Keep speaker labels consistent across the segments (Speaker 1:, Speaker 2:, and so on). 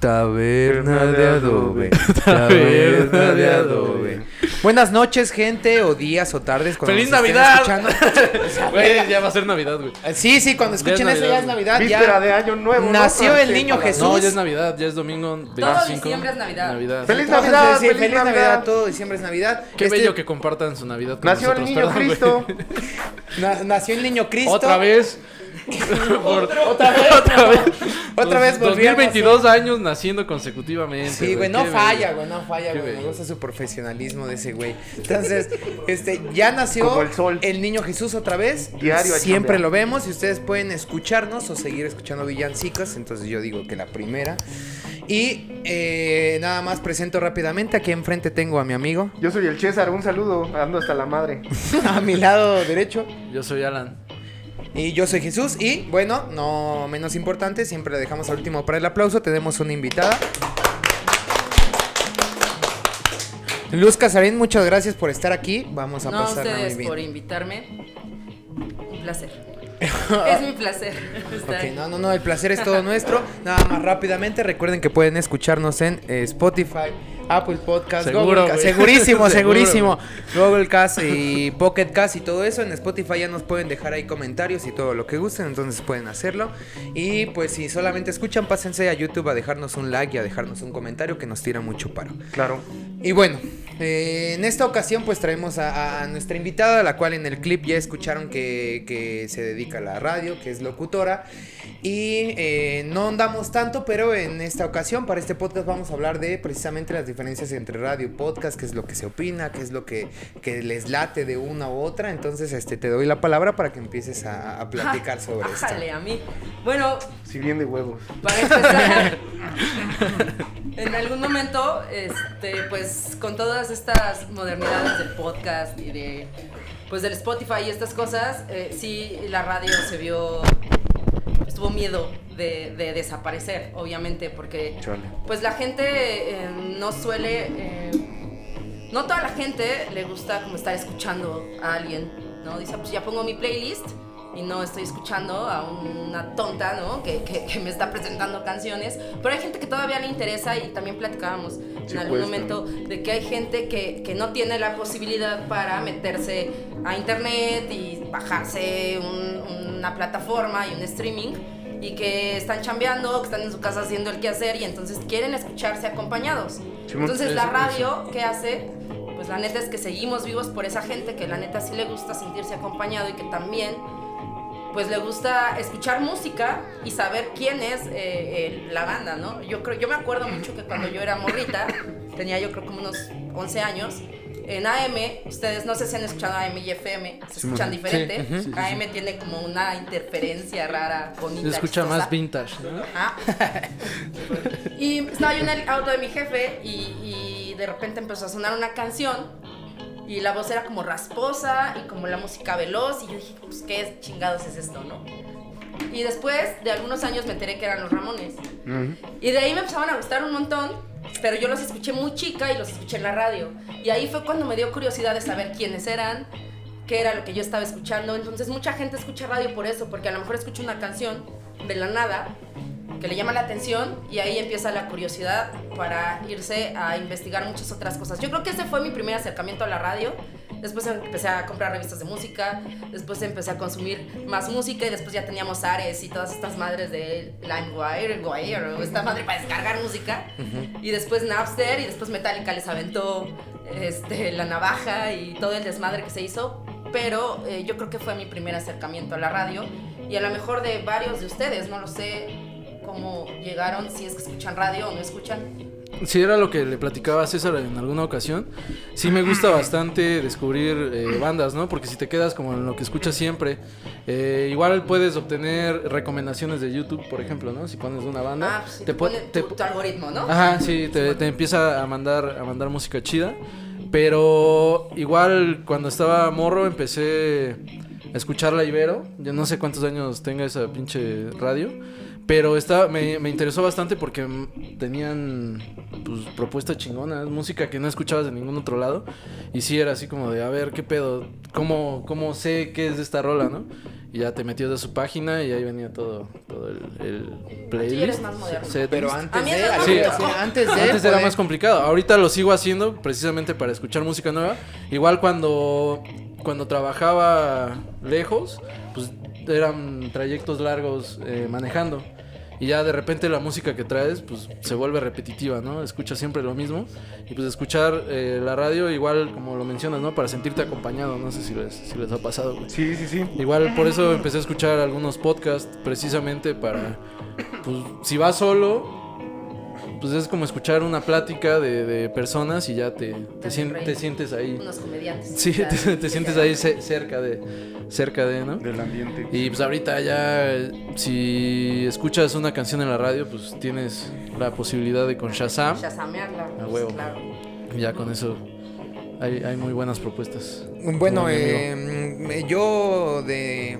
Speaker 1: Taberna de adobe. Taberna de adobe. Buenas noches, gente, o días o tardes. cuando
Speaker 2: ¡Feliz
Speaker 1: nos estén
Speaker 2: Navidad!
Speaker 1: escuchando. Eh,
Speaker 2: Güey, ya va a ser Navidad, güey.
Speaker 1: Sí, sí, cuando escuchen
Speaker 2: Ya es
Speaker 1: eso ya es
Speaker 2: Navidad,
Speaker 1: Navidad.
Speaker 3: Víspera
Speaker 2: Ah.
Speaker 1: ya.
Speaker 3: de Año Nuevo. ¿no?
Speaker 1: Nació
Speaker 3: Para
Speaker 1: el
Speaker 3: que-
Speaker 1: niño
Speaker 3: para-
Speaker 1: Jesús.
Speaker 2: No, ya es Navidad, ya es domingo 25.
Speaker 4: diciembre es Navidad.
Speaker 2: Navidad.
Speaker 3: ¡Feliz
Speaker 1: Entonces,
Speaker 3: Navidad!
Speaker 1: sí,
Speaker 3: ¡Feliz, Navidad!
Speaker 1: Todo diciembre es Navidad.
Speaker 2: Qué
Speaker 1: Este-
Speaker 2: bello que compartan su Navidad con
Speaker 3: Nació el
Speaker 2: nosotros,
Speaker 3: niño
Speaker 2: perdón, güey.
Speaker 3: Cristo.
Speaker 1: na- nació el niño Cristo.
Speaker 2: Otra vez. Por- otra vez.
Speaker 1: Otra vez volvieron a
Speaker 2: 2022 años naciendo consecutivamente.
Speaker 1: Sí, güey, no
Speaker 2: Qué
Speaker 1: falla,
Speaker 2: bello.
Speaker 1: güey, no falla,
Speaker 2: Qué
Speaker 1: güey. Me
Speaker 2: bello.
Speaker 1: gusta su profesionalismo de ese güey. Entonces, este, ya nació
Speaker 3: Como el sol.
Speaker 1: niño Jesús otra vez.
Speaker 3: Diario a
Speaker 1: Siempre
Speaker 3: chambear.
Speaker 1: lo vemos y ustedes pueden escucharnos o seguir escuchando villancicos. Entonces yo digo que la primera. Y eh, nada más presento rápidamente. Aquí enfrente tengo a mi amigo.
Speaker 3: Yo soy el César, un saludo. Ando hasta la madre.
Speaker 1: a mi lado derecho.
Speaker 2: Yo soy Alan.
Speaker 1: Y yo soy Jesús. Y bueno, no menos importante, siempre la dejamos al último para el aplauso. Tenemos una invitada. Luz Casarín, muchas gracias por estar aquí. Vamos a
Speaker 4: No a
Speaker 1: pasar
Speaker 4: ustedes
Speaker 1: muy bien.
Speaker 4: por invitarme. Un placer. es mi placer. estar
Speaker 1: Ok,
Speaker 4: aquí.
Speaker 1: no, no, no, el placer es todo nuestro. Nada más rápidamente, recuerden que pueden escucharnos en eh, Spotify, Apple Podcast,
Speaker 2: Seguro,
Speaker 1: Google Cast,
Speaker 2: güey.
Speaker 1: segurísimo,
Speaker 2: Seguro,
Speaker 1: segurísimo. Google Cast y Pocket Cast y todo eso. En Spotify ya nos pueden dejar ahí comentarios y todo lo que gusten, entonces pueden hacerlo. Y pues si solamente escuchan, pásense a YouTube a dejarnos un like y a dejarnos un comentario que nos tira mucho paro.
Speaker 3: Claro.
Speaker 1: Y bueno, eh, en esta ocasión pues traemos a, a nuestra invitada, la cual en el clip ya escucharon que, que se dedica a la radio, que es locutora. Y eh, no andamos tanto, pero en esta ocasión para este podcast vamos a hablar de precisamente las diferencias entre radio y podcast, qué es lo que se opina, qué es lo que, que les late de una u otra. Entonces este, te doy la palabra para que empieces a, a platicar sobre esto.
Speaker 4: Ájale a mí. Bueno,
Speaker 3: Si bien de huevos.
Speaker 4: para empezar, en algún momento, este, pues con todas estas modernidades del podcast y de, pues del Spotify y estas cosas, eh, sí, la radio se vio, estuvo miedo de, de desaparecer, obviamente, porque
Speaker 3: Chale.
Speaker 4: pues la gente eh, no suele, eh, no toda la gente le gusta como estar escuchando a alguien, ¿no? Dice, pues ya pongo mi playlist y no estoy escuchando a una tonta, ¿no? Que, que- que me está presentando canciones, pero hay gente que todavía le interesa y también platicábamos
Speaker 3: Sí,
Speaker 4: en algún
Speaker 3: pues,
Speaker 4: momento de que hay gente que, que no tiene la posibilidad para meterse a internet y bajarse un- una plataforma y un streaming y que están chambeando, que están en su casa haciendo el quehacer y entonces quieren escucharse acompañados. Entonces la radio, ¿qué hace? Pues la neta es que seguimos vivos por esa gente que la neta sí le gusta sentirse acompañado y que también pues le gusta escuchar música y saber quién es eh, el- la banda, ¿no? Yo creo, yo me acuerdo mucho que cuando yo era morrita, tenía yo creo como unos 11 años, en AM, ustedes no sé si han escuchado AM y FM, se escuchan diferente.
Speaker 2: ujú. Sí, sí, sí.
Speaker 4: AM tiene como una interferencia rara, bonita.
Speaker 2: Se escucha
Speaker 4: chistosa.
Speaker 2: más vintage, ¿no?
Speaker 4: Ajá. Ah. Y estaba yo en el auto de mi jefe y, y de repente empezó a sonar una canción y la voz era como rasposa y como la música veloz y yo dije, pues qué chingados es esto, ¿no? Y después de algunos años me enteré que eran los Ramones. Y de ahí me empezaban a gustar un montón, pero yo los escuché muy chica y los escuché en la radio. Y ahí fue cuando me dio curiosidad de saber quiénes eran, qué era lo que yo estaba escuchando. Entonces mucha gente escucha radio por eso, porque a lo mejor escucha una canción de la nada que le llama la atención y ahí empieza la curiosidad para irse a investigar muchas otras cosas. Yo creo que ese fue mi primer acercamiento a la radio. Después empecé a comprar revistas de música, después empecé a consumir más música y después ya teníamos Ares y todas estas madres de LimeWire, Wire, o esta madre para descargar música. Y después Napster y después Metallica les aventó este, la navaja y todo el desmadre que se hizo. Pero eh, yo creo que fue mi primer acercamiento a la radio y a lo mejor de varios de ustedes, no lo sé cómo llegaron, si es que escuchan radio o no escuchan.
Speaker 2: Sí, era lo que le platicaba a César en alguna ocasión. Sí me gusta bastante descubrir eh, bandas, ¿no? Porque si te quedas como en lo que escuchas siempre, eh, igual puedes obtener recomendaciones de YouTube, por ejemplo, ¿no? Si pones una banda,
Speaker 4: Ah, pues sí,
Speaker 2: te
Speaker 4: te,
Speaker 2: pone-
Speaker 4: pone
Speaker 2: te-
Speaker 4: tu, tu algoritmo, ¿no?
Speaker 2: Ajá, sí, te, te empieza a mandar, a mandar música chida. Pero igual cuando estaba morro empecé escuchar la Ibero. Yo no sé cuántos años tenga esa pinche radio. Pero está, me, me interesó bastante porque mm, tenían pues, propuestas chingonas, música que no escuchabas de ningún otro lado. Y sí era así como de, a ver, ¿qué pedo? ¿Cómo, cómo sé qué es de esta rola, no? Y ya te metías a su página y ahí venía todo, todo el, el playlist.
Speaker 4: eres más moderno.
Speaker 2: setlist.
Speaker 1: Pero
Speaker 4: A
Speaker 1: antes
Speaker 4: mí
Speaker 1: de,
Speaker 4: eso no
Speaker 1: sí,
Speaker 2: me
Speaker 1: sí,
Speaker 4: tocó.
Speaker 1: antes de, pues,
Speaker 2: Antes era
Speaker 1: joder.
Speaker 2: más complicado. Ahorita lo sigo haciendo precisamente para escuchar música nueva. Igual cuando cuando trabajaba lejos, pues eran trayectos largos eh, manejando. Y ya de repente la música que traes, pues se vuelve repetitiva, ¿no? Escuchas siempre lo mismo. Y pues escuchar eh, la radio, igual como lo mencionas, ¿no? Para sentirte acompañado. No sé si les, si les ha pasado, güey.
Speaker 3: Sí, sí, sí.
Speaker 2: Igual por eso empecé a escuchar algunos podcasts precisamente para, pues si vas solo, pues es como escuchar una plática de, de personas y ya te, te, sien-
Speaker 4: sonreí.
Speaker 2: te sientes ahí.
Speaker 4: Unos comediantes.
Speaker 2: Sí,
Speaker 4: claro.
Speaker 2: te, te sientes ahí ce- cerca de, cerca de, ¿no?
Speaker 3: Del ambiente.
Speaker 2: Y pues ahorita ya, eh, si escuchas una canción en la radio, pues tienes la posibilidad de con Shazam.
Speaker 4: Shazamearla.
Speaker 2: A huevo.
Speaker 4: pues, Claro.
Speaker 2: y Ya con eso hay, hay muy buenas propuestas.
Speaker 1: Bueno,
Speaker 2: mi amigo.
Speaker 1: eh, mm, yo de...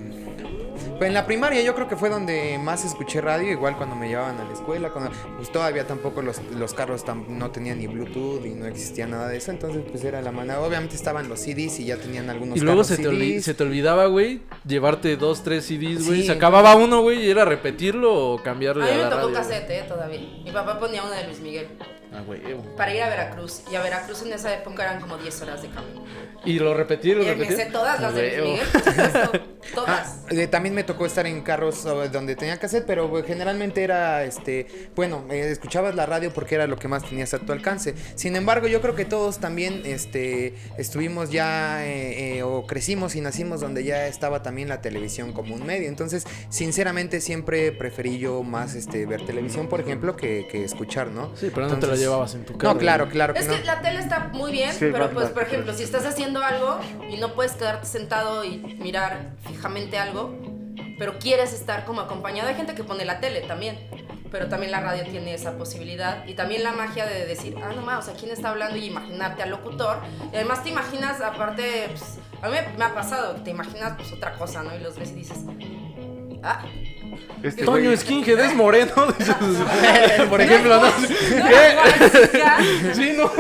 Speaker 1: pues en la primaria yo creo que fue donde más escuché radio, igual cuando me llevaban a la escuela, cuando, pues todavía tampoco los, los carros tam- no tenían ni Bluetooth y no existía nada de eso, entonces pues era la manera, obviamente estaban los CDs y ya tenían algunos
Speaker 2: Y luego
Speaker 1: carros
Speaker 2: se te, olvi-
Speaker 1: CDs.
Speaker 2: se te olvidaba, güey, llevarte dos, tres CDs, güey.
Speaker 1: Sí.
Speaker 2: se acababa uno, güey, y era repetirlo o
Speaker 4: A
Speaker 2: cambiarle
Speaker 4: mí
Speaker 2: a,
Speaker 4: me
Speaker 2: la
Speaker 4: tocó
Speaker 2: radio.
Speaker 4: cassette eh, todavía. Mi papá ponía una de Luis Miguel
Speaker 2: güey. Ah, güey, ew.
Speaker 4: para ir a Veracruz. Y a Veracruz en esa época eran como 10 horas de camino.
Speaker 2: Y lo repetí, lo
Speaker 4: Y me
Speaker 2: repetí.
Speaker 4: sé todas las de Luis
Speaker 2: Güey,
Speaker 4: Miguel.
Speaker 2: ew.
Speaker 4: por supuesto,
Speaker 2: Ah,
Speaker 4: Todas.
Speaker 1: Eh, también me tocó estar en carros eh, donde tenía cassette, pero güey, generalmente era, este, bueno, eh, escuchabas la radio porque era lo que más tenías a tu alcance. Sin embargo, yo creo que todos también, este, estuvimos ya eh, eh, o crecimos y nacimos donde ya estaba también la televisión como un medio. Entonces, sinceramente, siempre preferí yo más, este, ver televisión, por ejemplo, que, que escuchar, ¿no?
Speaker 2: Sí, pero no te la
Speaker 1: Entonces-
Speaker 2: llevabas en tu carro.
Speaker 1: No, claro,
Speaker 2: güey.
Speaker 1: claro que
Speaker 4: Es
Speaker 1: no.
Speaker 4: que la tele está muy bien,
Speaker 3: Sí,
Speaker 4: pero
Speaker 3: va-
Speaker 4: pues
Speaker 3: va-
Speaker 4: por ejemplo, si estás haciendo algo y no puedes quedarte sentado y mirar fijamente algo, pero quieres estar como acompañado, hay gente que pone la tele también, pero también la radio tiene esa posibilidad y también la magia de decir, ah, no mames, o sea, ¿quién está hablando? Y imaginarte al locutor. Y además te imaginas, aparte, pues, a mí me, me ha pasado, te imaginas pues otra cosa, ¿no? Y los ves y dices, ah,
Speaker 3: Este güey.
Speaker 2: Toño Skinhead es moreno. Por
Speaker 4: no,
Speaker 2: ejemplo,
Speaker 4: no,
Speaker 2: ¿no?
Speaker 4: no, guachica.
Speaker 2: Sí, no.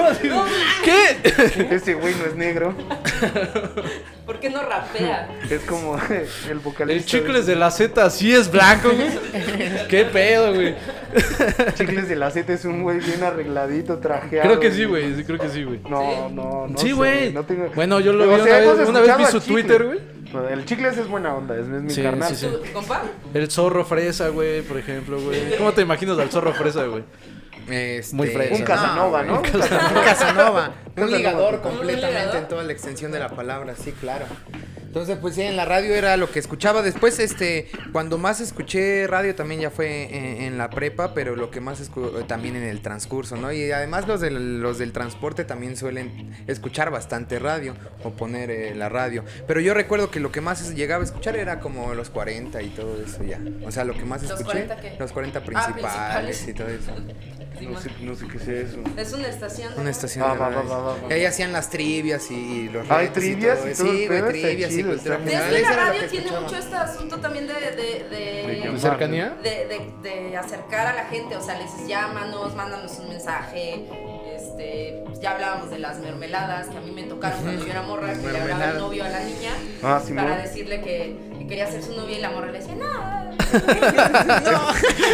Speaker 2: ¿Qué?
Speaker 3: Este güey no es negro.
Speaker 4: ¿Por qué no rapea?
Speaker 3: Es como el vocalista.
Speaker 2: El chicles de la Z sí es blanco, güey. ¿Qué pedo, güey?
Speaker 3: de, Chicles de la Z es un güey bien arregladito, trajeado.
Speaker 2: Creo que sí, güey. sí, Creo que sí, güey.
Speaker 3: No, no, no.
Speaker 2: sí,
Speaker 3: sé,
Speaker 2: güey.
Speaker 3: no tengo-
Speaker 2: Bueno, yo lo vi
Speaker 3: O
Speaker 2: una
Speaker 3: sea, hemos
Speaker 2: vez. Una vez vi
Speaker 3: escuchado a
Speaker 2: su
Speaker 3: Chicle.
Speaker 2: Twitter, güey.
Speaker 3: Bueno, El Chicles es buena onda, es, es mi
Speaker 2: Sí,
Speaker 3: carnal.
Speaker 2: sí, sí.
Speaker 4: ¿Tu compa?
Speaker 2: El zorro fresa, güey, por ejemplo, güey. ¿Cómo te imaginas al zorro fresa, güey?
Speaker 1: Este,
Speaker 2: Muy fresa.
Speaker 3: Un Casanova, ¿no?
Speaker 1: Un Casanova. Un
Speaker 3: Casanova.
Speaker 1: ligador
Speaker 3: Un
Speaker 1: completamente
Speaker 4: ligador.
Speaker 1: en toda la extensión de la palabra, sí, claro. Entonces, pues sí, en la radio era lo que escuchaba. Después, este, cuando más escuché radio también ya fue en, en la prepa, pero lo que más escu- eh, también en el transcurso, ¿no? Y además los del, los del transporte también suelen escuchar bastante radio o poner eh, la radio. Pero yo recuerdo que lo que más llegaba a escuchar era como los 40 y todo eso ya. O sea, lo que más
Speaker 4: ¿Los
Speaker 1: escuché.
Speaker 4: 40 qué?
Speaker 1: Los 40
Speaker 4: Ah,
Speaker 1: principales,
Speaker 4: principales.
Speaker 1: y todo eso.
Speaker 3: No sé, no sé qué sea eso.
Speaker 4: Es una estación.
Speaker 1: Una estación
Speaker 3: Va,
Speaker 1: de
Speaker 3: va,
Speaker 1: radio.
Speaker 3: va, va, va.
Speaker 1: Y ahí hacían las trivias y, y los
Speaker 3: Ah, ¿hay
Speaker 1: retos
Speaker 3: trivias
Speaker 1: todo
Speaker 3: y
Speaker 1: eso.
Speaker 3: todo el
Speaker 1: Sí, güey,
Speaker 3: pedo? Está
Speaker 1: trivias y
Speaker 3: chido,
Speaker 1: cultura
Speaker 3: está
Speaker 4: Es
Speaker 1: general.
Speaker 4: que
Speaker 1: Eso
Speaker 4: la
Speaker 1: era lo
Speaker 4: radio
Speaker 1: que
Speaker 4: tiene
Speaker 1: escuchaba.
Speaker 4: mucho este asunto también de. de,
Speaker 3: De
Speaker 2: ¿Tu
Speaker 4: de...
Speaker 2: cercanía?
Speaker 4: de- de- de acercar a la gente, o sea, les dices, llámanos, mándanos un mensaje, este, ya hablábamos de las mermeladas que a mí me tocaron cuando yo era morra, que le hablaba
Speaker 1: Mermeladas.
Speaker 4: el novio a la niña
Speaker 3: Ah, sí,
Speaker 4: para
Speaker 3: ¿no?
Speaker 4: decirle que, que quería ser su novia y la morra le decía, no,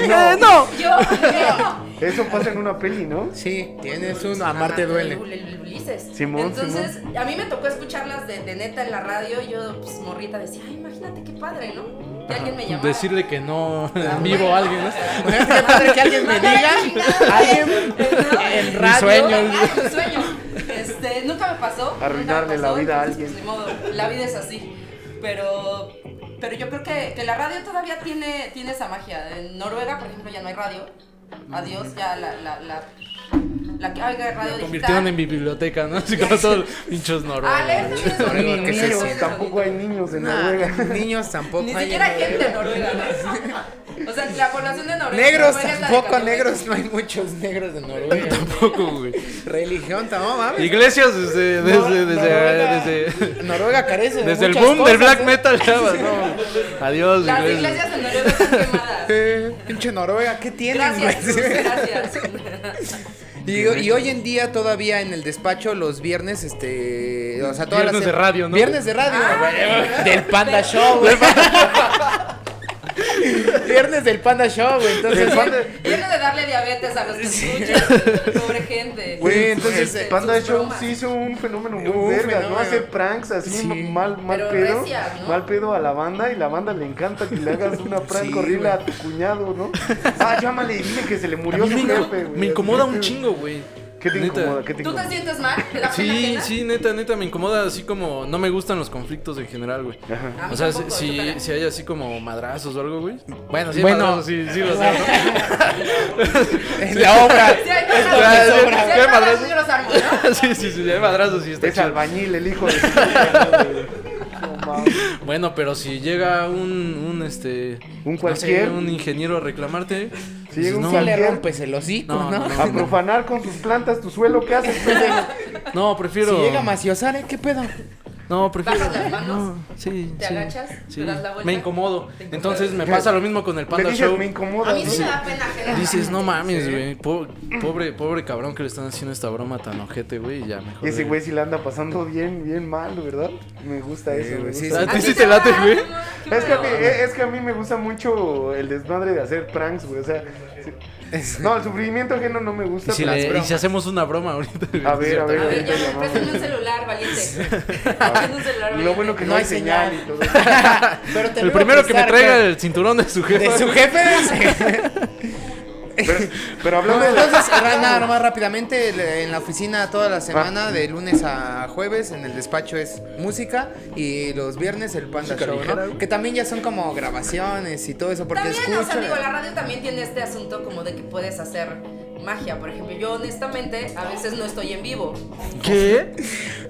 Speaker 2: No. no.
Speaker 4: yo, yo,
Speaker 3: Eso pasa en una peli, ¿no?
Speaker 1: Sí, tienes uno, amarte duele.
Speaker 4: Ul- Ulises.
Speaker 3: Simón,
Speaker 4: Entonces, a mí me tocó escucharlas de, de neta en la radio y yo, pues, morrita, decía, ay, imagínate qué padre, ¿no? Que alguien me llamara.
Speaker 2: Decirle que
Speaker 1: Ah,
Speaker 2: no en vivo a alguien, ¿no?
Speaker 1: Qué padre que alguien me
Speaker 4: Mandar
Speaker 1: diga.
Speaker 4: a chingar a
Speaker 1: Alguien
Speaker 4: ¿no? eh,
Speaker 1: en
Speaker 2: Mi
Speaker 1: radio.
Speaker 2: sueño.
Speaker 4: Ah, mi sueño. Este, nunca me pasó. nunca me
Speaker 3: Arruinarle
Speaker 4: pasó,
Speaker 3: la vida a
Speaker 4: entonces,
Speaker 3: alguien.
Speaker 4: pues, ni modo, la vida es así. Pero, pero yo creo que, que la radio todavía tiene,
Speaker 2: Mm.
Speaker 4: tiene esa magia. En Noruega, por ejemplo, ya no hay radio. Adiós, ya la, la, la, la que oiga radio
Speaker 2: Lo
Speaker 4: digital.
Speaker 2: convirtieron en biblioteca, ¿no? Así como todos los pinchos
Speaker 4: Ah, leer
Speaker 2: noruegos.
Speaker 4: también es
Speaker 1: Noruego
Speaker 4: horrible.
Speaker 1: que se
Speaker 4: Niños,
Speaker 1: sienta.
Speaker 3: Tampoco hay niños en
Speaker 1: Nah,
Speaker 3: Noruega.
Speaker 1: niños tampoco.
Speaker 4: Ni
Speaker 1: hay
Speaker 4: siquiera hay
Speaker 1: en Noruega.
Speaker 4: gente en Noruega. ¿no? O sea, la población de Noruega.
Speaker 1: Negros
Speaker 4: Noruega es la de
Speaker 1: tampoco,
Speaker 4: Campeche.
Speaker 1: negros no hay muchos negros de Noruega.
Speaker 2: Tampoco, güey.
Speaker 1: Religión tampoco, mames.
Speaker 2: Iglesias desde, desde,
Speaker 1: Noruega-
Speaker 2: desde, desde,
Speaker 1: Noruega carece de
Speaker 2: desde el
Speaker 1: muchas
Speaker 2: boom del
Speaker 1: cosas,
Speaker 2: black
Speaker 1: ¿eh?
Speaker 2: metal, chavas, no. Adiós,
Speaker 4: Las
Speaker 2: iglesias.
Speaker 4: iglesias en Noruega están quemadas.
Speaker 1: Eh, pinche Noruega, ¿qué tienen?
Speaker 4: Gracias,
Speaker 1: güey?
Speaker 4: Cruz, gracias.
Speaker 1: Y, y hoy en día todavía en el despacho los viernes, este, o sea, todas
Speaker 2: Viernes
Speaker 1: las
Speaker 2: de radio, ¿no?
Speaker 1: Viernes de radio.
Speaker 2: Ah,
Speaker 1: güey. del Panda Show, güey. viernes del Panda Show, güey. Entonces,
Speaker 4: Viene de darle diabetes a los que escuchan. Pobre gente. Este,
Speaker 1: Güey, entonces,
Speaker 4: Sus
Speaker 1: eh,
Speaker 3: Panda
Speaker 4: bromas.
Speaker 3: Show sí hizo un fenómeno muy
Speaker 1: Un
Speaker 3: verga,
Speaker 1: fenómeno.
Speaker 3: ¿no? Hace pranks así,
Speaker 1: Sí.
Speaker 3: mal, mal
Speaker 4: Pero
Speaker 3: pedo.
Speaker 4: recias, ¿no?
Speaker 3: Mal pedo a la banda y la banda le encanta que le hagas una prank
Speaker 1: Sí,
Speaker 3: horrible
Speaker 1: güey.
Speaker 3: a tu cuñado, ¿no? Ah, llámale y dile que se le
Speaker 2: A
Speaker 3: murió
Speaker 2: mí
Speaker 3: su
Speaker 2: me, inco-
Speaker 3: jefe, güey.
Speaker 2: me incomoda un chingo, güey.
Speaker 3: ¿Qué te
Speaker 2: Neta.
Speaker 3: incomoda? ¿Qué te
Speaker 4: ¿Tú te
Speaker 3: incomoda?
Speaker 4: sientes mal? ¿Te da pena
Speaker 2: Sí,
Speaker 4: ajena?
Speaker 2: sí, neta, neta, me incomoda así como no me gustan los conflictos en general, güey.
Speaker 4: A
Speaker 1: Ah,
Speaker 4: mí
Speaker 2: O sea, si,
Speaker 4: tampoco,
Speaker 2: si-
Speaker 4: chócala.
Speaker 2: si hay así como madrazos o algo, güey. Bueno, sí,
Speaker 1: Bueno.
Speaker 2: madrazos, sí, sí, los hay, ¿no?
Speaker 1: en la obra.
Speaker 4: Sí, hay
Speaker 2: Esto
Speaker 4: madrazos,
Speaker 2: es
Speaker 4: sí,
Speaker 2: obra.
Speaker 4: hay
Speaker 2: ¿Qué
Speaker 4: madrazos,
Speaker 2: madrazos?
Speaker 4: yo los armo, ¿no?
Speaker 2: sí, sí, sí, hay madrazos y está
Speaker 3: Es
Speaker 2: chido.
Speaker 3: albañil, el hijo de su cuñado, güey. No mames.
Speaker 2: Bueno, pero si llega un, un este...
Speaker 3: Un
Speaker 2: no sé,
Speaker 3: cualquier.
Speaker 2: un ingeniero a reclamarte.
Speaker 3: Si
Speaker 2: dices,
Speaker 3: llega un
Speaker 2: no,
Speaker 1: Sí le
Speaker 3: cualquier-
Speaker 1: rompes el hocico,
Speaker 2: No,
Speaker 1: ¿no?
Speaker 2: no, no.
Speaker 3: A profanar con tus plantas tu suelo, ¿qué haces, pendejo?
Speaker 2: no, prefiero...
Speaker 1: Si llega Maciosare, ¿qué pedo?
Speaker 2: No, prefiero...
Speaker 4: Bajas las manos,
Speaker 2: no, sí,
Speaker 4: te
Speaker 2: sí,
Speaker 4: agachas,
Speaker 2: sí.
Speaker 4: te das la vuelta.
Speaker 2: Me incomodo.
Speaker 4: Te incomodas.
Speaker 2: Entonces me pasa lo mismo con el
Speaker 3: Le
Speaker 2: Panda
Speaker 3: dices,
Speaker 2: Show.
Speaker 3: me incomoda.
Speaker 4: A mí
Speaker 3: ¿no?
Speaker 4: sí me da pena ajena.
Speaker 2: Dices, no mames, güey. po- Pobre, pobre cabrón que le están haciendo esta broma tan ojete, güey. y Ya mejor.
Speaker 3: Y ese
Speaker 2: de-
Speaker 3: güey sí la anda pasando bien, bien mal, ¿verdad? Me gusta
Speaker 1: Sí,
Speaker 3: eso. me
Speaker 1: güey, sí,
Speaker 3: gusta.
Speaker 2: ¿A ti
Speaker 4: Así
Speaker 2: sí te late,
Speaker 4: va,
Speaker 2: güey?
Speaker 4: no, qué
Speaker 3: Es que, a mí, eh,
Speaker 4: feo.
Speaker 3: es que a mí me gusta mucho el desmadre de hacer pranks, güey. O sea, sí. no, el sufrimiento ajeno no me
Speaker 2: Y
Speaker 3: gusta.
Speaker 2: si,
Speaker 3: pero-
Speaker 2: le-
Speaker 1: las bromas.
Speaker 2: y si hacemos una broma ahorita. güey,
Speaker 3: A ver,
Speaker 2: ¿cierto?
Speaker 3: a
Speaker 4: A ver,
Speaker 3: ahorita
Speaker 4: ya,
Speaker 3: llamamos.
Speaker 4: préstame un celular, valiente. Préstame un celular,
Speaker 3: Lo
Speaker 4: valiente.
Speaker 3: bueno que
Speaker 1: No
Speaker 3: no, hay
Speaker 1: hay
Speaker 3: señal, y todo. eso.
Speaker 1: Pero te
Speaker 2: Ah, El
Speaker 1: lo iba a
Speaker 2: primero que me
Speaker 1: prestar,
Speaker 2: traiga
Speaker 1: pero-
Speaker 2: el cinturón de su jefe.
Speaker 1: de su jefe.
Speaker 3: Pero, pero hablando de las-
Speaker 1: Entonces, Rana, nomás rápidamente, le- en la oficina toda la
Speaker 3: Ah.
Speaker 1: semana, de lunes a jueves, en el despacho es música y los viernes el Panda
Speaker 2: Música
Speaker 1: Show,
Speaker 2: ligera,
Speaker 1: ¿no?
Speaker 2: güey.
Speaker 1: Que también ya son como grabaciones y todo eso, porque
Speaker 4: también,
Speaker 1: escucha.
Speaker 4: o sea, digo, la radio también tiene este asunto como de que puedes hacer magia. Por ejemplo, yo honestamente a veces no estoy en vivo.
Speaker 2: ¿Qué?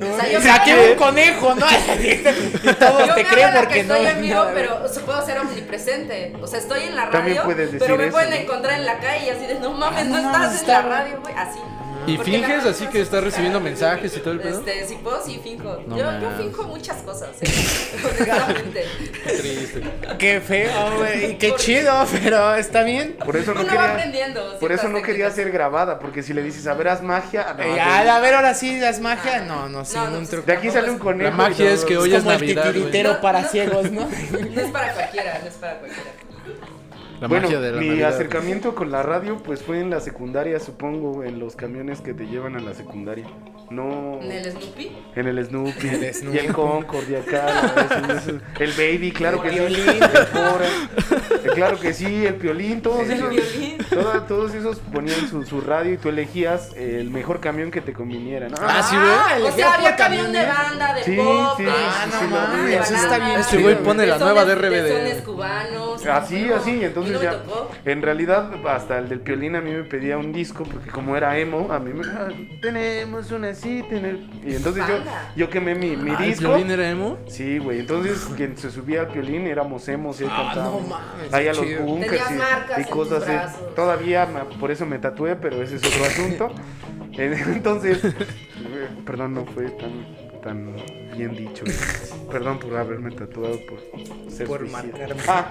Speaker 4: O sea, yo
Speaker 1: Saqué
Speaker 4: me-
Speaker 1: un conejo, ¿no? y
Speaker 4: yo
Speaker 1: todos te
Speaker 4: me
Speaker 1: creen
Speaker 4: hago la
Speaker 1: porque
Speaker 4: que
Speaker 1: no.
Speaker 4: estoy en vivo, pero o sea, puedo ser omnipresente. O sea, estoy en la
Speaker 3: También
Speaker 4: radio,
Speaker 3: puedes decir
Speaker 4: pero me
Speaker 3: eso,
Speaker 4: pueden
Speaker 3: ¿no?
Speaker 4: encontrar en la calle y así de, no mames, no,
Speaker 1: no
Speaker 4: estás
Speaker 1: mames,
Speaker 4: en la
Speaker 1: está-
Speaker 4: radio, güey, así.
Speaker 2: ¿Y
Speaker 4: Porque la
Speaker 2: finges
Speaker 4: radio
Speaker 2: así
Speaker 4: no
Speaker 2: que
Speaker 4: se
Speaker 2: estás
Speaker 4: escucha.
Speaker 2: recibiendo mensajes y todo el pedo?
Speaker 4: Este, sí puedo, sí finjo.
Speaker 2: No
Speaker 4: yo, yo
Speaker 2: mames.
Speaker 4: finjo muchas cosas, eh, honestamente.
Speaker 2: Triste.
Speaker 1: Qué feo, güey. y Qué chido, pero está bien.
Speaker 3: Por eso no
Speaker 4: Uno va
Speaker 3: quería.
Speaker 4: aprendiendo.
Speaker 3: Por eso no
Speaker 4: ciertas
Speaker 3: quería
Speaker 4: técnicas.
Speaker 3: ser grabada, porque si le dices, a ver, haz magia. no,
Speaker 1: Eh, al- a ver, ahora sí, las magia.
Speaker 4: Ah.
Speaker 1: No, no, sí,
Speaker 4: No, no,
Speaker 1: un
Speaker 4: pues,
Speaker 1: truco.
Speaker 3: de aquí sale un conejo.
Speaker 2: La magia es que hoy es
Speaker 1: como el
Speaker 2: Navidad, güey.
Speaker 1: titiritero
Speaker 4: güey.
Speaker 1: para
Speaker 4: No, no.
Speaker 1: ciegos, ¿no?
Speaker 4: No es para cualquiera, no es para cualquiera.
Speaker 2: La
Speaker 3: bueno,
Speaker 2: magia de la
Speaker 3: mi
Speaker 2: Navidad.
Speaker 3: acercamiento con la radio pues fue en la secundaria, supongo, en los camiones que te llevan a la secundaria. No
Speaker 4: En el Snoopy.
Speaker 3: en el Snoopy,
Speaker 1: El Snoopy.
Speaker 3: y el Concord y acá, ¿no? Eso- eso- el Baby, claro que sí, el Cora, eh, claro que sí, el Piolín, todos
Speaker 4: El
Speaker 3: esos,
Speaker 4: violín.
Speaker 3: toda- todos esos ponían su, su radio y tú elegías el mejor camión que te conviniera. ¿no?
Speaker 2: Ah, sí,
Speaker 1: el
Speaker 4: O sea,
Speaker 1: ejemplo
Speaker 4: había camión de
Speaker 1: ¿eh?
Speaker 4: banda, de
Speaker 3: Sí,
Speaker 4: pop,
Speaker 3: sí,
Speaker 4: de-
Speaker 1: Ah,
Speaker 3: sí,
Speaker 1: no
Speaker 3: sí, lo vi,
Speaker 1: mames,
Speaker 4: de
Speaker 1: eso está bien.
Speaker 4: bananas,
Speaker 2: Este güey
Speaker 1: chido,
Speaker 2: pone la
Speaker 4: de
Speaker 2: nueva
Speaker 4: sones-
Speaker 2: DRB de-
Speaker 4: sones cubanos.
Speaker 3: Así,
Speaker 4: ¿no?
Speaker 3: Ah, así, y
Speaker 4: Y no
Speaker 3: entonces
Speaker 4: me
Speaker 3: ya.
Speaker 4: tocó.
Speaker 3: En realidad, hasta el del Piolín a mí me pedía un disco, porque como era emo, a mí me. "Ah, tenemos una así, tener. Y entonces yo,
Speaker 4: Banda.
Speaker 3: yo quemé mi, mi
Speaker 2: Ah, ¿el
Speaker 3: disco.
Speaker 2: violín era emo?
Speaker 3: Sí, güey. Entonces, quien se subía al Piolín éramos emos y él
Speaker 1: Ah,
Speaker 3: cantaba.
Speaker 1: no mames,
Speaker 3: Ahí
Speaker 1: qué
Speaker 3: a los
Speaker 1: chido.
Speaker 3: bunkers
Speaker 4: Tenías marcas
Speaker 3: y, y
Speaker 4: en tus
Speaker 3: cosas así.
Speaker 4: brazos.
Speaker 3: Todavía me- por eso me tatué, pero ese es otro asunto. Entonces, eh, perdón, no fue tan, tan bien dicho. Perdón por haberme tatuado, por ser
Speaker 1: Por
Speaker 3: suicida.
Speaker 1: marcarme.
Speaker 3: Ah,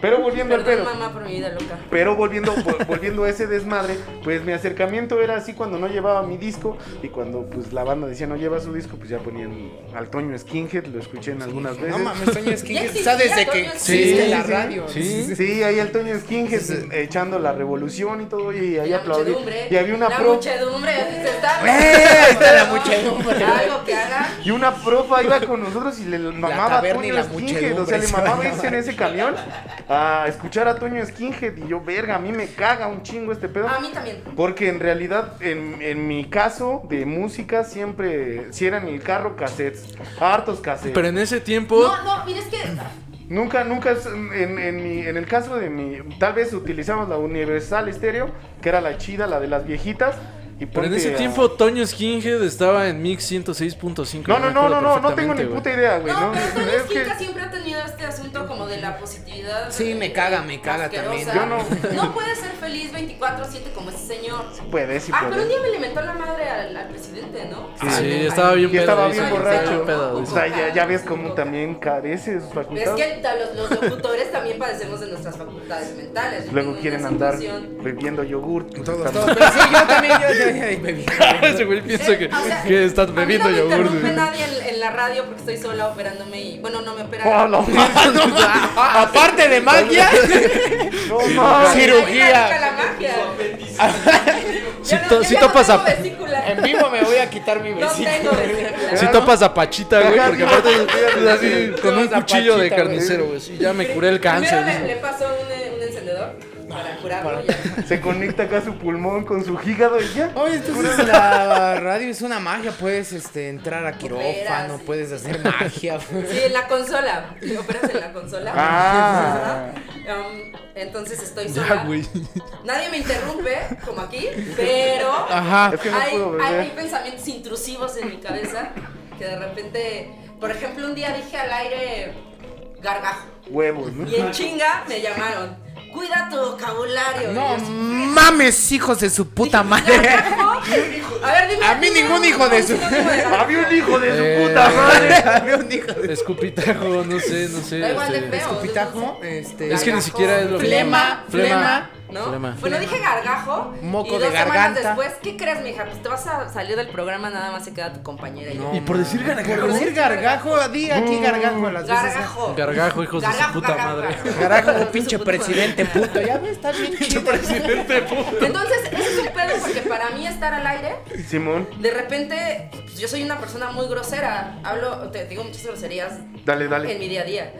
Speaker 3: pero volviendo al
Speaker 4: Perdón,
Speaker 3: pelo.
Speaker 4: mamá, por mi vida loca.
Speaker 3: Pero volviendo, vol- volviendo a ese desmadre, pues mi acercamiento era así cuando no llevaba mi disco y cuando pues la banda decía no lleva su disco, pues ya ponían al Toño Skinhead, lo escuché en algunas veces.
Speaker 1: No mames, Toño Esquinque
Speaker 4: existía
Speaker 1: está desde que
Speaker 4: Toño Esquinque.
Speaker 1: existe
Speaker 2: Sí,
Speaker 1: la
Speaker 3: sí,
Speaker 1: radio.
Speaker 2: sí.
Speaker 3: Sí, ahí el Toño Skinhead
Speaker 1: Sí, sí.
Speaker 3: echando la revolución y todo y ahí
Speaker 4: La
Speaker 3: aplaudí.
Speaker 4: muchedumbre,
Speaker 3: Y había una
Speaker 4: La
Speaker 3: pro
Speaker 4: muchedumbre, así se está.
Speaker 1: ¡Eh! Ahí está la muchedumbre.
Speaker 4: Algo que haga.
Speaker 3: y una profa iba con nosotros y le mamaba a
Speaker 1: taberna y
Speaker 3: Toño
Speaker 1: la
Speaker 3: Skinhead,
Speaker 1: muchedumbre
Speaker 3: o sea, le
Speaker 1: se
Speaker 3: mamaba
Speaker 1: bailaba.
Speaker 3: irse en ese camión a escuchar a Toño Skinhead y yo, verga, a mí me caga un chingo este pedo.
Speaker 4: A mí también.
Speaker 3: Porque en realidad, en, en mi caso de música, siempre, si era en el carro, cassettes, hartos cassettes.
Speaker 2: Pero en ese tiempo...
Speaker 4: No, no, mira, es que.
Speaker 3: Nunca, nunca, es- en, en, mi- en el caso de mi, tal vez utilizamos la Universal Stereo, que era la chida, la de las viejitas, Y
Speaker 2: Pero en
Speaker 3: ponte
Speaker 2: ese
Speaker 3: a-
Speaker 2: tiempo Toño Skinhead estaba en Mix 106.5.
Speaker 3: No, no,
Speaker 2: me
Speaker 3: no,
Speaker 2: acuerdo
Speaker 3: no, no, no tengo
Speaker 2: perfectamente,
Speaker 3: ni
Speaker 2: güey.
Speaker 3: puta idea, güey.
Speaker 4: No,
Speaker 3: No,
Speaker 4: pero Toño
Speaker 3: es
Speaker 4: Esquinca
Speaker 3: que-
Speaker 4: siempre ha tenido este asunto como de la positividad.
Speaker 1: Sí,
Speaker 4: eh,
Speaker 1: me caga, me caga
Speaker 4: asquerosa.
Speaker 1: también. Yo
Speaker 3: no-
Speaker 4: No puedes ser feliz 24-7 como ese señor.
Speaker 3: Puede, sí
Speaker 4: ah, pero un
Speaker 3: puede.
Speaker 4: día me le mentó la madre al, al presidente, ¿no?
Speaker 2: Sí,
Speaker 1: Ah,
Speaker 2: sí,
Speaker 1: no,
Speaker 2: estaba bien
Speaker 3: Y
Speaker 2: pedo.
Speaker 3: estaba
Speaker 2: dice,
Speaker 3: bien
Speaker 2: estaba
Speaker 3: borracho.
Speaker 2: bien pedo,
Speaker 3: O
Speaker 2: dice.
Speaker 3: sea, ya, ya ves cómo también carece de sus
Speaker 4: Pero es
Speaker 3: facultades.
Speaker 4: que ta- los, los locutores también padecemos de nuestras facultades mentales. Yo
Speaker 3: Luego
Speaker 4: tengo
Speaker 3: quieren
Speaker 4: una
Speaker 3: andar
Speaker 4: situación-
Speaker 3: bebiendo yogur.
Speaker 1: Todos, todos. Pero sí, yo también, yo, yo, yo- yo- bebí.
Speaker 2: Ese güey piensa
Speaker 4: Eh,
Speaker 2: que,
Speaker 4: o sea,
Speaker 2: que
Speaker 4: a
Speaker 2: estás
Speaker 4: mí
Speaker 2: bebiendo
Speaker 4: no me
Speaker 2: yogur.
Speaker 4: interrumpe
Speaker 2: güey.
Speaker 4: nadie en, en la radio porque estoy sola operándome y. Bueno, no me
Speaker 3: ¡Oh,
Speaker 4: operan.
Speaker 3: la
Speaker 1: Ah, Aparte de magia,
Speaker 3: No mames.
Speaker 4: Ahí
Speaker 1: cirugía.
Speaker 4: radica la magia.
Speaker 2: Si,
Speaker 4: Yo no-
Speaker 2: to-
Speaker 4: yo
Speaker 2: si
Speaker 4: ya no
Speaker 2: topas
Speaker 4: tengo
Speaker 2: a
Speaker 4: vesícula.
Speaker 1: en vivo me voy a quitar mi
Speaker 4: No
Speaker 1: besito.
Speaker 4: tengo vesícula.
Speaker 2: si
Speaker 3: ¿no?
Speaker 2: topas a Pachita, güey,
Speaker 3: Ajá,
Speaker 2: porque
Speaker 3: sí,
Speaker 2: aparte
Speaker 3: sí,
Speaker 2: es así con un
Speaker 1: Todos a
Speaker 2: cuchillo de
Speaker 1: Pachita, güey.
Speaker 2: carnicero, güey. sí, ya me curé el cáncer.
Speaker 4: Primero
Speaker 2: dice.
Speaker 4: le, le pasó un, eh, un encendedor para curarlo. ya.
Speaker 3: Se conecta acá su pulmón con su hígado y ya.
Speaker 1: Oye, entonces la radio es una magia, puedes este, entrar a quirófano,
Speaker 4: Operas.
Speaker 1: puedes hacer magia.
Speaker 4: Sí, en la consola. Operas en la consola.
Speaker 3: Ah.
Speaker 4: Ajá. Um, entonces estoy sola.
Speaker 2: Ya, güey.
Speaker 4: Nadie me interrumpe, como aquí, pero
Speaker 1: Ajá.
Speaker 3: Es que no
Speaker 4: hay,
Speaker 3: puedo
Speaker 4: hay-
Speaker 3: beber.
Speaker 4: hay pensamientos intrusivos en mi cabeza que de repente, por ejemplo, un día dije al aire gargajo
Speaker 3: Huevos, ¿no?
Speaker 4: y en chinga me llamaron. Cuida tu vocabulario.
Speaker 1: No mm,
Speaker 4: Y yo,
Speaker 1: mames, hijos de su puta madre.
Speaker 4: "Gargajo". A ver, dime.
Speaker 1: A mí
Speaker 4: dime
Speaker 1: ningún
Speaker 4: un-
Speaker 1: hijo de
Speaker 4: un
Speaker 1: su-
Speaker 4: sinónimo de gargajo.
Speaker 3: Había un hijo de
Speaker 2: Eh.
Speaker 3: su puta madre.
Speaker 1: Había un hijo de
Speaker 2: Escupitajo, no sé, no sé.
Speaker 4: Da igual de
Speaker 2: este,
Speaker 4: feo.
Speaker 1: escupitajo, este.
Speaker 2: Es que ni siquiera es lo que-
Speaker 1: Flema,
Speaker 2: Flema.
Speaker 1: flema.
Speaker 4: ¿No?
Speaker 2: Flema.
Speaker 4: Bueno, dije gargajo.
Speaker 1: Moco
Speaker 4: y dos
Speaker 1: de
Speaker 4: semanas
Speaker 1: garganta.
Speaker 4: después, ¿qué crees, mija? Pues te vas a salir del programa, nada más se queda tu compañera. y yo.
Speaker 1: No,
Speaker 2: Y por decir
Speaker 1: mames.
Speaker 2: gargajo.
Speaker 1: Por decir gargajo, di aquí gargajo a las veces. ¿eh?
Speaker 4: Gargajo.
Speaker 2: Gargajo, hijos de su puta madre.
Speaker 1: Carajo,
Speaker 4: Hijos de su
Speaker 1: pinche
Speaker 4: puta
Speaker 1: presidente
Speaker 4: madre.
Speaker 1: puto. Ya ves, está bien chido.
Speaker 4: Entonces, ese es un pedo porque para mí estar al aire,
Speaker 3: Simón,
Speaker 4: de repente, pues, yo soy una persona muy grosera. Hablo, te digo muchas groserías
Speaker 3: dale,
Speaker 4: en
Speaker 3: dale.
Speaker 4: mi día a día.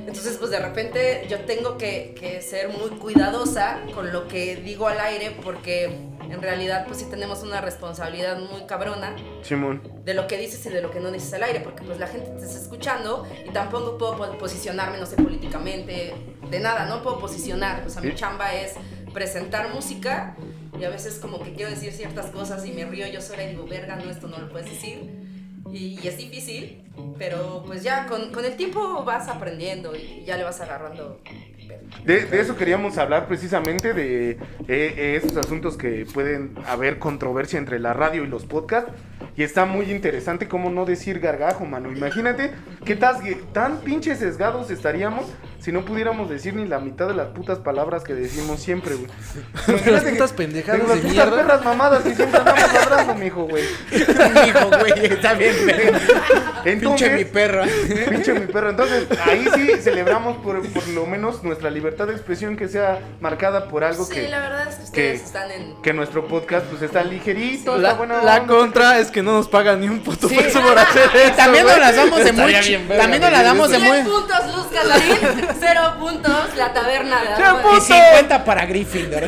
Speaker 4: Entonces, pues de repente yo tengo que, que ser muy cuidadosa con lo que digo al aire porque en realidad pues sí tenemos una responsabilidad muy cabrona
Speaker 3: Simón.
Speaker 4: de lo que dices y de lo que no dices al aire, porque pues la gente te está escuchando y tampoco puedo po- posicionarme, no sé, políticamente, de nada, no puedo posicionar, o sea, mi
Speaker 3: Sí.
Speaker 4: chamba es presentar música y a veces como que quiero decir ciertas cosas y me río yo sola y digo, verga, no, esto no lo puedes decir. Y, y es difícil, pero pues ya con, con el tiempo vas aprendiendo y ya le vas agarrando.
Speaker 3: De, de eso queríamos hablar precisamente de eh, eh, esos asuntos que pueden haber controversia entre la radio y los podcasts. Y está muy interesante cómo no decir gargajo, mano. Imagínate qué tas- tan pinches sesgados estaríamos si no pudiéramos decir ni la mitad de las putas palabras que decimos siempre, güey.
Speaker 2: Las
Speaker 3: Imagínate que- Digo,
Speaker 2: putas pendejadas
Speaker 3: las
Speaker 2: de
Speaker 3: putas
Speaker 2: mierda.
Speaker 3: perras mamadas que siempre andamos hablando, mijo, güey.
Speaker 1: Hijo, güey, está bien, pero.
Speaker 3: Entonces,
Speaker 1: Pinche mi perra.
Speaker 3: Pinche mi perro. Entonces, ahí sí celebramos por, por lo menos nuestra libertad de expresión que sea marcada por algo
Speaker 4: Sí,
Speaker 3: que,
Speaker 4: la verdad es que ustedes
Speaker 3: que-
Speaker 4: están en...
Speaker 3: que nuestro podcast pues está ligerito,
Speaker 2: La,
Speaker 3: está bueno.
Speaker 2: la contra es que no nos pagan ni un puto
Speaker 1: Sí.
Speaker 2: peso por hacer
Speaker 1: Y
Speaker 2: eso.
Speaker 1: también nos
Speaker 2: güey.
Speaker 1: las damos de muy.
Speaker 2: Estaría
Speaker 1: chi-
Speaker 2: bien verga,
Speaker 1: También nos las
Speaker 2: güey,
Speaker 1: damos de
Speaker 4: 100
Speaker 1: muy.
Speaker 4: puntos Luz Calarín, 0 puntos La Taberna de
Speaker 2: ¡Cien
Speaker 4: Aragón.
Speaker 1: Y
Speaker 2: puntos!
Speaker 1: 50 para Gryffindor.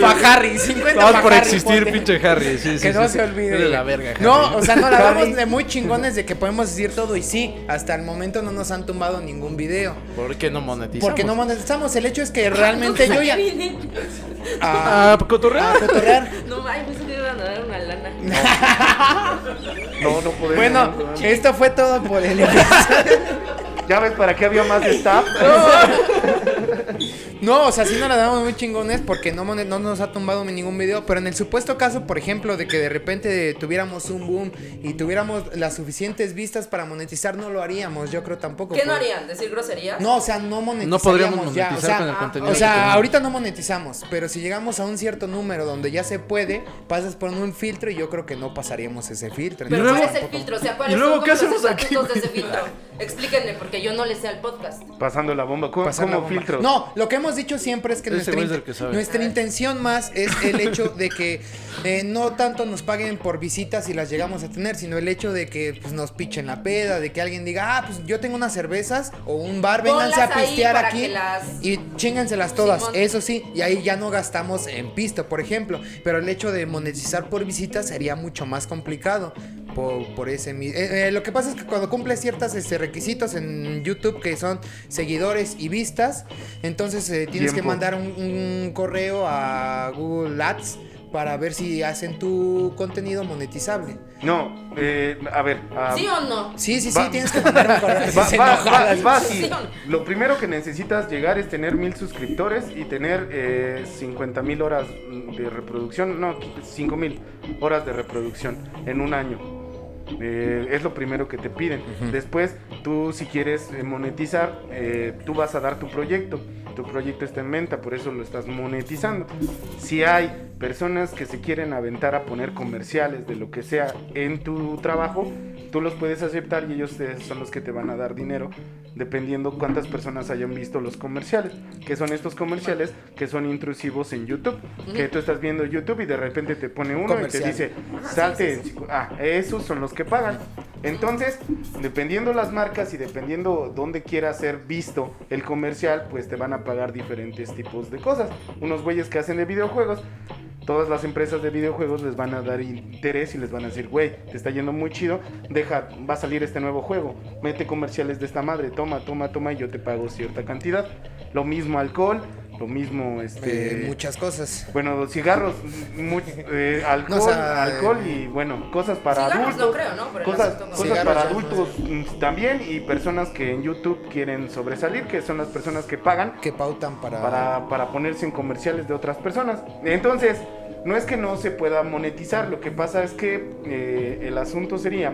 Speaker 1: para Harry, 50
Speaker 2: Vamos
Speaker 1: para
Speaker 2: por
Speaker 1: Harry
Speaker 2: existir,
Speaker 1: Potter.
Speaker 2: pinche Harry. Sí, sí,
Speaker 1: Que no
Speaker 2: sí.
Speaker 1: se olvide.
Speaker 2: Eres la verga, Harry.
Speaker 1: No, o sea, no la
Speaker 3: Harry.
Speaker 1: damos de muy chingones de que podemos decir todo y sí, hasta el momento no nos han tumbado ningún video.
Speaker 2: ¿Por qué no monetizamos?
Speaker 1: Porque no monetizamos, el hecho es que realmente yo ya... Ah,
Speaker 2: Ah, cotorrea.
Speaker 1: a cotorrear.
Speaker 4: No, ay, pensé que iban a dar una lana.
Speaker 3: No, no podemos.
Speaker 1: Bueno,
Speaker 3: no podemos.
Speaker 1: esto fue todo por el episodio.
Speaker 3: ya ves para qué había más staff.
Speaker 1: No, o sea, sí nos la damos muy chingones porque no, mone- no nos ha tumbado ningún video. Pero en el supuesto caso, por ejemplo, de que de repente tuviéramos un boom y tuviéramos las suficientes vistas para monetizar, no lo haríamos. Yo creo tampoco.
Speaker 4: ¿Qué no
Speaker 1: por-
Speaker 4: harían? ¿Decir groserías?
Speaker 1: No, o sea, no monetizaríamos
Speaker 2: No podríamos
Speaker 1: ya,
Speaker 2: monetizar
Speaker 1: o sea,
Speaker 2: con el
Speaker 1: ah,
Speaker 2: contenido
Speaker 1: O
Speaker 2: que
Speaker 1: sea,
Speaker 2: tenemos.
Speaker 1: ahorita no monetizamos, pero si llegamos a un cierto número donde ya se puede, pasas por un filtro y yo creo que no pasaríamos ese filtro.
Speaker 4: Pero
Speaker 1: entonces
Speaker 4: ¿cuál es el
Speaker 1: tampoco-
Speaker 4: filtro? O sea, ¿cuáles
Speaker 2: ¿Y luego
Speaker 4: son
Speaker 2: qué
Speaker 4: como los
Speaker 2: hacemos aquí,
Speaker 4: estatutos de ese
Speaker 2: güey?
Speaker 4: filtro? Explíquenme, porque yo no le sé al podcast.
Speaker 3: Pasando la bomba. ¿Cómo,
Speaker 1: pasar la
Speaker 3: cómo
Speaker 1: bomba.
Speaker 3: filtro?
Speaker 1: No, lo que hemos dicho siempre es que,
Speaker 2: Ese
Speaker 1: nuestra,
Speaker 2: güey es
Speaker 1: in-
Speaker 2: el que sabe.
Speaker 1: nuestra intención más es el hecho de que eh, no tanto nos paguen por visitas y las llegamos a tener, sino el hecho de que pues, nos pichen la peda, de que alguien diga, ah, pues yo tengo unas cervezas o un bar,
Speaker 4: Ponlas
Speaker 1: vénganse a
Speaker 4: ahí
Speaker 1: pistear
Speaker 4: para
Speaker 1: aquí
Speaker 4: que las-
Speaker 1: y chénganselas todas.
Speaker 4: Simón.
Speaker 1: Eso sí, y ahí ya no gastamos en pista, por ejemplo, pero el hecho de monetizar por visitas sería mucho más complicado. Por, por ese mi- eh, eh, lo que pasa es que cuando cumples ciertos este, requisitos en YouTube que son seguidores y vistas, entonces eh, tienes que
Speaker 3: Tiempo.
Speaker 1: mandar un, un correo a Google Ads para ver si hacen tu contenido monetizable.
Speaker 3: No, eh, a ver. a-
Speaker 2: Ah,
Speaker 4: ¿Sí o no?
Speaker 1: Sí, sí, sí,
Speaker 3: Va-
Speaker 1: tienes que poner un correo.
Speaker 3: Va,
Speaker 1: Se
Speaker 3: va,
Speaker 1: enojaba.
Speaker 3: va, va así.
Speaker 4: Sí.
Speaker 3: Lo primero que necesitas llegar es tener mil suscriptores y tener eh, 50 mil horas de reproducción, no, 5 mil horas de reproducción en un año. Eh, es lo primero que te piden. Después, tú si quieres eh, monetizar, eh, tú vas a dar tu proyecto. Tu proyecto está en venta, por eso lo estás monetizando. Si hay personas que se quieren aventar a poner comerciales de lo que sea en tu trabajo, tú los puedes aceptar y ellos te- son los que te van a dar dinero, dependiendo cuántas personas hayan visto los comerciales. Que son estos comerciales que son intrusivos en YouTube. Que tú estás viendo YouTube y de repente te pone uno y
Speaker 1: Comercial.
Speaker 3: te dice, salte. Ah, esos son los que pagan. Entonces, dependiendo las marcas y dependiendo dónde quiera ser visto el comercial, pues te van a pagar diferentes tipos de cosas. Unos güeyes que hacen de videojuegos, todas las empresas de videojuegos les van a dar interés y les van a decir, güey, te está yendo muy chido, deja, va a salir este nuevo juego, mete comerciales de esta madre, toma, toma, toma y yo te pago cierta cantidad. Lo mismo alcohol, lo mismo este...
Speaker 1: Eh, muchas cosas.
Speaker 3: Bueno, cigarros, mu- eh, alcohol,
Speaker 1: No, o sea, eh,
Speaker 3: alcohol y bueno, cosas para
Speaker 4: Cigarros
Speaker 3: adultos.
Speaker 4: no creo, ¿no? Pero el
Speaker 3: cosas
Speaker 4: asunto no.
Speaker 3: cosas
Speaker 1: Cigarros
Speaker 3: para
Speaker 1: ya no.
Speaker 3: adultos mm, también y personas que en YouTube quieren sobresalir, que son las personas que pagan
Speaker 1: Que pautan para.
Speaker 3: para, para ponerse en comerciales de otras personas. Entonces, no es que no se pueda monetizar, lo que pasa es que eh, el asunto sería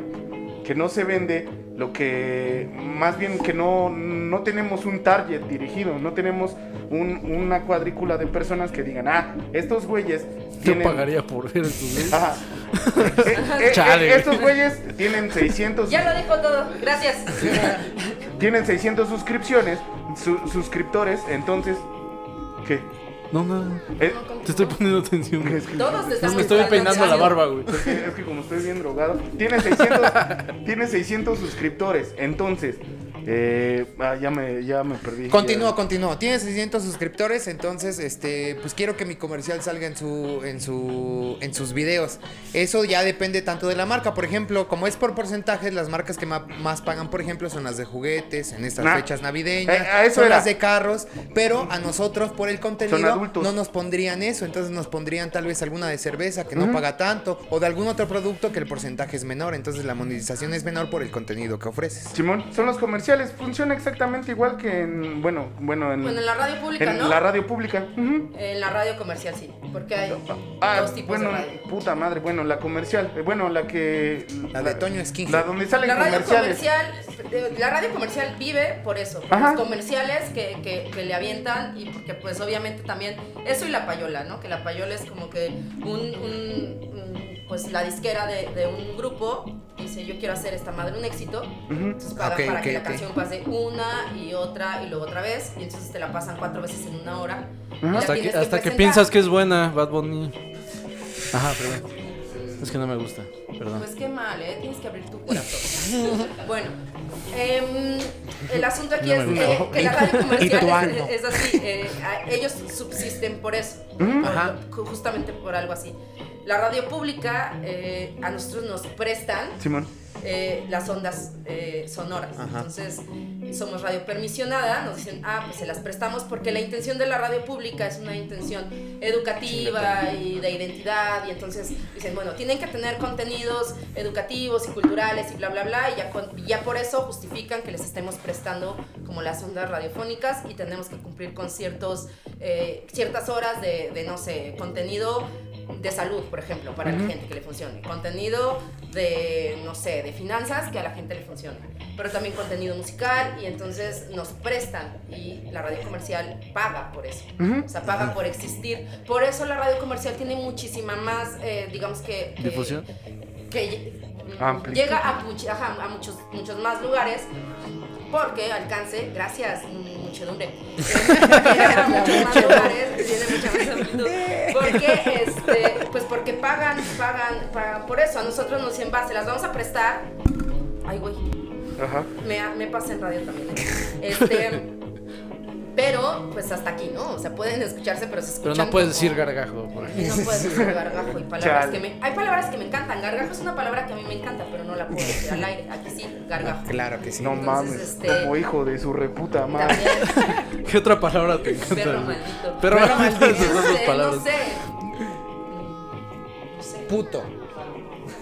Speaker 3: que no se vende lo que, más bien que no, no tenemos un target dirigido, no tenemos un- una cuadrícula de personas que digan, ah, estos güeyes...
Speaker 2: Yo
Speaker 3: tienen-
Speaker 2: pagaría por ver tu video.
Speaker 3: Ajá. Eh, eh,
Speaker 2: Chale,
Speaker 3: eh,
Speaker 2: güey.
Speaker 3: estos güeyes tienen 600
Speaker 4: Ya lo dijo todo. Gracias.
Speaker 3: tienen 600 suscripciones, su- suscriptores, entonces ¿qué?
Speaker 2: No, no,
Speaker 3: Eh,
Speaker 2: te estoy poniendo atención. güey.
Speaker 3: es que-
Speaker 4: Todos te
Speaker 2: No
Speaker 4: estamos
Speaker 2: me estoy
Speaker 4: dando
Speaker 2: peinando la
Speaker 4: engaño.
Speaker 2: barba, güey.
Speaker 3: Es que, es que como estoy bien drogado, tiene 600, tiene 600 suscriptores. Entonces, eh, ah, ya, me, ya me perdí.
Speaker 1: Continúo,
Speaker 3: Ya.
Speaker 1: continúo. Tiene 600 suscriptores, entonces, este, pues quiero que mi comercial salga en su, en su, en sus videos. Eso ya depende tanto de la marca. Por ejemplo, como es por porcentajes, las marcas que ma- más pagan, por ejemplo, son las de juguetes, en estas
Speaker 3: Ah.
Speaker 1: fechas navideñas,
Speaker 3: Eh, a eso
Speaker 1: son
Speaker 3: era.
Speaker 1: las de carros. Pero a nosotros por el contenido
Speaker 3: adultos.
Speaker 1: no nos pondrían eso, entonces nos pondrían tal vez alguna de cerveza que no
Speaker 3: Ujú.
Speaker 1: paga tanto o de algún otro producto que el porcentaje es menor. Entonces la monetización es menor por el contenido que ofreces.
Speaker 3: Simón, son los comerciales. Funciona exactamente igual que en. Bueno, bueno, en,
Speaker 4: Bueno, en la radio pública,
Speaker 3: en
Speaker 4: ¿no?
Speaker 3: la radio pública. Ujú.
Speaker 4: En la radio comercial, sí. Porque hay
Speaker 3: Ah,
Speaker 4: dos tipos
Speaker 3: bueno,
Speaker 4: de radio.
Speaker 3: puta madre. Bueno, la comercial. eh, Bueno, la que.
Speaker 1: La de Toño Esquinge.
Speaker 3: La donde salen
Speaker 4: La radio
Speaker 3: comerciales.
Speaker 4: comercial, eh, la radio comercial vive por eso, por
Speaker 3: Ajá.
Speaker 4: los comerciales que, que- que le avientan y porque pues obviamente también eso y la payola, ¿no? Que la payola es como que un, un- un, pues la disquera de, de un grupo dice yo quiero hacer esta madre un éxito,
Speaker 3: Ujú.
Speaker 4: entonces pagan
Speaker 1: Ok,
Speaker 4: para
Speaker 1: ok,
Speaker 4: que la
Speaker 1: ok.
Speaker 4: canción pase una y otra y luego otra vez y entonces te la pasan cuatro veces en una hora. y la
Speaker 2: Hasta que,
Speaker 4: tienes
Speaker 2: hasta que
Speaker 4: presentar.
Speaker 2: piensas que es buena, Bad Bunny. Ajá, perdón. Es que no me gusta, perdón.
Speaker 4: Pues qué mal, ¿eh? Tienes que abrir tu corazón. bueno, em, el asunto aquí
Speaker 2: No
Speaker 4: es
Speaker 2: me
Speaker 4: que,
Speaker 1: gustó.
Speaker 4: que la radio
Speaker 1: Y tu
Speaker 4: comercial
Speaker 1: ano.
Speaker 4: es, es así. eh, a- ellos subsisten por eso.
Speaker 3: Ujú.
Speaker 4: por-
Speaker 1: Mm. Ajá.
Speaker 4: ju- justamente por algo así. La radio pública eh, a nosotros nos prestan
Speaker 3: Simón.
Speaker 4: eh, las ondas eh, sonoras.
Speaker 1: Ajá.
Speaker 4: Entonces, somos radio permisionada, nos dicen, ah, pues se las prestamos porque la intención de la radio pública es una intención educativa y de identidad. Y entonces dicen, bueno, tienen que tener contenidos educativos y culturales y bla, bla, bla. Y ya, con- y ya por eso justifican que les estemos prestando como las ondas radiofónicas y tenemos que cumplir con ciertos, eh, ciertas horas de, de, no sé, contenido de salud, por ejemplo, para la gente que le funcione. Contenido de, no sé, de finanzas que a la gente le funcione. Pero también contenido musical y entonces nos prestan y la radio comercial paga por eso.
Speaker 3: Ujú.
Speaker 4: O sea, paga por existir. Por eso la radio comercial tiene muchísima más, eh, digamos que... que-
Speaker 2: ¿Difusión?
Speaker 4: que lle-
Speaker 3: Amplitud.
Speaker 4: llega a, much- ajá, a muchos, muchos más lugares porque alcance, gracias, mm, muchedumbre, llega a muchos más lugares, tiene mucha más amplitud, porque, este, pues porque pagan, pagan, pagan por eso, a nosotros nos dicen, va, se las vamos a prestar, ay güey,
Speaker 3: Ajá.
Speaker 4: me, me pasa en radio también, ¿eh? este... Pero, pues hasta aquí, ¿no? O sea, pueden escucharse, pero se
Speaker 2: Pero
Speaker 4: escuchan.
Speaker 2: no puedes
Speaker 4: como-
Speaker 2: decir gargajo. por ejemplo.
Speaker 4: no puedes decir gargajo y palabras
Speaker 3: Chale.
Speaker 4: que me... Hay palabras que me encantan. Gargajo es una palabra que a mí me encanta, pero no la puedo decir al aire. Aquí sí, gargajo.
Speaker 1: Claro que sí.
Speaker 3: No
Speaker 4: Entonces,
Speaker 3: mames.
Speaker 4: este-
Speaker 3: Como hijo de su reputa madre.
Speaker 4: También,
Speaker 2: ¿Qué otra palabra te encanta?
Speaker 4: perro
Speaker 2: güey?
Speaker 4: maldito.
Speaker 2: Perro
Speaker 1: Perro
Speaker 2: maldito.
Speaker 1: maldito.
Speaker 2: esas
Speaker 4: No
Speaker 2: dos
Speaker 4: sé, no
Speaker 2: palabras.
Speaker 4: sé.
Speaker 1: puto.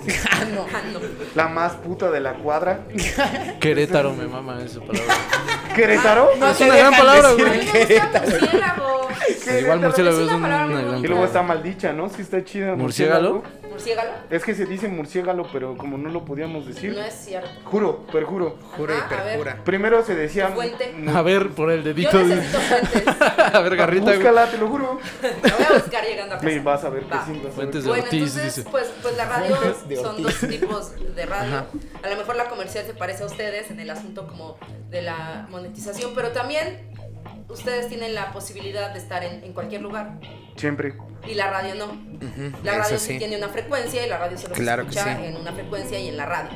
Speaker 1: Jano.
Speaker 4: Jando.
Speaker 3: La más puta de la cuadra.
Speaker 2: Querétaro me mama esa palabra.
Speaker 4: Ah,
Speaker 3: ¿Querétaro?
Speaker 1: No
Speaker 2: Es
Speaker 1: te
Speaker 2: una
Speaker 1: dejan
Speaker 2: gran palabra,
Speaker 1: decir
Speaker 4: A mí
Speaker 2: güey.
Speaker 4: me gusta murciélago.
Speaker 3: Querétaro.
Speaker 2: Igual murciélago
Speaker 4: Es
Speaker 2: es
Speaker 4: una
Speaker 2: una
Speaker 4: palabra muy
Speaker 2: gran
Speaker 3: Y luego está maldicha, ¿no? Sí está chida.
Speaker 2: ¿Murciégalo?
Speaker 4: Murciégalo.
Speaker 3: Es que se dice murciégalo, pero como no lo podíamos decir.
Speaker 4: No es cierto.
Speaker 3: Juro, perjuro.
Speaker 1: Jura y
Speaker 4: Ajá, a ver.
Speaker 1: perjura.
Speaker 3: Primero se decía. "Mm,
Speaker 4: Fuente.
Speaker 3: mu-
Speaker 2: A ver, por el
Speaker 4: Yo
Speaker 2: dedito.
Speaker 4: necesito fuentes.
Speaker 2: a ver, garrita. Ah, güey.
Speaker 3: Búscala, te lo juro.
Speaker 4: La voy a buscar llegando a casa.
Speaker 3: Me vas a ver que
Speaker 4: Va.
Speaker 3: sí. vas a ver.
Speaker 2: Fuentes de
Speaker 4: Bueno,
Speaker 2: Ortiz,
Speaker 4: entonces,
Speaker 2: dice.
Speaker 4: pues, pues la radio
Speaker 1: Fuentes de
Speaker 4: son
Speaker 1: Ortiz.
Speaker 4: dos tipos de radio. A lo mejor la comercial se parece a ustedes en el asunto como de la monetización, pero también ustedes tienen la posibilidad de estar en, en cualquier lugar
Speaker 3: Siempre.
Speaker 4: y la radio no.
Speaker 1: Ujú,
Speaker 4: La radio
Speaker 1: eso
Speaker 4: sí
Speaker 1: sí.
Speaker 4: tiene una frecuencia y la radio solo
Speaker 1: Claro
Speaker 4: se
Speaker 1: que
Speaker 4: escucha
Speaker 1: sí.
Speaker 4: en una frecuencia y en la radio.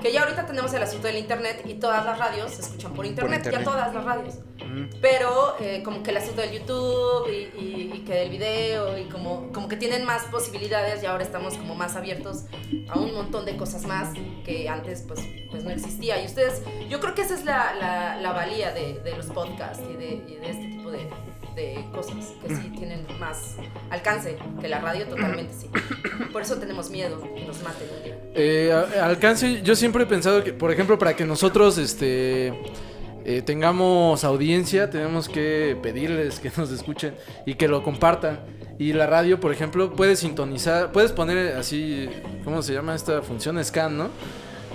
Speaker 4: Que ya ahorita tenemos el asunto del internet y todas las radios se escuchan por internet,
Speaker 1: internet.
Speaker 4: ya todas las radios.
Speaker 3: Mm.
Speaker 4: Pero eh, como que el asunto del YouTube y, y- y que del video y como, como que tienen más posibilidades y ahora estamos como más abiertos a un montón de cosas más que antes pues, pues no existía. Y ustedes, yo creo que esa es la, la- la valía de, de los podcasts y de, y de este tipo de, de cosas, que sí tienen más alcance que la radio totalmente, sí. Por eso tenemos miedo que nos maten un día.
Speaker 2: Eh, a- alcance, yo siempre he pensado que, por ejemplo, para que nosotros este, eh, tengamos audiencia, tenemos que pedirles que nos escuchen y que lo compartan. Y la radio, por ejemplo, puedes sintonizar, puedes poner así, ¿cómo se llama esta función? Scan, ¿no?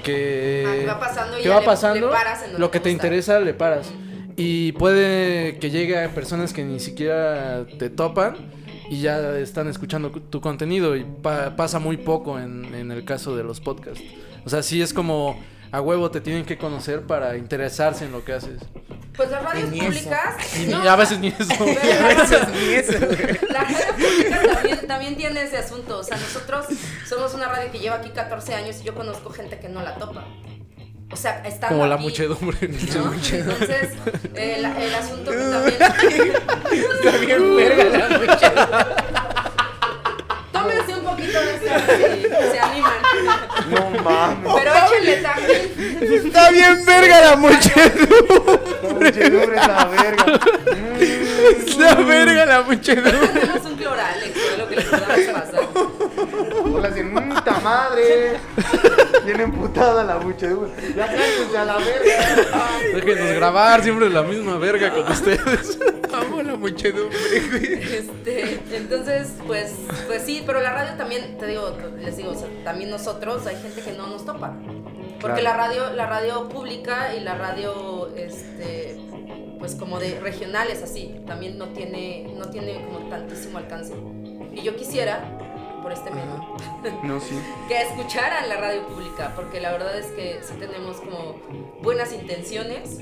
Speaker 2: Que,
Speaker 4: Ah, que va pasando y
Speaker 2: que
Speaker 4: ya
Speaker 2: va
Speaker 4: le-
Speaker 2: pasando,
Speaker 4: le paras en donde
Speaker 2: lo que
Speaker 4: te
Speaker 2: te
Speaker 4: gusta.
Speaker 2: interesa le paras. Y puede que llegue a personas que ni siquiera te topan y ya están escuchando cu- tu contenido y pa- pasa muy poco en, en el caso de los podcasts. O sea, sí es como a huevo te tienen que conocer para interesarse en lo que haces.
Speaker 4: Pues las radios
Speaker 1: Ni eso.
Speaker 4: públicas...
Speaker 2: Y,
Speaker 4: no,
Speaker 2: y a veces ni eso.
Speaker 1: Y a veces ni eso, güey.
Speaker 4: La radio pública también, también tiene ese asunto. O sea, nosotros somos una radio que lleva aquí 14 años y yo conozco gente que no la topa. O sea, está
Speaker 2: como la
Speaker 4: aquí,
Speaker 2: muchedumbre.
Speaker 4: ¿no? Entonces, el, el asunto que también.
Speaker 1: Está bien verga la
Speaker 4: Tómense un poquito de esto si se animan.
Speaker 3: No mames.
Speaker 4: Pero échenle también.
Speaker 1: Está bien verga la muchedumbre.
Speaker 3: Muchedumbre es la verga. Mm.
Speaker 1: Está verga la muchedumbre.
Speaker 4: Tenemos un cloralex, fue lo que les podamos pasar.
Speaker 3: Mm, Hola, dicen, ¡muta madre! Tiene emputada la muchedumbre. Ya pues a la verga.
Speaker 2: Déjenos grabar siempre la misma verga con ustedes.
Speaker 1: Amo la muchedumbre, güey.
Speaker 4: Este, entonces, pues, pues sí, pero la radio también, te digo, les digo, o sea, también nosotros hay gente que no nos topa. Porque
Speaker 3: Claro.
Speaker 4: la radio, la radio pública y la radio, este, pues como de regionales así, también no tiene, no tiene como tantísimo alcance. Y yo quisiera, por este medio,
Speaker 3: No, sí.
Speaker 4: que escucharan la radio pública, porque la verdad es que sí tenemos como buenas intenciones.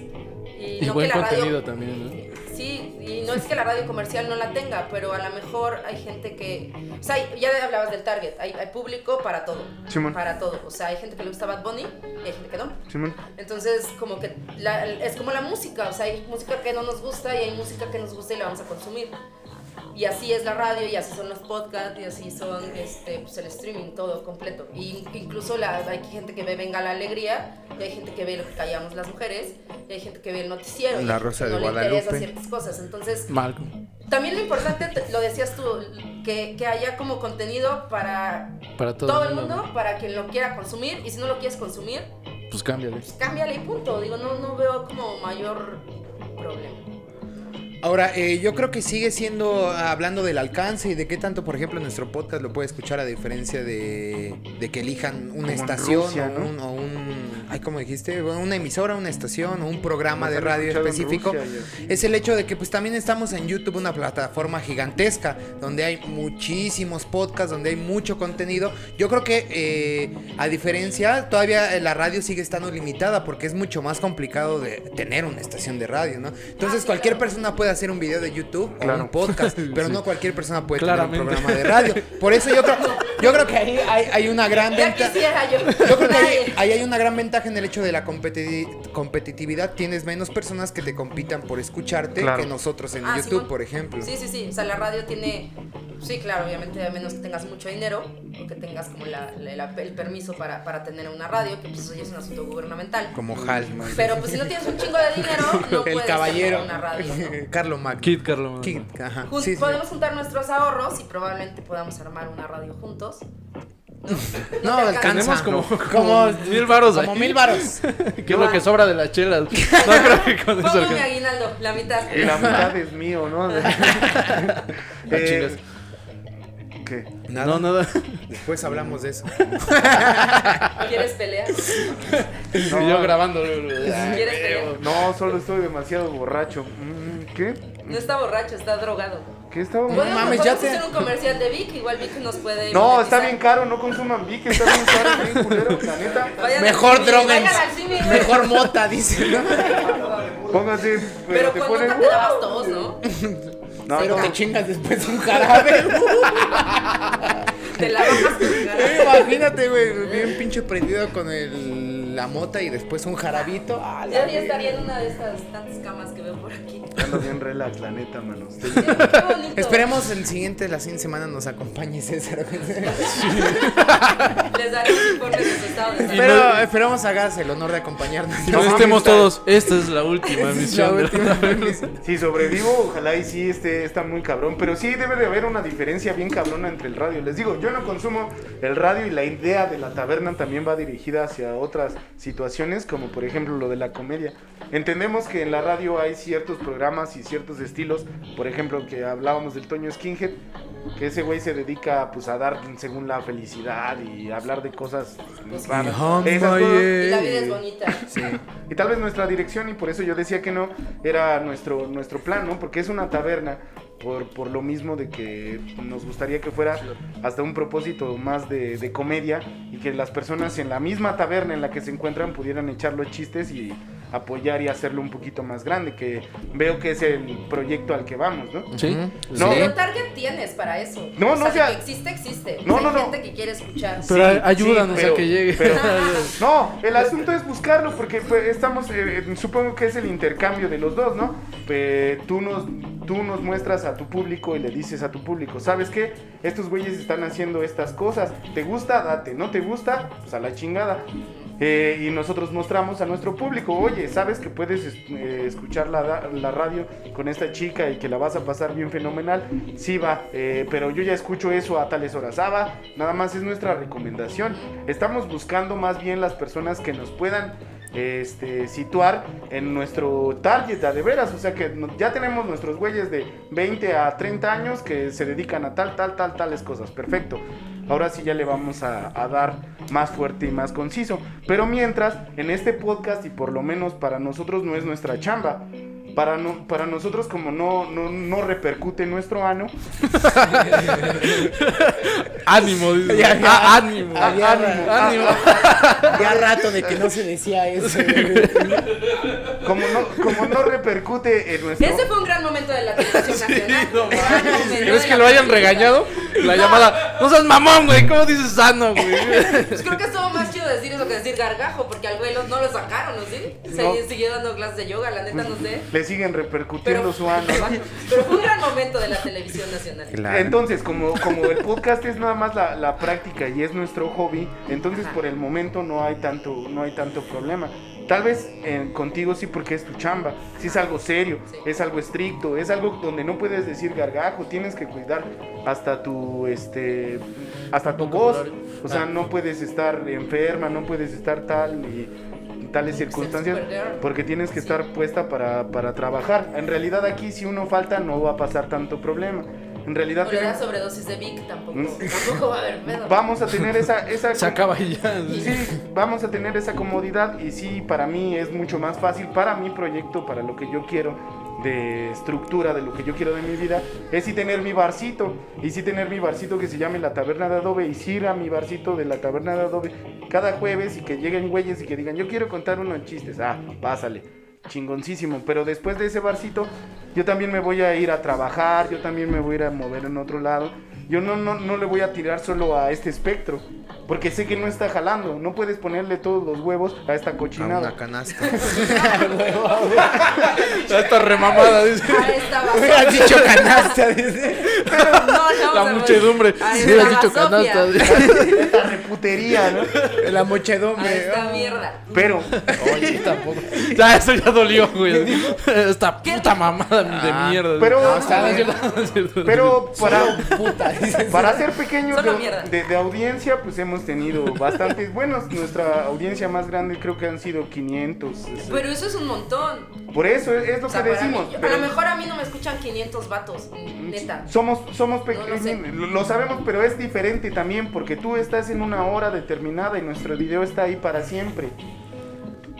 Speaker 4: Y,
Speaker 2: Y
Speaker 4: no
Speaker 2: buen
Speaker 4: que la radio
Speaker 2: contenido también, ¿no?
Speaker 4: Sí, y no es que la radio comercial no la tenga, pero a lo mejor hay gente que... O sea, hay- ya hablabas del target, hay, hay público para todo.
Speaker 3: Simón.
Speaker 4: Para todo. O sea, hay gente que le gusta Bad Bunny y hay gente que no.
Speaker 3: Simón.
Speaker 4: Entonces, como que la- es como la música, o sea, hay música que no nos gusta y hay música que nos gusta y la vamos a consumir. Y así es la radio, y así son los podcasts, y así son este, pues, el streaming, todo completo. Y incluso la, hay gente que ve Venga la Alegría, y hay gente que ve lo que callamos las mujeres, y hay gente que ve el noticiero, y
Speaker 1: La
Speaker 4: hay gente
Speaker 1: Rosa
Speaker 4: que
Speaker 1: de
Speaker 4: no le
Speaker 1: Guadalupe.
Speaker 4: interesa ciertas cosas. Entonces,
Speaker 2: Malcolm,
Speaker 4: también lo importante, te- lo decías tú, que, que haya como contenido para
Speaker 2: para todo,
Speaker 4: todo, el mundo, para quien lo quiera consumir, y si no lo quieres consumir,
Speaker 2: Pues cámbiale.
Speaker 4: cámbiale y punto. Digo, no, no veo como mayor problema.
Speaker 1: Ahora, eh, yo creo que sigue siendo, ah, hablando del alcance y de qué tanto, por ejemplo, nuestro podcast lo puede escuchar a diferencia de, de que elijan una
Speaker 3: en
Speaker 1: estación
Speaker 3: Rusia,
Speaker 1: o,
Speaker 3: ¿no?
Speaker 1: un, o un- ay, ¿cómo dijiste? Bueno, Una emisora, una estación o un programa
Speaker 3: Nos
Speaker 1: de
Speaker 3: han
Speaker 1: radio
Speaker 3: escuchado en
Speaker 1: específico.
Speaker 3: Rusia y
Speaker 1: Es el hecho de que pues también estamos en YouTube, una plataforma gigantesca, donde hay muchísimos podcasts, donde hay mucho contenido. Yo creo que eh, a diferencia, todavía eh, la radio sigue estando limitada porque es mucho más complicado de tener una estación de radio, ¿no? Entonces
Speaker 4: Ah, sí,
Speaker 1: cualquier
Speaker 4: claro.
Speaker 1: persona puede hacer un video de YouTube o
Speaker 3: Claro.
Speaker 1: un podcast, pero no cualquier persona puede
Speaker 2: Claramente.
Speaker 1: tener un programa de radio. Por eso yo creo, yo creo que ahí hay, hay una gran
Speaker 4: Ya
Speaker 1: ventaja.
Speaker 4: quisiera yo.
Speaker 1: Yo creo que ahí,
Speaker 4: Nadie.
Speaker 1: ahí hay una gran ventaja en el hecho de la competi- competitividad. Tienes menos personas que te compitan por escucharte
Speaker 3: Claro.
Speaker 1: que nosotros en
Speaker 4: Ah,
Speaker 1: YouTube,
Speaker 4: Simón.
Speaker 1: por ejemplo.
Speaker 4: Sí, sí, sí. O sea, la radio tiene. Sí, claro, obviamente, a menos que tengas mucho dinero o que tengas como la- la- la- el permiso para, para tener una radio, que pues eso ya es un asunto gubernamental.
Speaker 1: Como Halman.
Speaker 4: Pero pues si no tienes un chingo de dinero, no puedes
Speaker 1: el
Speaker 4: tener
Speaker 1: caballero.
Speaker 4: una radio. ¿no?
Speaker 1: Carlo Magno.
Speaker 2: Kid Carlos.
Speaker 1: Kid, ajá.
Speaker 4: Jun-
Speaker 1: Sí, sí.
Speaker 4: podemos juntar nuestros ahorros y probablemente podamos armar una radio juntos
Speaker 1: No, alcanza.
Speaker 2: Tenemos como,
Speaker 1: como
Speaker 2: como mil varos
Speaker 1: Como
Speaker 2: ahí.
Speaker 1: mil varos.
Speaker 2: Que es lo que sobra de las chelas. No creo que con eso
Speaker 4: Pongo mi
Speaker 2: alcance.
Speaker 4: aguinaldo, la mitad.
Speaker 3: Y la mitad es mío, ¿no?
Speaker 2: No Ah, chingas.
Speaker 3: ¿Qué?
Speaker 1: Nada.
Speaker 2: No, nada.
Speaker 1: Después hablamos de eso.
Speaker 4: ¿Quieres pelear?
Speaker 2: Y
Speaker 3: No.
Speaker 2: yo grabando.
Speaker 4: ¿Quieres pelear?
Speaker 3: No, solo estoy demasiado borracho. Mm, ¿Qué?
Speaker 4: No está borracho, está drogado.
Speaker 3: ¿Qué estaba
Speaker 1: No
Speaker 4: Bueno,
Speaker 1: mames,
Speaker 4: podemos
Speaker 1: ya te-
Speaker 4: hacer un comercial de Vic, igual Vic nos puede.
Speaker 3: No,
Speaker 4: monetizar.
Speaker 3: está bien caro, no consuman Vic, está bien caro, bien culero, la neta.
Speaker 4: Vayan
Speaker 1: Mejor
Speaker 4: al Simi,
Speaker 1: droguense.
Speaker 4: vayan al Simi, güey.
Speaker 1: Mejor mota, dice. ¿no?
Speaker 3: Pónganse, pero,
Speaker 4: Pero
Speaker 3: te
Speaker 4: con
Speaker 3: ponen. ¡Oh!
Speaker 4: nota te dabas todos, ¿no?
Speaker 3: No,
Speaker 1: Pero
Speaker 3: no.
Speaker 1: te chingas después un jarabe.
Speaker 4: Te la bajas con
Speaker 1: Eh,
Speaker 4: ganas.
Speaker 1: Imagínate, güey, bien pinche prendido con el, la mota y después un jarabito. Ah,
Speaker 4: Yo
Speaker 1: la
Speaker 4: ya estaría en una de estas tantas camas que veo por aquí.
Speaker 3: Ando bien relax, la neta, mano. Estoy-
Speaker 4: Qué bonito.
Speaker 1: Esperemos el siguiente, la siguiente semana nos acompañe César.
Speaker 4: Les daré un informe de su estado de salud.
Speaker 1: Pero esperamos hagas el honor de acompañarnos.
Speaker 2: Y
Speaker 3: No
Speaker 2: no
Speaker 3: mames,
Speaker 2: estemos
Speaker 3: está-
Speaker 2: todos. Esta es la
Speaker 1: Es
Speaker 2: última
Speaker 1: la
Speaker 2: misión. ¿verdad?
Speaker 1: última vez.
Speaker 3: Si sobrevivo, ojalá y sí esté, está muy cabrón. Pero sí debe de haber una diferencia bien cabrona entre el radio. Les digo, yo no consumo el radio y la idea de la taberna también va dirigida hacia otras situaciones, como por ejemplo lo de la comedia. Entendemos que en la radio hay ciertos programas y ciertos estilos. Por ejemplo, que hablábamos del Toño Skinhead, que ese güey se dedica pues, a dar según la felicidad y hablar de cosas raras. Esas cosas-
Speaker 4: Y la vida es bonita.
Speaker 3: y tal vez nuestra dirección, y por eso yo decía que no, era nuestro, nuestro plan, ¿no? Porque es una taberna, por, por lo mismo de que nos gustaría que fuera hasta un propósito más de, de comedia y que las personas en la misma taberna en la que se encuentran pudieran echar los chistes y apoyar y hacerlo un poquito más grande, que veo que es el proyecto al que vamos, ¿no?
Speaker 2: Sí.
Speaker 1: Ujú.
Speaker 3: No.
Speaker 4: Pero target tienes para eso.
Speaker 3: No,
Speaker 4: O
Speaker 3: no sea-
Speaker 4: de que existe, existe.
Speaker 3: No,
Speaker 4: Hay
Speaker 3: no, no.
Speaker 4: gente que quiere escuchar.
Speaker 2: Pero
Speaker 3: Sí,
Speaker 2: ayúdanos
Speaker 3: sí, pero-
Speaker 2: a que llegue.
Speaker 3: pero- No, el asunto es buscarlo porque pues, estamos, eh, eh, supongo que es el intercambio de los dos, ¿no? Eh, tú, nos, tú nos muestras a tu público y le dices a tu público, ¿sabes qué? Estos güeyes están haciendo estas cosas, ¿te gusta? Date, ¿no te gusta? Pues a la chingada. Eh, y nosotros mostramos a nuestro público, oye, ¿sabes que puedes es- eh, escuchar la, da- la radio con esta chica y que la vas a pasar bien fenomenal? Sí, va, eh, pero yo ya escucho eso a tales horas. Ah, va, nada más es nuestra recomendación. Estamos buscando más bien las personas que nos puedan este, situar en nuestro target, a de veras. O sea que no- ya tenemos nuestros güeyes de 20 a 30 años que se dedican a tal, tal, tal, tales cosas. Perfecto. Ahora sí ya le vamos a, a dar más fuerte y más conciso. Pero mientras, en este podcast, y por lo menos para nosotros no es nuestra chamba. Para, no, para nosotros como no, no, no repercute en nuestro ano,
Speaker 2: Ánimo, dice.
Speaker 1: Ya, ya.
Speaker 2: Ah, ánimo.
Speaker 1: Ah, ya,
Speaker 2: ánimo.
Speaker 1: ah,
Speaker 2: ánimo.
Speaker 1: Ya rato de que no se decía eso.
Speaker 3: como no, como no repercute en nuestro...
Speaker 4: Ese fue un gran momento de la televisión nacional.
Speaker 2: no
Speaker 4: Gran
Speaker 2: mames.
Speaker 4: momento
Speaker 2: ¿Crees
Speaker 4: de
Speaker 2: que
Speaker 4: la
Speaker 2: lo hayan
Speaker 4: película.
Speaker 2: regañado? La llamada. No seas mamón, güey. ¿Cómo dices sano, güey?
Speaker 4: Pues creo que estuvo más chido decir eso que decir gargajo, porque al güey lo- no lo sacaron, ¿no? ¿Sí? Se
Speaker 3: No.
Speaker 4: siguió dando clases de yoga, la neta no sé.
Speaker 3: pues, Le siguen repercutiendo
Speaker 4: Pero,
Speaker 3: su ano.
Speaker 4: pero fue un gran momento de la televisión nacional.
Speaker 3: Entonces, como, como el podcast es nada más la, la práctica y es nuestro hobby, entonces por el momento no hay tanto, no hay tanto problema. Tal vez eh, contigo sí porque es tu chamba, si es algo serio,
Speaker 4: Sí.
Speaker 3: es algo estricto, es algo donde no puedes decir gargajo, tienes que cuidar hasta tu este hasta tu voz.
Speaker 2: Vocabulario.
Speaker 3: O sea,
Speaker 2: Ah.
Speaker 3: no puedes estar enferma, no puedes estar tal y tales circunstancias
Speaker 4: supergirl.
Speaker 3: porque tienes que estar puesta para, para trabajar. En realidad aquí si uno falta no va a pasar tanto problema. En realidad
Speaker 4: O le da
Speaker 3: tenemos-
Speaker 4: sobredosis de Vic, tampoco,
Speaker 3: Mm.
Speaker 4: tampoco va a haber pedo.
Speaker 3: vamos a tener esa esa
Speaker 2: Se acaba y ya.
Speaker 3: sí, vamos a tener esa comodidad y sí para mí es mucho más fácil para mi proyecto, para lo que yo quiero de estructura, de lo que yo quiero de mi vida, es sí tener mi barcito y sí tener mi barcito que se llame la Taberna de Adobe y sí ir a mi barcito de la Taberna de Adobe cada jueves y que lleguen güeyes y que digan, "Yo quiero contar unos chistes." Ah, pásale chingoncísimo. Pero después de ese barcito, yo también me voy a ir a trabajar, yo también me voy a ir a mover en otro lado. Yo no, no, no le voy a tirar solo a este espectro, porque sé que no está jalando. No puedes ponerle todos los huevos a esta cochinada.
Speaker 1: una canasta.
Speaker 2: Está remamada, dice.
Speaker 4: Ah, estaba
Speaker 1: Hubieras dicho canasta, dice.
Speaker 4: No, no,
Speaker 2: La muchedumbre.
Speaker 4: Ay,
Speaker 2: Si hubieras
Speaker 4: Ah, la
Speaker 2: dicho
Speaker 4: gasofia.
Speaker 2: canasta.
Speaker 3: Esta reputería, ¿no?
Speaker 1: La muchedumbre.
Speaker 4: A esta
Speaker 1: oh.
Speaker 4: mierda.
Speaker 3: Pero,
Speaker 2: Oye, tampoco. Ya, eso ya dolió, güey. Esta puta mamada de
Speaker 1: Ah,
Speaker 2: mierda.
Speaker 3: pero-
Speaker 2: No,
Speaker 1: no,
Speaker 2: es
Speaker 1: no,
Speaker 2: cierto, no es cierto.
Speaker 3: pero para,
Speaker 1: Puta, dices.
Speaker 3: para ser pequeños
Speaker 4: Solo
Speaker 3: de-
Speaker 4: mierda.
Speaker 3: de, de audiencia, pues hemos tenido bastantes buenos. Nuestra audiencia más grande creo que han sido 500. este,
Speaker 4: Pero eso es un montón.
Speaker 3: Por eso es, es lo
Speaker 4: O sea,
Speaker 3: que
Speaker 4: para
Speaker 3: decimos.
Speaker 4: mí- yo-
Speaker 3: pero-
Speaker 4: a lo mejor a mí no me escuchan 500 vatos,
Speaker 2: Mm,
Speaker 4: neta.
Speaker 3: Somos, somos pe-
Speaker 4: No lo sé.
Speaker 3: lo, lo sabemos, pero es diferente también porque tú estás en una hora determinada y nuestro video está ahí para siempre.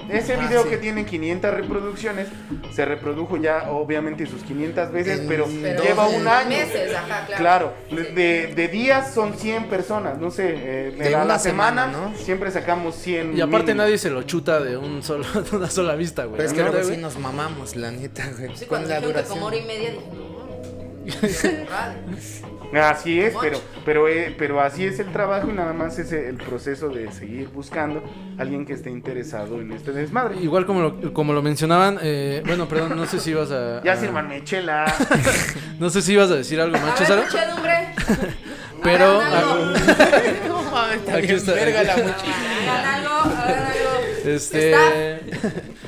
Speaker 3: Ese
Speaker 1: Ah,
Speaker 3: video
Speaker 1: sí.
Speaker 3: que tiene 500 reproducciones se reprodujo ya obviamente sus 500 veces,
Speaker 1: En
Speaker 3: pero,
Speaker 1: Pero
Speaker 3: lleva
Speaker 1: en
Speaker 3: un año.
Speaker 4: Meses, ajá, claro.
Speaker 3: Claro, de, de días son 100 personas, no sé, eh,
Speaker 1: De
Speaker 3: a la
Speaker 1: una
Speaker 3: semana,
Speaker 1: semana, ¿no?
Speaker 3: siempre sacamos 100.
Speaker 2: Y aparte
Speaker 3: mínimo.
Speaker 2: nadie se lo chuta de un solo, de una sola vista, güey.
Speaker 1: Pero es que
Speaker 2: ¿no,
Speaker 1: luego
Speaker 2: güey?
Speaker 1: sí nos mamamos, la neta, güey.
Speaker 4: Sí,
Speaker 1: con
Speaker 4: cuando
Speaker 1: la
Speaker 4: dijeron que
Speaker 1: duración.
Speaker 4: como hora y media dije, no, no,
Speaker 3: Así es,
Speaker 4: Much.
Speaker 3: pero, pero, eh, pero así es el trabajo y nada más es el proceso de seguir buscando a alguien que esté interesado en este desmadre.
Speaker 2: Igual como lo, como lo mencionaban, eh, bueno, perdón, no sé si ibas a...
Speaker 3: Ya
Speaker 2: a-
Speaker 3: sírvanme chela.
Speaker 2: No sé si ibas a decir algo más,
Speaker 4: a ver,
Speaker 2: César,
Speaker 4: muchedumbre.
Speaker 2: pero... ah,
Speaker 4: Hagan algo.
Speaker 1: No mames, está
Speaker 2: Aquí
Speaker 1: bien
Speaker 2: está.
Speaker 1: verga la much-
Speaker 4: Hagan algo, hagan algo. Está-
Speaker 2: Este.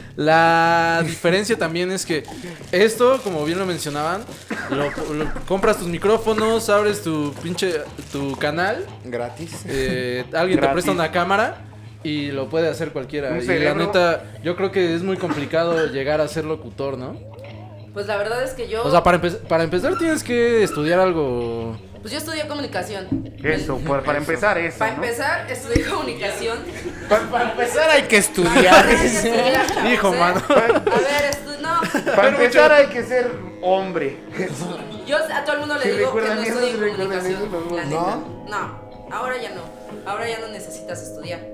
Speaker 2: La diferencia también es que esto, como bien lo mencionaban, lo- lo- compras tus micrófonos, abres tu pinche tu canal,
Speaker 1: Gratis.
Speaker 2: eh, alguien te
Speaker 3: Gratis.
Speaker 2: presta una cámara y lo puede hacer cualquiera.
Speaker 3: Un
Speaker 2: y la
Speaker 3: cerebro.
Speaker 2: neta, yo creo que es muy complicado llegar a ser locutor, ¿no?
Speaker 4: Pues la verdad es que yo,
Speaker 2: O sea, para, empe- para empezar tienes que estudiar algo.
Speaker 4: pues yo estudié comunicación.
Speaker 3: Eso, para, para empezar eso.
Speaker 4: Para
Speaker 3: ¿no?
Speaker 4: empezar, estudié comunicación.
Speaker 1: Para empezar hay que
Speaker 4: Para
Speaker 1: estudiar.
Speaker 4: estudiar, chavos,
Speaker 2: Hijo,
Speaker 4: ¿eh?
Speaker 2: mano.
Speaker 4: A ver, estu- no.
Speaker 3: Para empezar hay que ser hombre.
Speaker 4: Yo a todo el mundo
Speaker 3: Sí,
Speaker 4: le digo que
Speaker 3: recuerdan
Speaker 4: no
Speaker 3: eso,
Speaker 4: estudie
Speaker 3: sí, recuerdan eso,
Speaker 4: comunicación.
Speaker 3: por
Speaker 4: la
Speaker 1: favor.
Speaker 4: neta. No, ahora ya no. Ahora ya no necesitas estudiar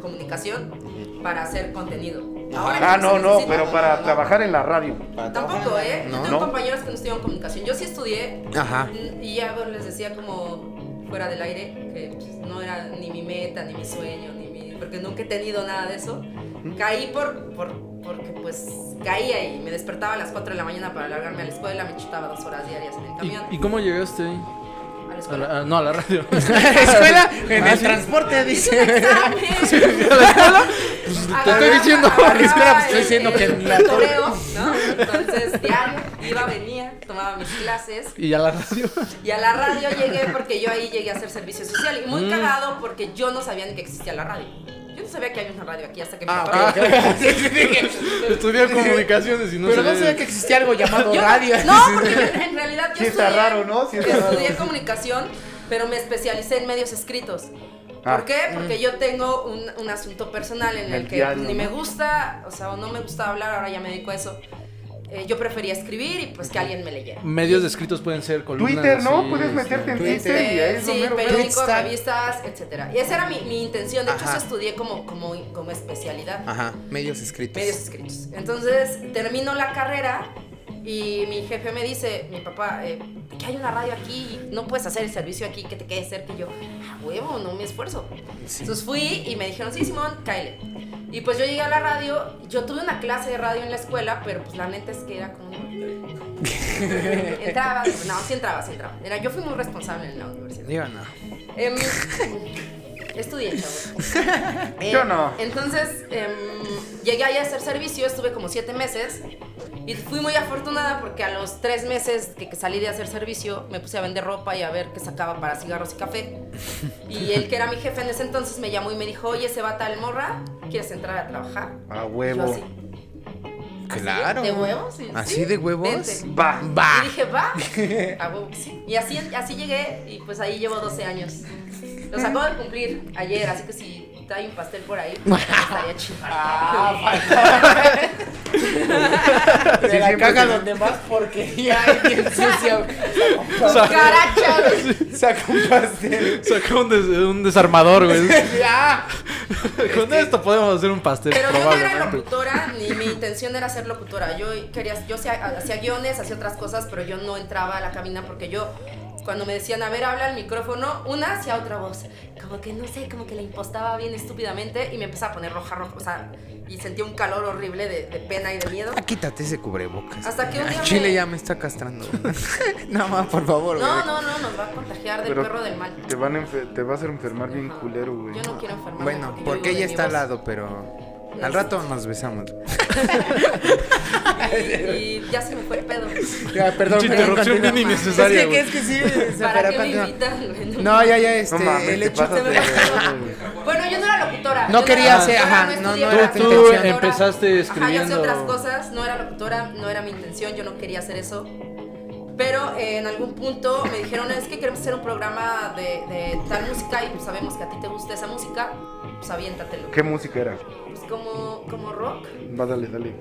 Speaker 4: comunicación para hacer contenido. Ahora ya
Speaker 3: Ah, no,
Speaker 4: se
Speaker 3: no,
Speaker 4: necesita.
Speaker 3: pero para trabajar en la radio.
Speaker 4: Tampoco, ¿eh? Yo
Speaker 1: No.
Speaker 4: tengo
Speaker 3: No.
Speaker 4: compañeros que no estudian comunicación. Yo sí estudié
Speaker 1: Ajá.
Speaker 4: mm, y ya pues, les decía como fuera del aire que pues, no era ni mi meta, ni mi sueño, ni mi... Porque nunca he tenido nada de eso. Caí por, por- porque pues caía y me despertaba a las 4 de la mañana para largarme a la escuela, me chutaba dos horas diarias en el camión.
Speaker 2: ¿Y, y cómo llegaste ahí?
Speaker 4: a la
Speaker 2: A
Speaker 4: escuela.
Speaker 2: la- a- no, a la radio.
Speaker 1: Escuela en
Speaker 2: Ah,
Speaker 1: el
Speaker 2: sí.
Speaker 1: transporte,
Speaker 4: Hice un
Speaker 1: dice.
Speaker 4: examen.
Speaker 2: ¿A la escuela? Pues, te estoy
Speaker 4: Agarraba-
Speaker 2: diciendo.
Speaker 4: agarraba
Speaker 1: espera, pues, estoy
Speaker 4: el-
Speaker 1: diciendo que
Speaker 4: el
Speaker 1: en la
Speaker 4: toreo, ¿no? Entonces, diario, iba, venía, tomaba mis clases.
Speaker 2: Y a la radio.
Speaker 4: Y a la radio llegué porque yo ahí llegué a hacer servicio social. Y muy
Speaker 2: Mm.
Speaker 4: cagado porque yo no sabía ni que existía la radio. Yo no sabía que había una radio aquí hasta que mi
Speaker 1: Ah,
Speaker 4: papá
Speaker 1: ok, ok. Sí, sí, dije,
Speaker 2: Estudiar comunicaciones y no
Speaker 1: Pero no
Speaker 2: sabía-
Speaker 1: sabía que existía algo llamado
Speaker 4: Yo-
Speaker 1: radio.
Speaker 4: No, porque yo- en realidad yo
Speaker 3: Sí está
Speaker 4: estudié-
Speaker 3: raro, ¿no? Sí está raro.
Speaker 4: estudié comunicación, pero me especialicé en medios escritos. ¿Por
Speaker 3: Ah.
Speaker 4: qué? Porque yo tengo un, un asunto personal en el,
Speaker 3: El
Speaker 4: que
Speaker 3: diario,
Speaker 4: ni
Speaker 3: ¿no?
Speaker 4: me gusta, o sea, o no me gusta hablar, ahora ya me dedico a eso. Eh, yo prefería escribir y pues que alguien me leyera.
Speaker 2: Medios descritos pueden ser columnas.
Speaker 3: Twitter, ¿no?
Speaker 2: sí,
Speaker 3: Puedes
Speaker 2: sí.
Speaker 3: meterte en
Speaker 1: Twitter.
Speaker 3: Twitter y ahí es lo
Speaker 4: sí,
Speaker 3: mero, mero.
Speaker 4: periódicos,
Speaker 1: Twitter.
Speaker 4: revistas, etcétera. Y esa era mi, mi intención, de hecho
Speaker 1: Ajá. Ah.
Speaker 4: eso estudié como, como, como especialidad.
Speaker 1: Ajá, medios escritos.
Speaker 4: medios escritos. Entonces termino la carrera y mi jefe me dice, mi papá, eh, que hay una radio aquí, no puedes hacer el servicio aquí, que te quede cerca. Y yo, "Ah, huevo, no me esfuerzo.
Speaker 1: Sí.
Speaker 4: Entonces fui y me dijeron, sí, Simón, cáele. Y pues yo llegué a la radio, yo tuve una clase de radio en la escuela, pero pues la neta es que era como... entraba, no, sí entraba, sí entraba. Era, yo fui muy responsable en la universidad.
Speaker 1: Digo, no.
Speaker 4: Em, estudié, chavos. Em,
Speaker 3: Yo no.
Speaker 4: Entonces, em, llegué ahí a hacer servicio, estuve como siete meses. Y fui muy afortunada porque a los tres meses que, que salí de hacer servicio, me puse a vender ropa y a ver qué sacaba para cigarros y café. Y el que era mi jefe en ese entonces me llamó y me dijo, oye, se va tal morra, ¿quieres entrar a trabajar?
Speaker 3: A
Speaker 4: Y yo
Speaker 3: huevo.
Speaker 4: así,
Speaker 1: Claro.
Speaker 4: ¿De huevos? Sí,
Speaker 1: ¿Así
Speaker 4: sí,
Speaker 1: de huevos?
Speaker 4: vente.
Speaker 3: Va.
Speaker 1: Va.
Speaker 4: Y dije, va. A huevo que sí. Y así, así llegué y pues ahí llevo 12 años. Los acabo de cumplir ayer, así que si hay un pastel por ahí, pues, estaría chido.
Speaker 1: Ah.
Speaker 3: Sí,
Speaker 1: De la
Speaker 3: siempre
Speaker 1: caja
Speaker 3: te-
Speaker 1: donde más porquería hay bien sucia.
Speaker 4: Cucarachas.
Speaker 1: Saca un pastel.
Speaker 2: Sacó un, des- un desarmador, güey.
Speaker 1: Ya.
Speaker 2: Con esto podemos hacer un pastel,
Speaker 4: Pero yo no era
Speaker 2: probablemente.
Speaker 4: locutora, ni mi intención era ser locutora. Yo quería, yo hacía, hacía guiones, hacía otras cosas, pero yo no entraba a la cabina porque yo cuando me decían, a ver, habla al micrófono, una hacia otra voz. Como que no sé, como que la impostaba bien estúpidamente y me empezaba a poner roja, roja. O sea, y sentía un calor horrible de, de pena y de miedo.
Speaker 1: Ah, quítate ese cubrebocas.
Speaker 4: Hasta que un
Speaker 1: Ay,
Speaker 4: día
Speaker 1: Chile
Speaker 4: me-
Speaker 1: ya me está castrando. Nada más, por favor.
Speaker 4: No,
Speaker 1: güey.
Speaker 4: no, no, nos va a contagiar del
Speaker 3: Pero
Speaker 4: perro del mal.
Speaker 3: Te, van a enfer- te vas a enfermar bien
Speaker 4: Ajá.
Speaker 3: culero, güey.
Speaker 4: Yo no quiero enfermarme.
Speaker 1: Bueno,
Speaker 4: yo
Speaker 1: porque
Speaker 4: vivo
Speaker 1: ella
Speaker 4: de mi
Speaker 1: está al
Speaker 4: voz.
Speaker 1: lado, pero. Al rato nos besamos.
Speaker 4: Y, y ya se me fue el pedo.
Speaker 1: Ya, perdón,
Speaker 2: Mucha
Speaker 1: perdón,
Speaker 2: interrupción
Speaker 1: continúa.
Speaker 2: bien innecesaria,
Speaker 1: Es que, es que sí, o sea,
Speaker 4: ¿Para
Speaker 1: pero
Speaker 4: qué me
Speaker 1: continúa.
Speaker 4: invitan? güey?
Speaker 1: No, ya, ya, este,
Speaker 3: No mames,
Speaker 1: el
Speaker 3: te
Speaker 1: hecho.
Speaker 3: pasas de verga, güey.
Speaker 4: Bueno, yo no era locutora.
Speaker 1: No
Speaker 4: yo
Speaker 1: quería
Speaker 4: era
Speaker 1: ser-
Speaker 4: locutora,
Speaker 1: ajá, no,
Speaker 4: estudié
Speaker 1: no
Speaker 4: para
Speaker 1: era tu
Speaker 4: ser locutora.
Speaker 1: intención.
Speaker 2: Empezaste
Speaker 4: Ajá, yo hacía
Speaker 2: escribiendo.
Speaker 4: otras cosas, no era locutora, no era mi intención, yo no quería hacer eso. Pero eh, en algún punto me dijeron, es que queremos hacer un programa de, de tal música y pues sabemos que a ti te gusta esa música, pues aviéntatelo.
Speaker 3: ¿Qué música era?
Speaker 4: Pues como, como rock,
Speaker 3: Va, dale, dale.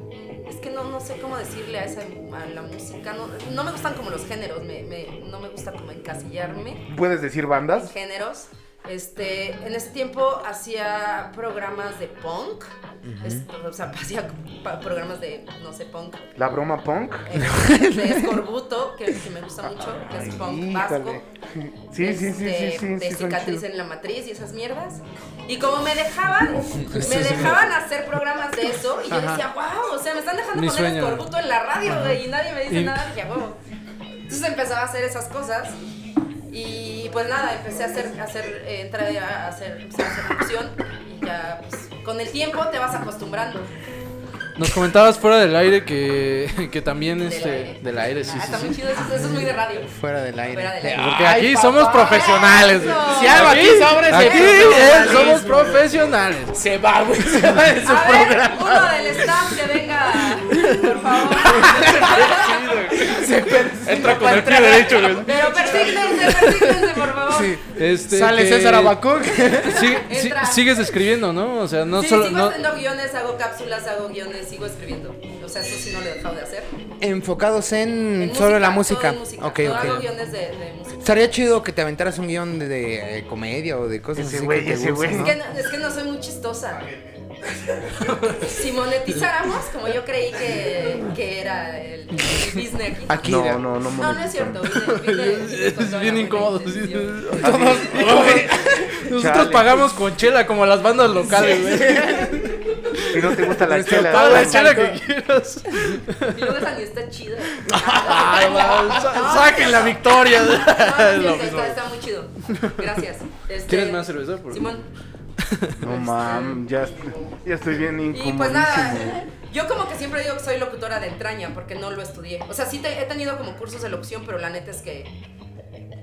Speaker 4: es que no, no sé cómo decirle a, esa, a la música, no, no me gustan como los géneros, me- me- no me gusta como encasillarme
Speaker 3: ¿Puedes decir
Speaker 4: en
Speaker 3: bandas?
Speaker 4: géneros. Este, en ese tiempo hacía programas de punk, es- o sea, hacía pa- programas de, no sé, punk,
Speaker 3: ¿La broma punk?
Speaker 4: eh, de escorbuto, que, que me gusta mucho, que es punk vasco.
Speaker 3: Híjole. Sí, sí, sí,
Speaker 4: este,
Speaker 3: sí, sí.
Speaker 4: De
Speaker 3: sí, son
Speaker 4: cicatriz
Speaker 3: chidos.
Speaker 4: en la matriz y esas mierdas. Y como me dejaban, me dejaban hacer programas de eso, y yo decía, wow, o sea, me están dejando
Speaker 2: Mi
Speaker 4: poner
Speaker 2: sueño.
Speaker 4: escorbuto en la radio, güey, y nadie me dice
Speaker 2: Y-
Speaker 4: nada, dije, wow. Entonces empezaba a hacer esas cosas. Y pues nada, empecé a hacer, a hacer eh, entré a hacer, empecé a hacer producción y ya, pues, con el tiempo te vas acostumbrando.
Speaker 2: Nos comentabas fuera del aire que, que también este
Speaker 4: aire.
Speaker 2: del aire, sí,
Speaker 4: Ah,
Speaker 2: sí,
Speaker 4: está
Speaker 2: sí.
Speaker 4: muy chido, eso, eso es muy de radio.
Speaker 1: Fuera del aire.
Speaker 4: Fuera del aire.
Speaker 1: Ah,
Speaker 2: Porque aquí somos profesionales. güey.
Speaker 4: Eso.
Speaker 1: Si algo aquí sobra es el
Speaker 2: aquí eh. es-
Speaker 1: profesionalismo,
Speaker 2: somos
Speaker 1: güey.
Speaker 2: profesionales.
Speaker 1: Se va, güey. Se va de su
Speaker 4: A ver,
Speaker 1: programa.
Speaker 4: uno del staff que venga, por favor.
Speaker 1: Se persina
Speaker 2: Entra con
Speaker 1: para
Speaker 2: el pie
Speaker 1: entrar.
Speaker 2: derecho, güey.
Speaker 4: Pero persígnense, persígnense, por favor.
Speaker 1: Sí.
Speaker 2: Este,
Speaker 1: Sale
Speaker 2: que-
Speaker 1: César Abacuc.
Speaker 2: Sí, sí,
Speaker 4: Entra.
Speaker 2: sigues escribiendo, ¿no? O sea, no
Speaker 4: sí,
Speaker 2: solo
Speaker 4: sigo
Speaker 2: no-
Speaker 4: haciendo guiones, hago cápsulas, hago guiones, sigo escribiendo. O sea, eso sí no lo he dejado de hacer.
Speaker 1: Enfocados
Speaker 2: Mm,
Speaker 1: en,
Speaker 4: En
Speaker 1: solo la
Speaker 4: todo
Speaker 1: música.
Speaker 4: en música.
Speaker 1: Ok,
Speaker 4: No hago
Speaker 1: ok.
Speaker 4: guiones de, de música.
Speaker 1: Estaría chido que te aventaras un guión de, de, eh, comedia o de cosas
Speaker 3: Ese
Speaker 1: así.
Speaker 3: güey,
Speaker 1: que te
Speaker 3: ese
Speaker 1: gusten,
Speaker 3: güey.
Speaker 1: ¿no?
Speaker 4: Es que, no, es que no soy muy chistosa. Si monetizáramos, como yo creí que, que era el, el business aquí.
Speaker 1: Aquí.
Speaker 3: No,
Speaker 1: Akira.
Speaker 3: no, no.
Speaker 4: No, no es cierto. Business- business-
Speaker 2: es
Speaker 4: business-
Speaker 2: bien incómodo.
Speaker 4: business-
Speaker 2: sí.
Speaker 1: Todos-
Speaker 2: Nosotros
Speaker 3: Chale.
Speaker 2: pagamos con chela como las bandas locales, güey.
Speaker 3: Si no te gusta la
Speaker 1: Nuestro
Speaker 3: chela.
Speaker 2: Paga
Speaker 1: Todo
Speaker 2: la
Speaker 1: es
Speaker 2: chela
Speaker 1: alcohol.
Speaker 2: que quieras.
Speaker 4: Y luego esa ni está chida.
Speaker 2: Ay, va, sa- Saquen la victoria.
Speaker 4: No,
Speaker 2: Es
Speaker 4: no,
Speaker 2: lo
Speaker 4: sí,
Speaker 2: mismo.
Speaker 4: está, está muy chido. Gracias. Este,
Speaker 2: ¿Quieres más cerveza? Por-
Speaker 4: Simón.
Speaker 3: No mames, ya, est- ya estoy bien
Speaker 4: Y
Speaker 3: incomodísimo.
Speaker 4: pues nada, yo como que siempre digo que soy locutora de entraña porque no lo estudié. O sea, sí te- he tenido como cursos de locución, pero la neta es que...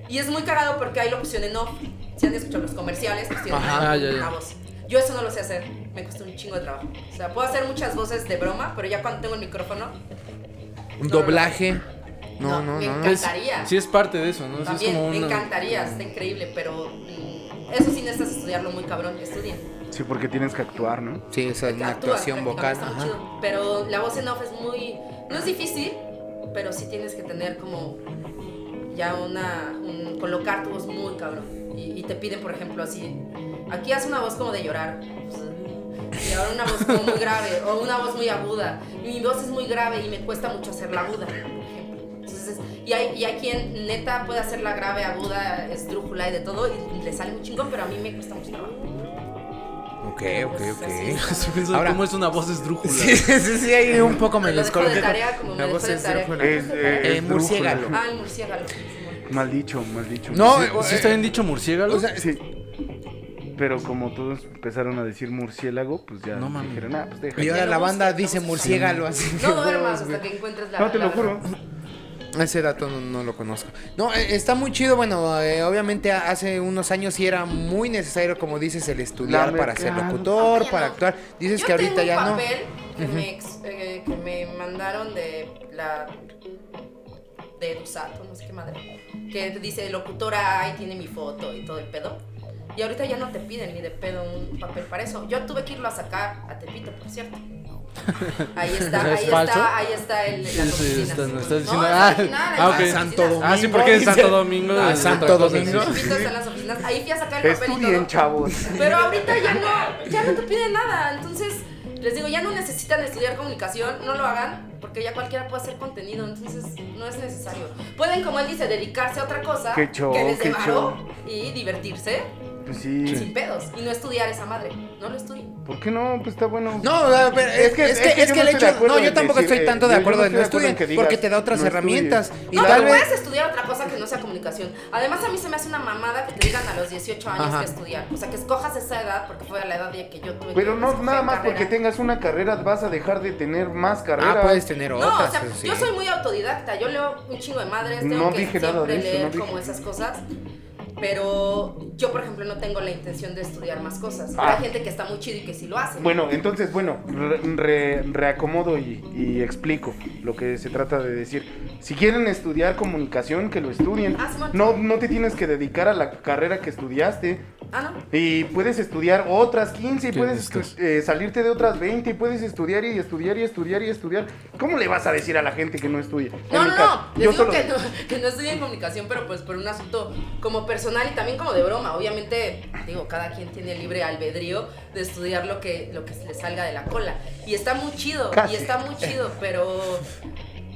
Speaker 4: Y es muy cagado porque hay locución en off. Si han escuchado los comerciales, pues tienen
Speaker 2: Ajá,
Speaker 4: una,
Speaker 2: ya, ya.
Speaker 4: una voz. Yo eso no lo sé hacer. Me cuesta un chingo de trabajo. O sea, puedo hacer muchas voces de broma, pero ya cuando tengo el micrófono...
Speaker 1: Un doblaje. No, no, no.
Speaker 4: me
Speaker 1: no.
Speaker 4: encanta. encantaría.
Speaker 2: sí, es parte de eso, ¿no? Sí, es
Speaker 4: También,
Speaker 2: como
Speaker 4: me
Speaker 2: una-
Speaker 4: encantaría, está increíble, pero... mm, eso sí necesitas estudiarlo muy cabrón, estudien.
Speaker 3: Sí, porque tienes que actuar, ¿no?
Speaker 1: Sí, esa es una
Speaker 4: Actúas
Speaker 1: actuación vocal.
Speaker 4: prácticamente,
Speaker 1: Ajá.
Speaker 4: está muy chido. Pero la voz en off es muy. No es difícil, pero sí tienes que tener como. Ya una. un- colocar tu voz muy cabrón. Y, y te piden, por ejemplo, así. Aquí hace una voz como de llorar. Y ahora una voz como muy grave. O una voz muy aguda. Y mi voz es muy grave y me cuesta mucho hacerla aguda, por ejemplo. Entonces, y hay, y hay quien neta puede hacerla grave, aguda, esdrújula y de todo, y le sale un chingón, pero a mí me cuesta mucho trabajo.
Speaker 1: Ok, ok,
Speaker 4: Así
Speaker 1: ok.
Speaker 4: pues, es.
Speaker 2: Estoy pensando
Speaker 1: Ahora-
Speaker 2: cómo es una voz esdrújula.
Speaker 1: Sí, sí, sí, sí, ahí un poco me
Speaker 4: Me lo
Speaker 1: les
Speaker 4: dejo de
Speaker 1: coloqué.
Speaker 4: tarea, como me
Speaker 1: La
Speaker 4: dejo
Speaker 1: voz
Speaker 4: de
Speaker 1: es
Speaker 4: tarea.
Speaker 1: drújula.
Speaker 3: Es, eh,
Speaker 1: Eh, murciélago.
Speaker 4: Ah, el murciélago. Simón.
Speaker 3: Mal dicho, mal dicho.
Speaker 1: No,
Speaker 3: Sí,
Speaker 1: eh,
Speaker 2: ¿Sí está bien dicho murciélago?
Speaker 1: O sea,
Speaker 3: Sí. Pero como todos empezaron a decir murciélago, pues ya
Speaker 2: No mames.
Speaker 3: dijeron, ah, pues deja.
Speaker 1: Y ahora la banda dice murciélago así. que
Speaker 4: No duermas
Speaker 1: huevos,
Speaker 4: hasta
Speaker 1: güey.
Speaker 4: que encuentres la.
Speaker 3: No, te lo
Speaker 4: la-
Speaker 3: juro.
Speaker 1: Ese dato no, no lo conozco. No, eh, está muy chido. Bueno, eh, obviamente a- hace unos años sí era muy necesario, como dices, el estudiar
Speaker 3: Dame
Speaker 1: para ser
Speaker 3: claro.
Speaker 1: locutor,
Speaker 4: Ya
Speaker 1: para
Speaker 4: no.
Speaker 1: actuar. Dices
Speaker 4: Yo
Speaker 1: que ahorita
Speaker 4: tengo
Speaker 1: ya
Speaker 4: un
Speaker 1: no.
Speaker 4: papel Que, me ex- eh, que me mandaron de la. de Dusato, no sé qué madre. Que dice locutora ahí tiene mi foto y todo el pedo. Y ahorita ya no te piden ni de pedo un papel para eso. Yo tuve que irlo a sacar a Tepito, por cierto. Ahí está,
Speaker 2: ¿Es
Speaker 4: ahí
Speaker 2: falso?
Speaker 4: está, ahí está el.
Speaker 2: Sí,
Speaker 4: las
Speaker 2: sí,
Speaker 4: oficinas.
Speaker 2: está- no, estás
Speaker 4: No,
Speaker 2: diciendo-
Speaker 4: es
Speaker 2: ah,
Speaker 4: original,
Speaker 2: ah,
Speaker 4: las
Speaker 2: ok.
Speaker 4: oficinas.
Speaker 1: Santo Domingo.
Speaker 2: Ah, sí, porque es Santo Domingo.
Speaker 1: Ah,
Speaker 2: es
Speaker 1: Santo
Speaker 2: otra cosa,
Speaker 1: Domingo.
Speaker 2: sí, sí.
Speaker 4: Tepito está en las oficinas. Ahí fui a sacar el papel y todo.
Speaker 3: Estudien, chavos.
Speaker 4: Pero ahorita ya no, ya no te piden nada. Entonces, Les digo, ya no necesitan estudiar comunicación, no lo hagan, porque ya cualquiera puede hacer contenido, entonces no es necesario. Pueden, como él dice, dedicarse a otra cosa
Speaker 3: Qué show,
Speaker 4: que les
Speaker 3: qué
Speaker 4: dé varo
Speaker 3: show.
Speaker 4: y divertirse
Speaker 3: Pues sí.
Speaker 4: sin pedos y no estudiar esa madre. No lo estudien.
Speaker 3: ¿por qué no? Pues está bueno.
Speaker 1: No, a ver, es, que, es que, es
Speaker 3: yo
Speaker 1: que
Speaker 3: no
Speaker 1: el
Speaker 3: estoy de
Speaker 1: hecho.
Speaker 3: acuerdo
Speaker 1: no, yo
Speaker 3: en
Speaker 1: tampoco
Speaker 3: decir,
Speaker 1: estoy
Speaker 3: eh,
Speaker 1: tanto de
Speaker 3: yo no
Speaker 1: acuerdo en
Speaker 3: estoy
Speaker 1: no
Speaker 3: de acuerdo en
Speaker 1: estudien,
Speaker 3: que digas,
Speaker 1: porque te da otras
Speaker 3: no estudies.
Speaker 1: herramientas. Y
Speaker 4: no,
Speaker 1: tal
Speaker 4: pero
Speaker 1: vez. Ah,
Speaker 4: puedes estudiar otra cosa que no sea comunicación. Además, a mí se me hace una mamada que te digan a los 18 años
Speaker 1: Ajá.
Speaker 4: que estudiar. O sea, que escojas esa edad, porque fue a la edad de que yo tuve
Speaker 3: Pero
Speaker 4: que
Speaker 3: no,
Speaker 4: escoger
Speaker 3: nada más
Speaker 4: carrera.
Speaker 3: porque tengas una carrera vas a dejar de tener más carreras.
Speaker 1: Ah, puedes tener
Speaker 4: No,
Speaker 1: otras.
Speaker 4: o sea,
Speaker 1: eso sí.
Speaker 4: yo soy muy autodidacta. Yo leo un chingo de madres, tengo
Speaker 3: No
Speaker 4: que
Speaker 3: dije
Speaker 4: siempre
Speaker 3: nada de eso,
Speaker 4: leer
Speaker 3: no dije.
Speaker 4: como esas cosas. Pero yo, por ejemplo, no tengo la intención de estudiar más cosas.
Speaker 3: Ah.
Speaker 4: Hay gente que está muy chida y que sí lo hace.
Speaker 3: Bueno, entonces, bueno, re- re- reacomodo y, y explico lo que se trata de decir. Si quieren estudiar comunicación, que lo estudien.
Speaker 4: Ah, Simón.
Speaker 3: No, no te tienes que dedicar a la carrera que estudiaste.
Speaker 4: Ah, no.
Speaker 3: Y puedes estudiar otras 15 y
Speaker 2: ¿Qué
Speaker 3: puedes estu-
Speaker 2: listas?
Speaker 3: eh, salirte de otras 20 y puedes estudiar y estudiar y estudiar y estudiar. ¿Cómo le vas a decir a la gente que no estudie? En
Speaker 4: No,
Speaker 3: mi
Speaker 4: no,
Speaker 3: caso,
Speaker 4: no. Les digo que, no, que no estudié en comunicación, pero pues por un asunto como personal y también como de broma. Obviamente, digo, cada quien tiene libre albedrío de estudiar lo que, lo que se le salga de la cola. Y está muy chido,
Speaker 3: Casi.
Speaker 4: y está muy chido, pero.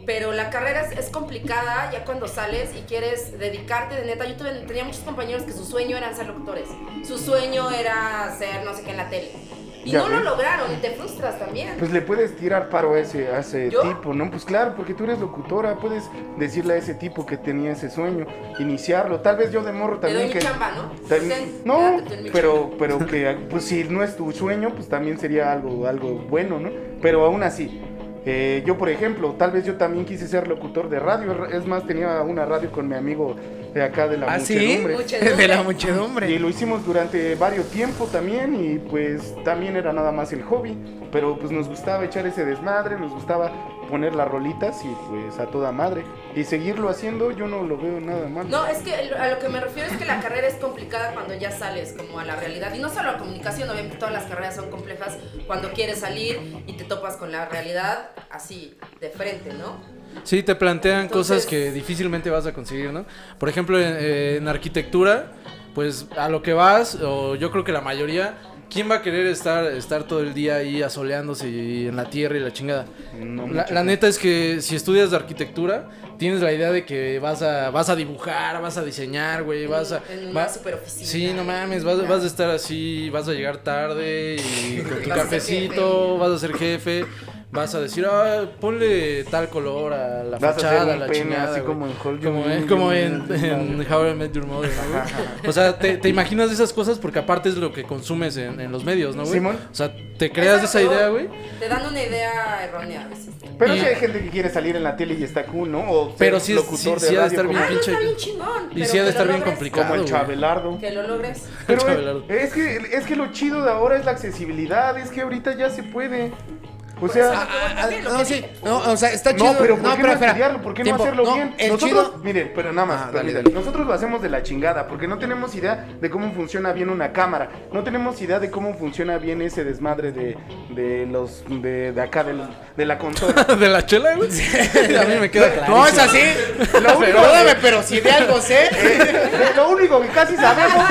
Speaker 4: Pero la carrera es, es complicada ya cuando sales y quieres dedicarte de neta. Yo tuve- tenía muchos compañeros que su sueño eran ser locutores. Su sueño era ser no sé qué en la tele. Y
Speaker 3: Ya
Speaker 4: no lo
Speaker 3: ves.
Speaker 4: lograron y te frustras también.
Speaker 3: Pues le puedes tirar paro a ese, a ese
Speaker 4: ¿Yo?
Speaker 3: tipo, ¿no? Pues claro, porque tú eres locutora, puedes decirle a ese tipo que tenía ese sueño, iniciarlo. Tal vez yo de morro
Speaker 4: Te doy
Speaker 3: Pues también que.
Speaker 4: mi chamba, ¿no?
Speaker 3: también-
Speaker 4: Ten,
Speaker 3: no,
Speaker 4: quédate tú en mi
Speaker 3: pero, pero que pues si no es tu sueño, pues también sería algo, algo bueno, ¿no? Pero aún así, eh, yo por ejemplo, tal vez yo también quise ser locutor de radio, es más, tenía una radio con mi amigo de acá de la
Speaker 1: ¿Ah, sí?
Speaker 3: muchedumbre.
Speaker 4: Muchedumbre.
Speaker 1: De la
Speaker 3: Y
Speaker 1: muchedumbre.
Speaker 3: lo hicimos durante varios tiempo también y pues también era nada más el hobby, pero pues nos gustaba echar ese desmadre, nos gustaba poner las rolitas y pues a toda madre. Y seguirlo haciendo yo no lo veo nada mal.
Speaker 4: No, es que lo- a lo que me refiero es que la carrera es complicada cuando ya sales como a la realidad. Y no solo a comunicación, obviamente todas las carreras son complejas cuando quieres salir y te topas con la realidad así, de frente, ¿no?
Speaker 2: Sí, te plantean
Speaker 4: Entonces-
Speaker 2: cosas que difícilmente vas a conseguir, ¿no? Por ejemplo, en, eh, en arquitectura, pues a lo que vas, o yo creo que la mayoría, ¿quién va a querer estar, estar todo el día ahí asoleándose y en la tierra y la chingada?
Speaker 3: No,
Speaker 2: La,
Speaker 3: mucho.
Speaker 2: la neta es que si estudias de arquitectura, tienes la idea de que vas a, vas a dibujar, vas a diseñar, güey, vas a...
Speaker 4: En una
Speaker 2: va-
Speaker 4: superoficina.
Speaker 2: Sí, no mames, vas, vas a estar así, vas a llegar tarde y con tu
Speaker 4: Vas a ser
Speaker 2: cafecito, vas a ser jefe, vas a decir, ah, ponle tal color a la
Speaker 3: Vas a
Speaker 2: fachada,
Speaker 3: hacer
Speaker 2: a
Speaker 3: un
Speaker 2: la
Speaker 3: pene
Speaker 2: chingada,
Speaker 3: así
Speaker 2: güey.
Speaker 3: como en How You
Speaker 2: como en,
Speaker 3: Met
Speaker 2: como
Speaker 3: Your
Speaker 2: en,
Speaker 3: Mother.
Speaker 2: en How I Met Your Mother, ¿no, güey? O sea, te, te imaginas esas cosas porque aparte es lo que consumes en, en los medios, ¿no, güey?
Speaker 3: Simón.
Speaker 2: O sea, te creas esa idea, güey.
Speaker 4: Te dan una idea errónea a veces.
Speaker 3: Pero
Speaker 2: y-
Speaker 3: si hay gente que quiere salir en la tele y está cool, ¿no? O ser
Speaker 2: Pero sí es- sí- sí ha de estar
Speaker 3: como-
Speaker 2: bien
Speaker 4: Ah, no,
Speaker 2: pinche-
Speaker 4: está bien chingón.
Speaker 2: Y
Speaker 4: pero
Speaker 2: sí ha de
Speaker 4: que
Speaker 2: estar
Speaker 4: lo
Speaker 2: bien
Speaker 4: logres,
Speaker 2: complicado,
Speaker 3: como el
Speaker 2: güey.
Speaker 3: Chabelardo.
Speaker 4: Que lo logres.
Speaker 3: Pero
Speaker 2: Chabelardo.
Speaker 3: es que, es que lo chido de ahora es la accesibilidad, es que ahorita ya se puede. O sea,
Speaker 4: Pues,
Speaker 1: Ah, ah, ah, no, sí. No, o sea, está chido.
Speaker 3: No, pero ¿por qué no
Speaker 1: espera.
Speaker 3: estudiarlo? ¿Por qué no
Speaker 1: Tiempo.
Speaker 3: hacerlo
Speaker 1: No,
Speaker 3: bien?
Speaker 1: El
Speaker 3: Nosotros,
Speaker 1: chido.
Speaker 3: miren, pero nada más,
Speaker 1: Ah, dale,
Speaker 3: permítanme.
Speaker 1: dale.
Speaker 3: nosotros lo hacemos de la chingada, porque no tenemos idea de cómo funciona bien una cámara, no tenemos idea de cómo funciona bien ese desmadre de, de los, de, de acá, de, los- de la consola.
Speaker 2: ¿De la chela, güey? A mí me queda claro.
Speaker 1: No, es así.
Speaker 3: Lo único-
Speaker 1: Perdóname, pero si de algo sé.
Speaker 3: De lo único que casi sabemos,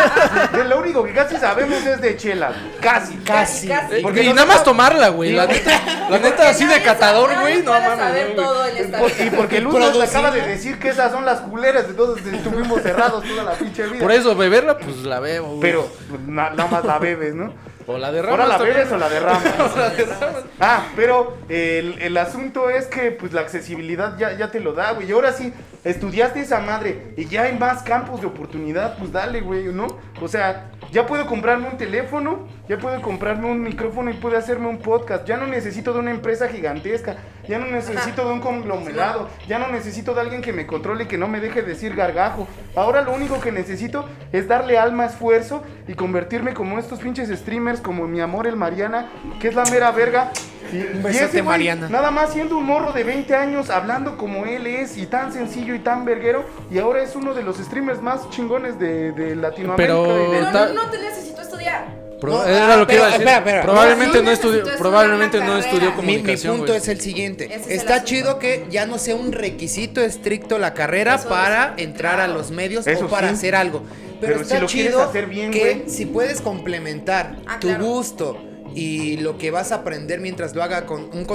Speaker 3: de lo único que casi sabemos es de chela, casi,
Speaker 1: Casi.
Speaker 4: Casi.
Speaker 2: Porque y
Speaker 3: no
Speaker 2: nada
Speaker 3: se-
Speaker 2: más tomarla, güey.
Speaker 3: Sí,
Speaker 2: La
Speaker 3: güey.
Speaker 2: neta, la neta así de
Speaker 4: Nadie sabe-
Speaker 2: catador,
Speaker 4: nadie
Speaker 2: güey. No
Speaker 4: puede
Speaker 2: mames.
Speaker 4: saber
Speaker 2: güey.
Speaker 4: todo en esta vida.
Speaker 3: Y porque Luz nos
Speaker 1: Producir,
Speaker 3: acaba de
Speaker 1: ¿no?
Speaker 3: decir que esas son las culeras, entonces estuvimos cerrados toda la pinche vida.
Speaker 2: Por eso, beberla, pues la bebo, güey.
Speaker 3: Pero pues, na- nada más la bebes, ¿no?
Speaker 2: O la derramas.
Speaker 3: Ahora la
Speaker 2: también.
Speaker 3: bebes o la derramas.
Speaker 2: O la derramas.
Speaker 3: Ah, pero el, el asunto es que pues la accesibilidad ya, ya te lo da, güey. Y ahora sí, estudiaste esa madre y ya hay más campos de oportunidad, pues dale, güey, ¿no? O sea, ya puedo comprarme un teléfono, ya puedo comprarme un micrófono y puedo hacerme un podcast. Ya no necesito de una empresa gigantesca, ya no necesito de un conglomerado, ya no necesito de alguien que me controle y que no me deje decir gargajo. Ahora lo único que necesito es darle alma, esfuerzo y convertirme como estos pinches streamers, como mi amor el Mariana, que es la mera verga. Y, y
Speaker 1: besote,
Speaker 3: ese güey,
Speaker 1: Mariana.
Speaker 3: Nada más siendo un morro de 20 años, hablando como él es, y tan sencillo y tan verguero, y ahora es uno de los streamers más chingones de, de Latinoamérica.
Speaker 2: Pero-
Speaker 3: y de-
Speaker 4: Pero
Speaker 2: ta-
Speaker 4: no, no te necesito estudiar.
Speaker 2: Pro-
Speaker 1: No,
Speaker 2: era
Speaker 1: ah,
Speaker 2: lo que
Speaker 1: pero,
Speaker 2: iba a decir.
Speaker 1: espera, espera.
Speaker 2: Probablemente
Speaker 4: No, sí
Speaker 2: no estudió,
Speaker 4: necesito estudiar
Speaker 2: probablemente
Speaker 4: una
Speaker 2: no
Speaker 4: carrera.
Speaker 2: estudió
Speaker 4: Mi- mi
Speaker 1: Mi, mi
Speaker 2: comunicación.
Speaker 1: punto
Speaker 2: güey.
Speaker 1: es el siguiente.
Speaker 4: Ese es el
Speaker 1: Está
Speaker 4: asunto.
Speaker 1: chido que ya no sea un requisito estricto la carrera
Speaker 4: Eso es,
Speaker 1: para entrar a
Speaker 4: claro.
Speaker 1: los medios
Speaker 3: Eso
Speaker 1: o para
Speaker 3: sí.
Speaker 1: hacer algo. Pero,
Speaker 3: Pero si
Speaker 1: está
Speaker 3: lo quieres
Speaker 1: chido
Speaker 3: hacer bien,
Speaker 1: que
Speaker 3: güey.
Speaker 1: si puedes complementar
Speaker 4: Ah,
Speaker 1: tu
Speaker 4: claro.
Speaker 1: gusto y lo que vas a aprender mientras lo haga con un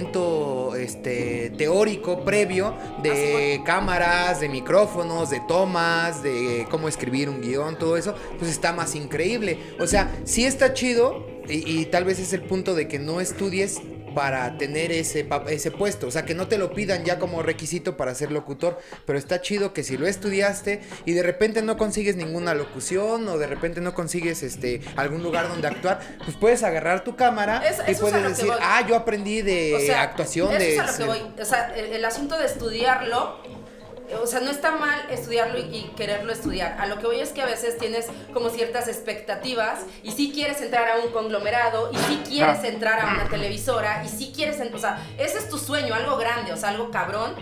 Speaker 1: conocimiento este, teórico previo
Speaker 4: Ah,
Speaker 1: de cámaras, de micrófonos, de tomas, de cómo escribir un guión, todo eso, pues está más increíble. O sea, sí está chido y, y tal vez es el punto de que no estudies para tener ese, pa- ese puesto. O sea, que no te lo pidan ya como requisito para ser locutor. Pero está chido que si lo estudiaste y de repente no consigues ninguna locución o de repente no consigues este, algún lugar donde actuar, pues puedes agarrar tu cámara
Speaker 4: Es-
Speaker 1: y
Speaker 4: eso es a
Speaker 1: puedes
Speaker 4: lo que
Speaker 1: decir,
Speaker 4: voy.
Speaker 1: ah, yo aprendí de
Speaker 4: O sea,
Speaker 1: actuación.
Speaker 4: eso
Speaker 1: de
Speaker 4: es a lo que
Speaker 1: ser-".
Speaker 4: voy. O sea, el, el asunto de estudiarlo. O sea, no está mal estudiarlo y, y quererlo estudiar. A lo que voy es que a veces tienes como ciertas expectativas y si quieres entrar a un conglomerado y si quieres
Speaker 3: Ah.
Speaker 4: entrar a una televisora y si quieres, en- o sea, ese es tu sueño, algo grande, o sea, algo cabrón.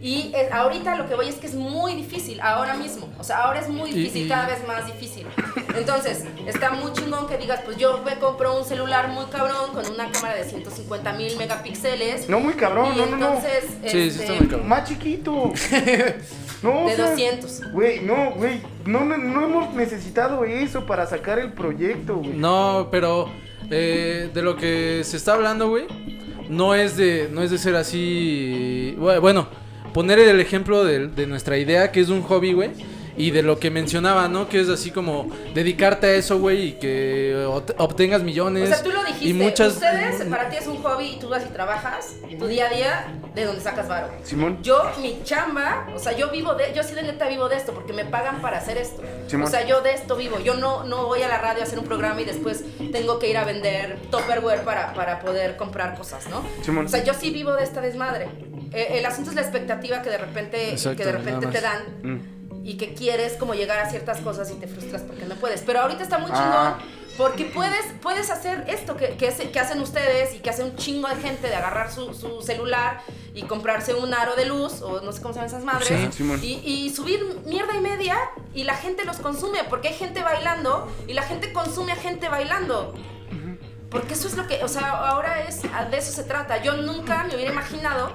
Speaker 4: Y eh, ahorita lo que voy es que es muy difícil, ahora mismo. O sea, ahora es muy
Speaker 2: Y-
Speaker 4: difícil,
Speaker 2: y-
Speaker 4: cada vez más difícil. Entonces, está muy chingón que digas, pues yo me compro un celular muy cabrón con una cámara de 150 mil megapíxeles.
Speaker 3: No, muy cabrón,
Speaker 4: y
Speaker 3: no, no, no.
Speaker 4: entonces,
Speaker 2: Sí, sí,
Speaker 4: este,
Speaker 2: está muy cabrón.
Speaker 3: Más chiquito. No, o
Speaker 4: De
Speaker 3: sea,
Speaker 4: 200.
Speaker 3: Güey, no, güey. No, no, no hemos necesitado eso para sacar el proyecto, güey.
Speaker 2: No, pero eh, de lo que se está hablando, güey, no es de no es de ser así. bue- Bueno, poner el ejemplo de, de nuestra idea, que es un hobby, güey. Y de lo que mencionaba, ¿no? Que es así como dedicarte a eso, güey, y que ot- obtengas
Speaker 4: O
Speaker 2: millones.
Speaker 4: sea, tú lo dijiste.
Speaker 2: Pues, Y muchas.
Speaker 4: Ustedes, para ti es un hobby y tú vas y trabajas tu día a día de donde sacas varo.
Speaker 3: Simón.
Speaker 4: Yo, mi chamba, o sea, yo vivo de, yo sí de neta vivo de esto, porque me pagan para hacer esto.
Speaker 3: Simón.
Speaker 4: O sea, yo de esto vivo. Yo no, no voy a la radio a hacer un programa y después tengo que ir a vender Tupperware para, para poder comprar cosas, ¿no?
Speaker 3: Simón.
Speaker 4: O sea, yo sí vivo de esta desmadre. Eh, el asunto es la expectativa que de repente,
Speaker 2: Exacto,
Speaker 4: que de
Speaker 2: nada
Speaker 4: repente
Speaker 2: más.
Speaker 4: te dan
Speaker 3: Mm.
Speaker 4: y que quieres como llegar a ciertas cosas y te frustras porque no puedes. Pero ahorita está muy chingón
Speaker 3: Ah.
Speaker 4: porque puedes, puedes hacer esto que, que, hace- que hacen ustedes y que hace un chingo de gente de agarrar su, su celular y comprarse un aro de luz o no sé cómo se llaman esas madres
Speaker 2: Sí,
Speaker 3: Simón.
Speaker 4: y, y subir mierda y media y la gente los consume porque hay gente bailando y la gente consume a gente bailando. Porque eso es lo que, o sea, ahora es, de eso se trata. Yo nunca me hubiera imaginado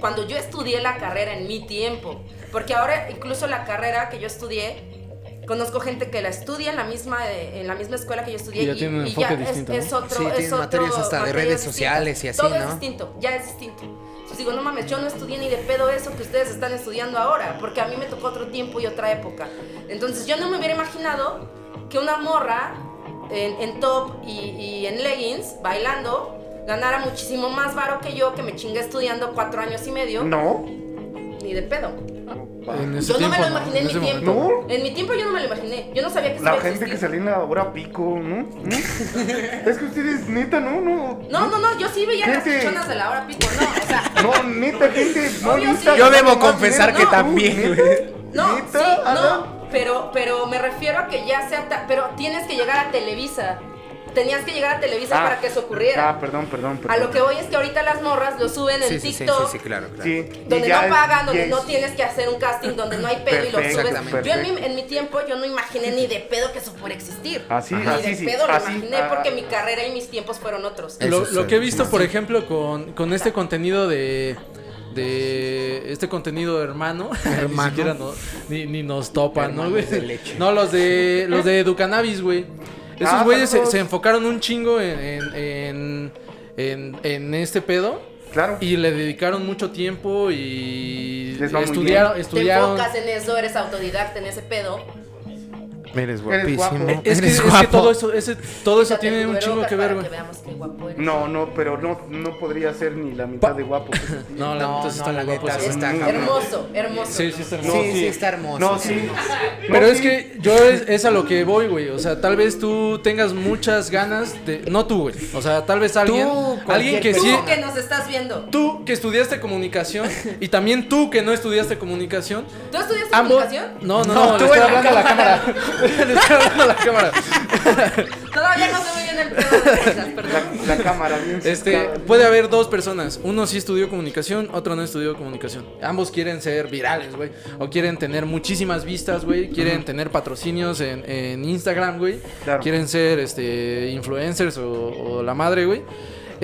Speaker 4: cuando yo estudié la carrera en mi tiempo. Porque ahora incluso la carrera que yo estudié, conozco gente que la estudia en la misma, eh, en la misma escuela que yo estudié.
Speaker 2: Y ya tiene un enfoque distinto,
Speaker 4: es,
Speaker 2: ¿no?
Speaker 4: otro,
Speaker 1: Sí,
Speaker 4: es
Speaker 1: tienen
Speaker 4: otro-
Speaker 1: materias hasta de
Speaker 4: materias
Speaker 1: redes
Speaker 4: distintas.
Speaker 1: sociales y así,
Speaker 4: Todo es
Speaker 1: ¿no?
Speaker 4: distinto, ya es distinto. Entonces digo, no mames, yo no estudié ni de pedo eso que ustedes están estudiando ahora, porque a mí me tocó otro tiempo y otra época. Entonces yo no me hubiera imaginado que una morra en, en top y, y en leggings, bailando, ganara muchísimo más varo que yo, que me chingué estudiando cuatro años y medio,
Speaker 3: No.
Speaker 4: ni de pedo.
Speaker 2: en ese
Speaker 4: Yo no me
Speaker 2: tiempo,
Speaker 4: lo imaginé en,
Speaker 2: ese
Speaker 4: mi
Speaker 2: momento.
Speaker 4: tiempo.
Speaker 3: momento.
Speaker 4: En mi tiempo yo no me lo imaginé. Yo no sabía que
Speaker 3: La
Speaker 4: eso iba a
Speaker 3: gente que
Speaker 4: existir.
Speaker 3: salía en la hora pico, ¿no? ¿No? es que ustedes, neta, no, no.
Speaker 4: No, no, no, yo sí veía las
Speaker 3: Gente.
Speaker 4: pichonas de la hora pico, no, o sea...
Speaker 3: No, neta, gente. No,
Speaker 4: Obvio,
Speaker 3: neta,
Speaker 4: sí.
Speaker 1: Yo
Speaker 3: no,
Speaker 1: debo
Speaker 3: no,
Speaker 1: confesar
Speaker 3: neta,
Speaker 1: que
Speaker 3: no,
Speaker 1: también,
Speaker 3: neta.
Speaker 1: güey.
Speaker 4: No,
Speaker 3: ¿Neta, Ah,
Speaker 4: sí,
Speaker 3: Adam?
Speaker 4: no, pero, pero me refiero a que ya sea, ta- pero tienes que llegar a Televisa. Tenías que llegar a Televisa
Speaker 3: Ah,
Speaker 4: para que eso ocurriera.
Speaker 3: Ah, perdón, perdón, perdón.
Speaker 4: a lo que voy es que ahorita las morras lo suben
Speaker 1: Sí,
Speaker 4: en
Speaker 1: sí, sí,
Speaker 4: TikTok.
Speaker 1: sí, sí, claro, claro.
Speaker 3: Sí, y
Speaker 4: Donde
Speaker 3: ya-
Speaker 4: no pagan, donde
Speaker 3: y-
Speaker 4: no tienes que hacer un casting, donde no hay pedo y lo
Speaker 3: Perfecto,
Speaker 4: subes.
Speaker 1: exactamente.
Speaker 4: Yo en mi, en mi tiempo yo no imaginé ni de pedo que eso pudiera existir.
Speaker 3: Así,
Speaker 4: ni
Speaker 3: así,
Speaker 4: de
Speaker 3: sí,
Speaker 4: pedo lo
Speaker 3: así,
Speaker 4: imaginé
Speaker 3: ah,
Speaker 4: porque mi carrera y mis tiempos fueron otros.
Speaker 1: Eh,
Speaker 2: Lo,
Speaker 1: Eso
Speaker 2: lo
Speaker 1: es,
Speaker 2: que he
Speaker 1: eh,
Speaker 2: visto, por ejemplo, con, con este contenido de. De este contenido hermano,
Speaker 1: Hermano.
Speaker 2: ni siquiera no- ni, ni nos topan, ¿no, güey?
Speaker 1: Hermanos de leche.
Speaker 2: No, los de los de Educannabis, güey. Esos
Speaker 3: Ah,
Speaker 2: güeyes se,
Speaker 3: saludos.
Speaker 2: se enfocaron un chingo en, en, en, en- en este pedo
Speaker 3: Claro.
Speaker 2: y le dedicaron mucho tiempo y
Speaker 3: Les va muy
Speaker 2: estudiaron,
Speaker 4: Te
Speaker 2: estudiaron.
Speaker 4: enfocas en eso, eres autodidacta en ese pedo.
Speaker 1: Eres
Speaker 3: guapísimo. guapo.
Speaker 2: Es que, es que todo eso, ese- todo eso
Speaker 4: Quítate
Speaker 2: tiene
Speaker 4: tu
Speaker 2: un chingo
Speaker 4: cubrebocas
Speaker 2: que
Speaker 4: para
Speaker 2: ver, güey.
Speaker 4: veamos qué guapo eres.
Speaker 3: No, no, pero no, no podría ser ni la mitad de guapo.
Speaker 2: No, la
Speaker 1: No,
Speaker 2: neta sí
Speaker 1: no,
Speaker 2: están
Speaker 1: la
Speaker 2: guapos
Speaker 1: neta sí
Speaker 2: esos
Speaker 1: está
Speaker 2: güeyes.
Speaker 1: cabrón.
Speaker 4: Hermoso, hermoso.
Speaker 2: Sí, sí, están
Speaker 3: No,
Speaker 1: sí, sí, está hermoso.
Speaker 3: No, sí.
Speaker 2: Pero
Speaker 3: No,
Speaker 2: es
Speaker 3: sí.
Speaker 2: que yo es, es a lo que voy, güey. O sea, tal vez tú tengas muchas ganas de. No tú, güey. O sea, tal vez alguien.
Speaker 1: cualquier
Speaker 2: alguien que
Speaker 4: Tú
Speaker 2: sí.
Speaker 4: que nos estás viendo.
Speaker 2: Tú que estudiaste comunicación y también tú que no estudiaste comunicación.
Speaker 4: ¿Tú estudiaste
Speaker 2: Ambos.
Speaker 4: comunicación?
Speaker 2: No, no,
Speaker 1: No,
Speaker 2: no.
Speaker 1: tú
Speaker 2: le
Speaker 1: en
Speaker 2: estoy
Speaker 1: la
Speaker 2: hablando a la cámara. le estoy hablando a la cámara.
Speaker 4: Todavía no sé muy bien el pedo de esas,
Speaker 3: La,
Speaker 4: perdón.
Speaker 3: la cámara bien
Speaker 2: Este,
Speaker 3: cercada.
Speaker 2: puede haber dos personas. Uno sí estudió comunicación, otro no estudió comunicación. Ambos quieren ser virales, güey. O quieren tener muchísimas vistas, güey. Quieren tener patrocinios en, en Instagram, güey.
Speaker 3: Claro.
Speaker 2: Quieren ser este, influencers o, o la madre, güey.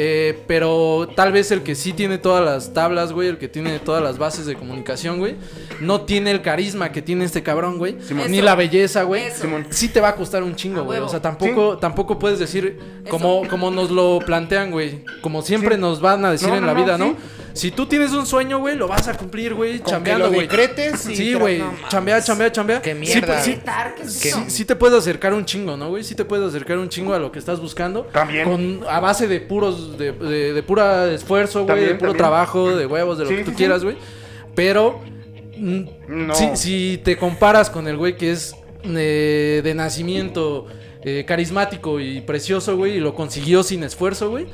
Speaker 2: Eh, pero tal vez el que sí tiene todas las tablas, güey, el que tiene todas las bases de comunicación, güey, no tiene el carisma que tiene este cabrón, güey,
Speaker 4: Simón.
Speaker 2: ni
Speaker 4: Eso.
Speaker 2: la belleza, güey.
Speaker 4: Eso.
Speaker 3: Simón.
Speaker 2: Sí te va a costar un
Speaker 4: A
Speaker 2: chingo, güey. O
Speaker 4: huevo.
Speaker 2: sea, tampoco tampoco puedes decir como como nos lo plantean, güey. Como siempre
Speaker 3: Sí.
Speaker 2: nos van a decir
Speaker 3: No,
Speaker 2: en
Speaker 3: no,
Speaker 2: la
Speaker 3: no,
Speaker 2: vida,
Speaker 3: sí.
Speaker 2: ¿no? Si tú tienes un sueño, güey, lo vas a cumplir, güey,
Speaker 1: Con que
Speaker 2: chambeando,
Speaker 1: lo
Speaker 2: güey.
Speaker 1: decretes y
Speaker 2: Sí,
Speaker 1: tra-
Speaker 2: güey.
Speaker 1: no mames.
Speaker 2: chambea, chambea, chambea.
Speaker 1: Qué
Speaker 2: Sí, pues,
Speaker 1: mierda.
Speaker 2: sí,
Speaker 4: Gritar, ¿qué es
Speaker 1: Que-
Speaker 4: eso?
Speaker 2: Sí, sí te puedes acercar un chingo, ¿no, güey? Sí te puedes acercar un chingo a lo que estás buscando.
Speaker 3: También.
Speaker 2: Con, a base de puros, de, de, de pura esfuerzo, güey, de
Speaker 3: También,
Speaker 2: puro
Speaker 3: también.
Speaker 2: trabajo, de huevos, de lo
Speaker 3: Sí,
Speaker 2: que tú
Speaker 3: sí, sí.
Speaker 2: quieras, güey. Pero mm,
Speaker 3: No.
Speaker 2: si, si te comparas con el güey que es eh, de nacimiento eh, carismático y precioso, güey, y lo consiguió sin esfuerzo, güey,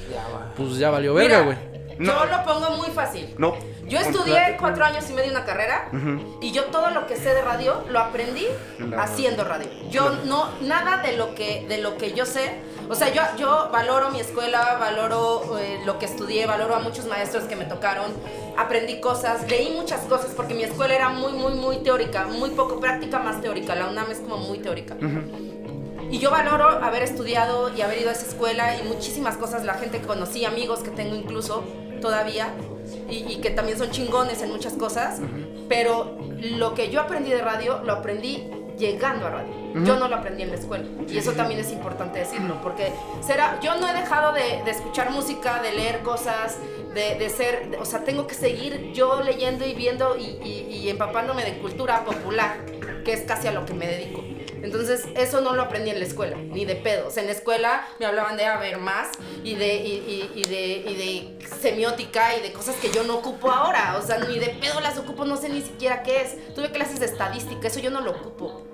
Speaker 2: pues ya valió verga, güey.
Speaker 4: Mira,
Speaker 3: No.
Speaker 4: Yo lo pongo muy fácil.
Speaker 3: No.
Speaker 4: Yo estudié cuatro años y medio una carrera y yo todo lo que sé de radio lo aprendí
Speaker 3: No.
Speaker 4: haciendo radio. Yo no, nada de lo que, de lo que yo sé. O sea, yo, yo valoro mi escuela, valoro eh, lo que estudié, valoro a muchos maestros que me tocaron. Aprendí cosas, leí muchas cosas porque mi escuela era muy, muy, muy teórica, muy poco práctica, más teórica. La UNAM es como muy teórica. Y yo valoro haber estudiado y haber ido a esa escuela y muchísimas cosas, la gente que conocí, amigos que tengo incluso todavía, y, y que también son chingones en muchas cosas, pero lo que yo aprendí de radio, lo aprendí llegando a radio. Yo no lo aprendí en la escuela. Y eso también es importante decirlo, porque será, yo no he dejado de, de escuchar música, de leer cosas, de, de ser, de- o sea, tengo que seguir yo leyendo y viendo y, y- y empapándome de cultura popular, que es casi a lo que me dedico. Entonces, eso no lo aprendí en la escuela, ni de pedos. en la escuela me hablaban de haber más y de, y, y- y de, y de semiótica y de cosas que yo no ocupo ahora. O sea, ni de pedo las ocupo, no sé ni siquiera qué es. Tuve clases de estadística, eso yo no lo ocupo.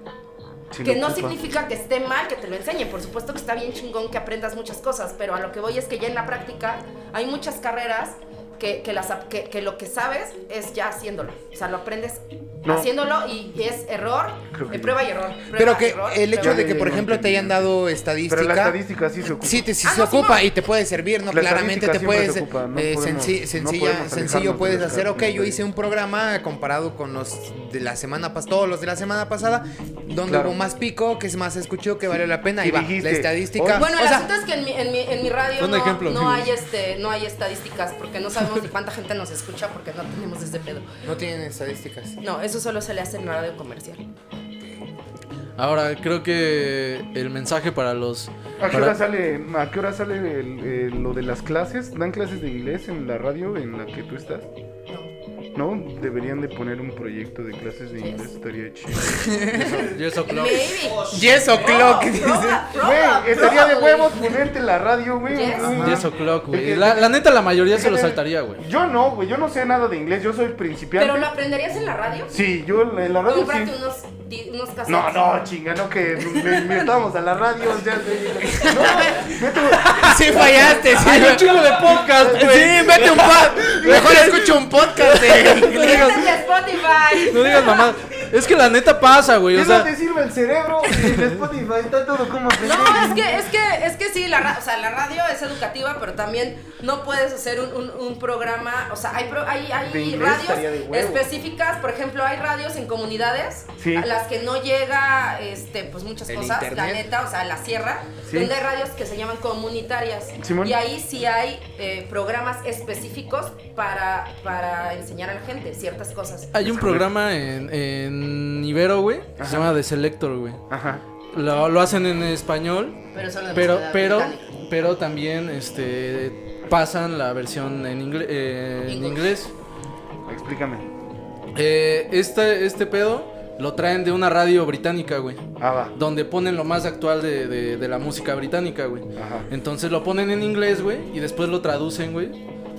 Speaker 3: Sí pues,
Speaker 4: que
Speaker 3: lo
Speaker 4: no
Speaker 3: ocupa.
Speaker 4: significa que esté mal que te lo enseñe. Por supuesto que está bien chingón que aprendas muchas cosas, pero a lo que voy es que ya en la práctica hay muchas carreras que, que las, ap- que, que lo que sabes es ya haciéndolo. O sea, lo aprendes
Speaker 3: No.
Speaker 4: haciéndolo y es error,
Speaker 3: Creo que
Speaker 4: eh,
Speaker 3: no.
Speaker 4: prueba y error.
Speaker 1: Pero
Speaker 4: prueba y
Speaker 1: que
Speaker 4: error,
Speaker 1: el hecho
Speaker 4: prueba
Speaker 1: de
Speaker 4: y
Speaker 1: que, por
Speaker 3: no
Speaker 1: ejemplo, te hayan dado
Speaker 3: Pero la
Speaker 1: estadística.
Speaker 3: estadística sí se ocupa.
Speaker 1: Sí, te, sí
Speaker 4: Ah,
Speaker 1: se
Speaker 4: no, sí,
Speaker 1: ocupa
Speaker 4: no.
Speaker 1: y te puede servir, ¿no?
Speaker 3: La
Speaker 1: Claramente te
Speaker 3: estadística siempre
Speaker 1: puedes.
Speaker 3: se ocupa, no
Speaker 1: eh,
Speaker 3: podemos-
Speaker 1: senci-
Speaker 3: no
Speaker 1: sencilla-
Speaker 3: podemos
Speaker 1: sencillo
Speaker 3: alejarnos
Speaker 1: puedes
Speaker 3: de las
Speaker 1: hacer, ok, yo
Speaker 3: características.
Speaker 1: hice un programa comparado con los de la semana pasada, todos los de la semana pasada, donde
Speaker 3: Claro.
Speaker 1: hubo más pico, que es más escuchó, que valió la pena.
Speaker 3: Y
Speaker 1: Y va, la
Speaker 3: dijiste,
Speaker 1: estadística.
Speaker 4: Bueno,
Speaker 1: o
Speaker 4: el
Speaker 1: sea,
Speaker 4: asunto es que en mi, en mi, en mi radio
Speaker 2: Un
Speaker 4: no,
Speaker 2: ejemplo,
Speaker 4: no
Speaker 2: amigos.
Speaker 4: hay este, no hay estadísticas porque no sabemos ni cuánta gente nos escucha porque no tenemos ese pedo.
Speaker 1: no tienen estadísticas.
Speaker 4: No, eso solo se le hace en la radio comercial.
Speaker 2: Ahora, creo que el mensaje para los...
Speaker 3: ¿A qué
Speaker 2: para-
Speaker 3: hora sale, a qué hora sale el- el- lo de las clases? ¿Dan clases de inglés en la radio en la que tú estás?
Speaker 4: No.
Speaker 3: No, deberían de poner un proyecto de clases de inglés, estaría chido.
Speaker 2: Yes, o'clock.
Speaker 4: Maybe.
Speaker 1: Yes o'clock. dice.
Speaker 4: Proba, proba, proba,
Speaker 3: Güey, estaría de
Speaker 4: güey.
Speaker 3: huevos ponerte en la radio, güey.
Speaker 4: Yes.
Speaker 3: Ajá.
Speaker 2: Yes o'clock,
Speaker 3: Es
Speaker 2: güey.
Speaker 3: que-
Speaker 2: La, la neta, la mayoría se lo
Speaker 3: Déjame-
Speaker 2: saltaría, güey.
Speaker 3: Yo no, güey, yo no sé nada de inglés, yo soy principiante.
Speaker 4: Pero lo aprenderías en la radio.
Speaker 3: Sí, yo en la- en la radio sí.
Speaker 4: Cómprate unos, di- unos cassettes.
Speaker 3: No, no, chinga, no que me metamos a la radio, ya sé. No, vete-
Speaker 1: Sí, fallaste. Sí,
Speaker 2: Hay un chingo de podcast, güey.
Speaker 1: Sí, vete un podcast. Mejor escucho un podcast de
Speaker 4: Métete a Spotify.
Speaker 2: No digas mamá. Es que la neta pasa, güey.
Speaker 3: ¿Qué
Speaker 2: O
Speaker 3: no
Speaker 2: sea,
Speaker 3: te sirve el cerebro? El Spotify está todo como
Speaker 4: No, es que, es que, es que sí, la, ra- o sea, la radio es educativa, pero también no puedes hacer un, un- un programa, o sea, hay, pro- hay, hay
Speaker 3: De inglés estaría de
Speaker 4: radios
Speaker 3: huevo.
Speaker 4: específicas, por ejemplo, hay radios en comunidades
Speaker 3: Sí.
Speaker 4: a las que no llega, este, pues muchas
Speaker 1: El
Speaker 4: cosas, la
Speaker 1: internet.
Speaker 4: neta, o sea, la sierra,
Speaker 3: Sí.
Speaker 4: donde hay radios que se llaman comunitarias,
Speaker 3: Simón.
Speaker 4: y ahí sí hay eh, programas específicos para, para enseñar a la gente ciertas cosas.
Speaker 2: hay un programa en, en Ibero, güey. que Se llama The Selector, güey.
Speaker 3: Ajá.
Speaker 2: Lo, lo hacen en español,
Speaker 4: Pero solo de
Speaker 2: pero,
Speaker 4: música
Speaker 2: pero,
Speaker 4: británica.
Speaker 2: pero también, este, pasan la versión en, ingle- eh, en
Speaker 4: English.
Speaker 2: inglés.
Speaker 3: Explícame.
Speaker 2: Eh, este, este pedo lo traen de una radio británica, güey.
Speaker 3: Ah, va.
Speaker 2: Donde ponen lo más actual de, de- de la música británica, güey.
Speaker 3: Ajá.
Speaker 2: Entonces lo ponen en inglés, güey, y después lo traducen, güey.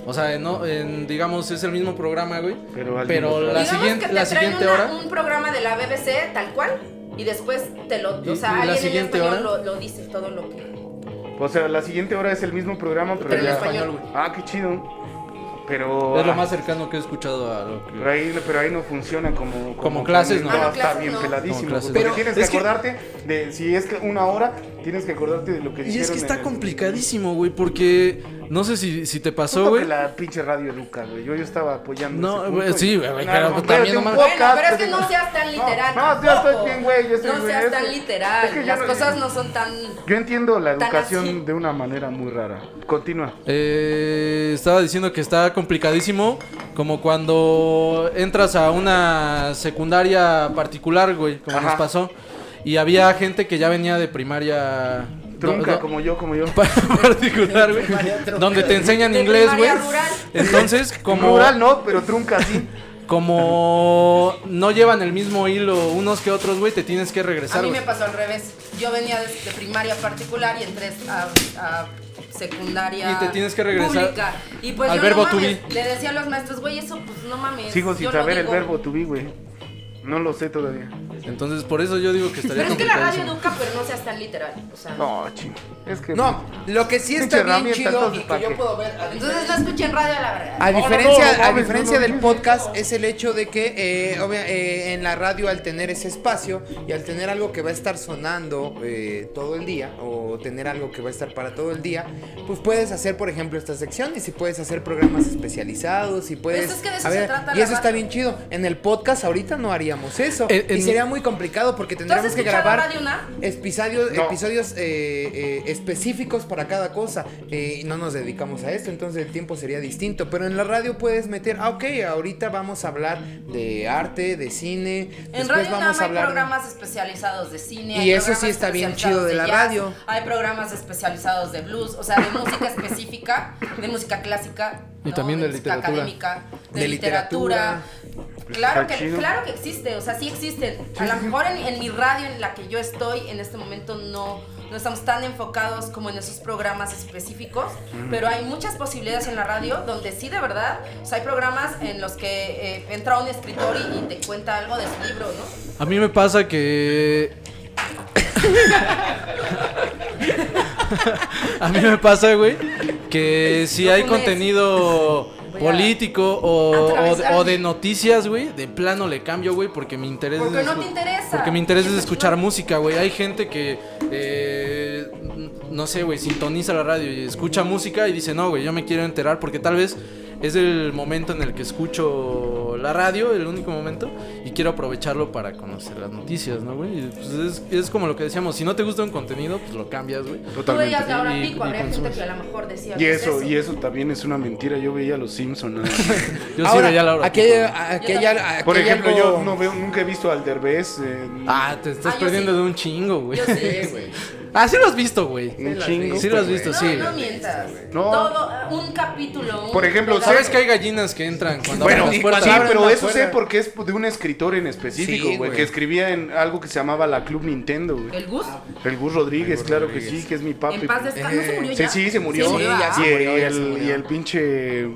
Speaker 2: O sea, no, en- digamos, es el mismo programa, güey.
Speaker 3: Pero alguien
Speaker 2: Pero
Speaker 3: lo
Speaker 2: la
Speaker 3: traduce.
Speaker 4: Digamos
Speaker 2: siguiente-
Speaker 4: que te
Speaker 2: la
Speaker 4: traen
Speaker 2: siguiente
Speaker 4: una-
Speaker 2: hora-
Speaker 4: un programa de la BBC tal cual y después te lo
Speaker 2: Y-
Speaker 4: o sea
Speaker 2: y la
Speaker 4: alguien
Speaker 2: siguiente
Speaker 4: en
Speaker 2: hora-
Speaker 4: español lo, lo dice todo lo que
Speaker 3: O sea, la siguiente hora es el mismo programa, pero,
Speaker 4: Pero en
Speaker 3: ya-
Speaker 4: español,
Speaker 2: güey.
Speaker 3: Ah, qué chido. Pero.
Speaker 2: Es lo más cercano que he escuchado a lo que...
Speaker 3: Pero ahí, pero ahí no funciona como... Como,
Speaker 2: clases, ¿no?
Speaker 3: Ah,
Speaker 4: Como
Speaker 3: está
Speaker 4: clases,
Speaker 3: bien
Speaker 4: no.
Speaker 3: peladísimo.
Speaker 2: Como clases,
Speaker 3: porque
Speaker 1: no.
Speaker 3: tienes
Speaker 2: Pero
Speaker 3: que
Speaker 2: es que-
Speaker 3: acordarte de... Si es que una hora, tienes que acordarte de lo que
Speaker 2: Y
Speaker 3: dijeron
Speaker 2: es que
Speaker 3: en
Speaker 2: está
Speaker 3: el-
Speaker 2: complicadísimo, güey, porque No sé si, si te pasó,
Speaker 3: Puto que
Speaker 2: güey.
Speaker 3: la pinche radio educa, güey. Yo, yo estaba apoyando.
Speaker 2: No,
Speaker 3: ese punto
Speaker 2: güey,
Speaker 3: y-
Speaker 2: sí, güey,
Speaker 3: No,
Speaker 2: pero
Speaker 3: no,
Speaker 2: también
Speaker 3: espérate,
Speaker 2: no
Speaker 3: un
Speaker 2: mames.
Speaker 4: Bueno,
Speaker 3: podcast,
Speaker 4: pero es que
Speaker 3: pendejo.
Speaker 4: no seas tan literal.
Speaker 3: No, no, yo estoy
Speaker 4: tampoco.
Speaker 3: bien, güey, yo estoy
Speaker 4: No
Speaker 3: bien
Speaker 4: seas
Speaker 3: eso.
Speaker 4: tan literal.
Speaker 3: Es que yo
Speaker 4: Las
Speaker 3: no-
Speaker 4: cosas no son tan.
Speaker 3: Yo entiendo la
Speaker 4: Tan así.
Speaker 3: educación de una manera muy rara. Continúa.
Speaker 2: Eh, estaba diciendo que está complicadísimo como cuando entras a una secundaria particular, güey, como
Speaker 3: Ajá.
Speaker 2: nos pasó. Y había gente que ya venía de primaria...
Speaker 3: Trunca,
Speaker 2: do- do-
Speaker 3: como yo, como yo.
Speaker 2: particular, güey. donde te enseñan
Speaker 4: De
Speaker 2: inglés, güey.
Speaker 4: primaria rural.
Speaker 2: Entonces, como...
Speaker 3: Rural no, pero trunca sí.
Speaker 2: Como no llevan el mismo hilo unos que otros, güey, te tienes que regresar.
Speaker 4: A mí
Speaker 2: güey.
Speaker 4: me pasó al revés. Yo venía de, de primaria particular y entré a, a secundaria.
Speaker 2: Y te tienes que regresar
Speaker 4: Pública. Y pues
Speaker 2: al
Speaker 4: yo,
Speaker 2: verbo
Speaker 4: no
Speaker 2: to
Speaker 4: mames,
Speaker 2: be.
Speaker 4: Le decía a los maestros, güey, eso pues no mames.
Speaker 3: Sigo sin
Speaker 4: yo lo
Speaker 3: saber el
Speaker 4: digo".
Speaker 3: verbo to be, güey. No lo sé todavía.
Speaker 2: Entonces, por eso yo digo que estaría
Speaker 4: Pero es que la radio
Speaker 2: complicadísimo.
Speaker 4: educa, pero no seas tan literal. O sea.
Speaker 3: No, chingo. Es que.
Speaker 1: No, lo que sí
Speaker 3: Pinche
Speaker 1: está bien
Speaker 3: herramienta,
Speaker 1: chido y
Speaker 3: entonces,
Speaker 1: que
Speaker 3: ¿pa'
Speaker 1: yo
Speaker 3: qué?
Speaker 1: puedo ver. a Ah,
Speaker 4: Entonces no escuchen radio a la verdad.
Speaker 1: A
Speaker 3: No, no,
Speaker 1: diferencia,
Speaker 3: no, no,
Speaker 1: a
Speaker 3: mames, no,
Speaker 1: diferencia
Speaker 3: no.
Speaker 1: del podcast es el hecho de que eh, obvia- eh, en la radio al tener ese espacio y al tener algo que va a estar sonando eh, todo el día o tener algo que va a estar para todo el día, pues puedes hacer por ejemplo esta sección y si puedes hacer programas especializados y puedes...
Speaker 4: Eso Pues es que de eso
Speaker 1: a
Speaker 4: se trata
Speaker 1: y
Speaker 4: la
Speaker 1: eso está
Speaker 4: radio.
Speaker 1: bien chido. En el podcast ahorita no haríamos eso
Speaker 2: En-
Speaker 1: y
Speaker 2: en-
Speaker 1: sería muy complicado porque tendríamos que
Speaker 4: escuchado
Speaker 1: grabar
Speaker 4: Radio UNAM?
Speaker 1: episodios,
Speaker 3: No.
Speaker 1: episodios eh, eh, específicos para cada cosa. eh, y no nos dedicamos a esto, entonces el tiempo sería distinto. Pero en la radio puedes meter, ah, ok, ahorita vamos a hablar de arte, de cine.
Speaker 4: En
Speaker 1: después
Speaker 4: Radio
Speaker 1: vamos a
Speaker 4: Unam hay
Speaker 1: hablar. de-
Speaker 4: programas especializados de cine.
Speaker 1: Y
Speaker 4: hay
Speaker 1: eso sí
Speaker 4: programas
Speaker 1: está bien
Speaker 4: especializados
Speaker 1: chido de la
Speaker 4: jazz,
Speaker 1: radio.
Speaker 4: Hay programas especializados de blues, o sea, de música específica, de música clásica.
Speaker 2: Y también de
Speaker 4: música
Speaker 2: literatura.
Speaker 4: académica, de,
Speaker 1: De
Speaker 4: literatura.
Speaker 1: literatura.
Speaker 4: Claro
Speaker 3: Está
Speaker 4: que,
Speaker 3: chido.
Speaker 4: claro que existe, o sea, sí existen. A
Speaker 3: Sí,
Speaker 4: lo
Speaker 3: sí.
Speaker 4: mejor en, en mi radio en la que yo estoy en este momento no, no estamos tan enfocados como en esos programas específicos, pero hay muchas posibilidades en la radio donde sí, de verdad, o sea, hay programas en los que eh, entra un escritor y, y te cuenta algo de su libro, ¿no?
Speaker 2: A mí me pasa que. a mí me pasa, güey, que si
Speaker 4: No
Speaker 2: hay
Speaker 4: fumes.
Speaker 2: contenido
Speaker 4: Voy a
Speaker 2: político o, o de-
Speaker 4: atravesar
Speaker 2: o de
Speaker 4: mi-
Speaker 2: noticias, güey, de plano le cambio, güey, porque mi interés
Speaker 4: Porque
Speaker 2: es
Speaker 4: no te
Speaker 2: escu-
Speaker 4: interesa.
Speaker 2: Porque mi interés es
Speaker 4: Porque
Speaker 2: escuchar
Speaker 4: no-
Speaker 2: música, güey. Hay gente que, eh, no sé, güey, sintoniza la radio y escucha música y dice, no, güey, yo me quiero enterar porque tal vez es el momento en el que escucho la radio, el único momento, y quiero aprovecharlo para conocer las noticias, ¿no, güey? Y, pues, es, es como lo que decíamos, si no te gusta un contenido, pues lo cambias, güey.
Speaker 4: Tú veías la hora
Speaker 2: Y-
Speaker 4: pico,
Speaker 2: y
Speaker 4: habría gente
Speaker 2: consumes.
Speaker 4: que a lo mejor decía. "Pues
Speaker 3: Y
Speaker 4: ¿qué es
Speaker 3: eso, y eso también es una mentira. Yo veía a los Simpsons.
Speaker 2: Yo sí
Speaker 1: Ahora,
Speaker 2: veía la hora.
Speaker 1: aquí
Speaker 2: pico,
Speaker 1: hay-
Speaker 2: güey.
Speaker 1: aquí
Speaker 4: Yo
Speaker 1: hay
Speaker 4: también.
Speaker 1: al-
Speaker 3: Por
Speaker 1: aquí hay
Speaker 3: ejemplo,
Speaker 1: algo-
Speaker 3: yo no veo, nunca he visto al Derbez. en-
Speaker 2: Ah, te estás
Speaker 4: Ah, yo
Speaker 2: perdiendo
Speaker 4: sí.
Speaker 2: de un chingo, güey.
Speaker 4: Yo sí, güey.
Speaker 2: Ah, sí lo has visto, güey.
Speaker 3: Un chingo.
Speaker 2: Sí lo has visto,
Speaker 4: No,
Speaker 2: sí.
Speaker 4: no mientas.
Speaker 3: No.
Speaker 4: Todo, un capítulo. un
Speaker 3: Por ejemplo,
Speaker 4: programa.
Speaker 2: Sabes que hay gallinas que entran cuando
Speaker 3: Bueno,
Speaker 2: abren
Speaker 3: sí,
Speaker 2: las puertas.
Speaker 1: abren
Speaker 3: pero
Speaker 1: la
Speaker 3: eso sé
Speaker 1: puerta.
Speaker 3: porque es de un escritor en específico,
Speaker 1: Sí,
Speaker 3: güey,
Speaker 1: güey.
Speaker 3: que escribía en algo que se llamaba la Club Nintendo, güey.
Speaker 4: El Gus,
Speaker 3: El Gus Rodríguez, claro que sí, que es mi papi.
Speaker 4: en paz descanse. No se murió
Speaker 3: Sí,
Speaker 4: ya.
Speaker 3: sí, se murió.
Speaker 1: Sí, ya
Speaker 4: ah.
Speaker 1: se
Speaker 3: y,
Speaker 1: murió, ya
Speaker 3: el,
Speaker 1: se murió.
Speaker 3: y el pinche.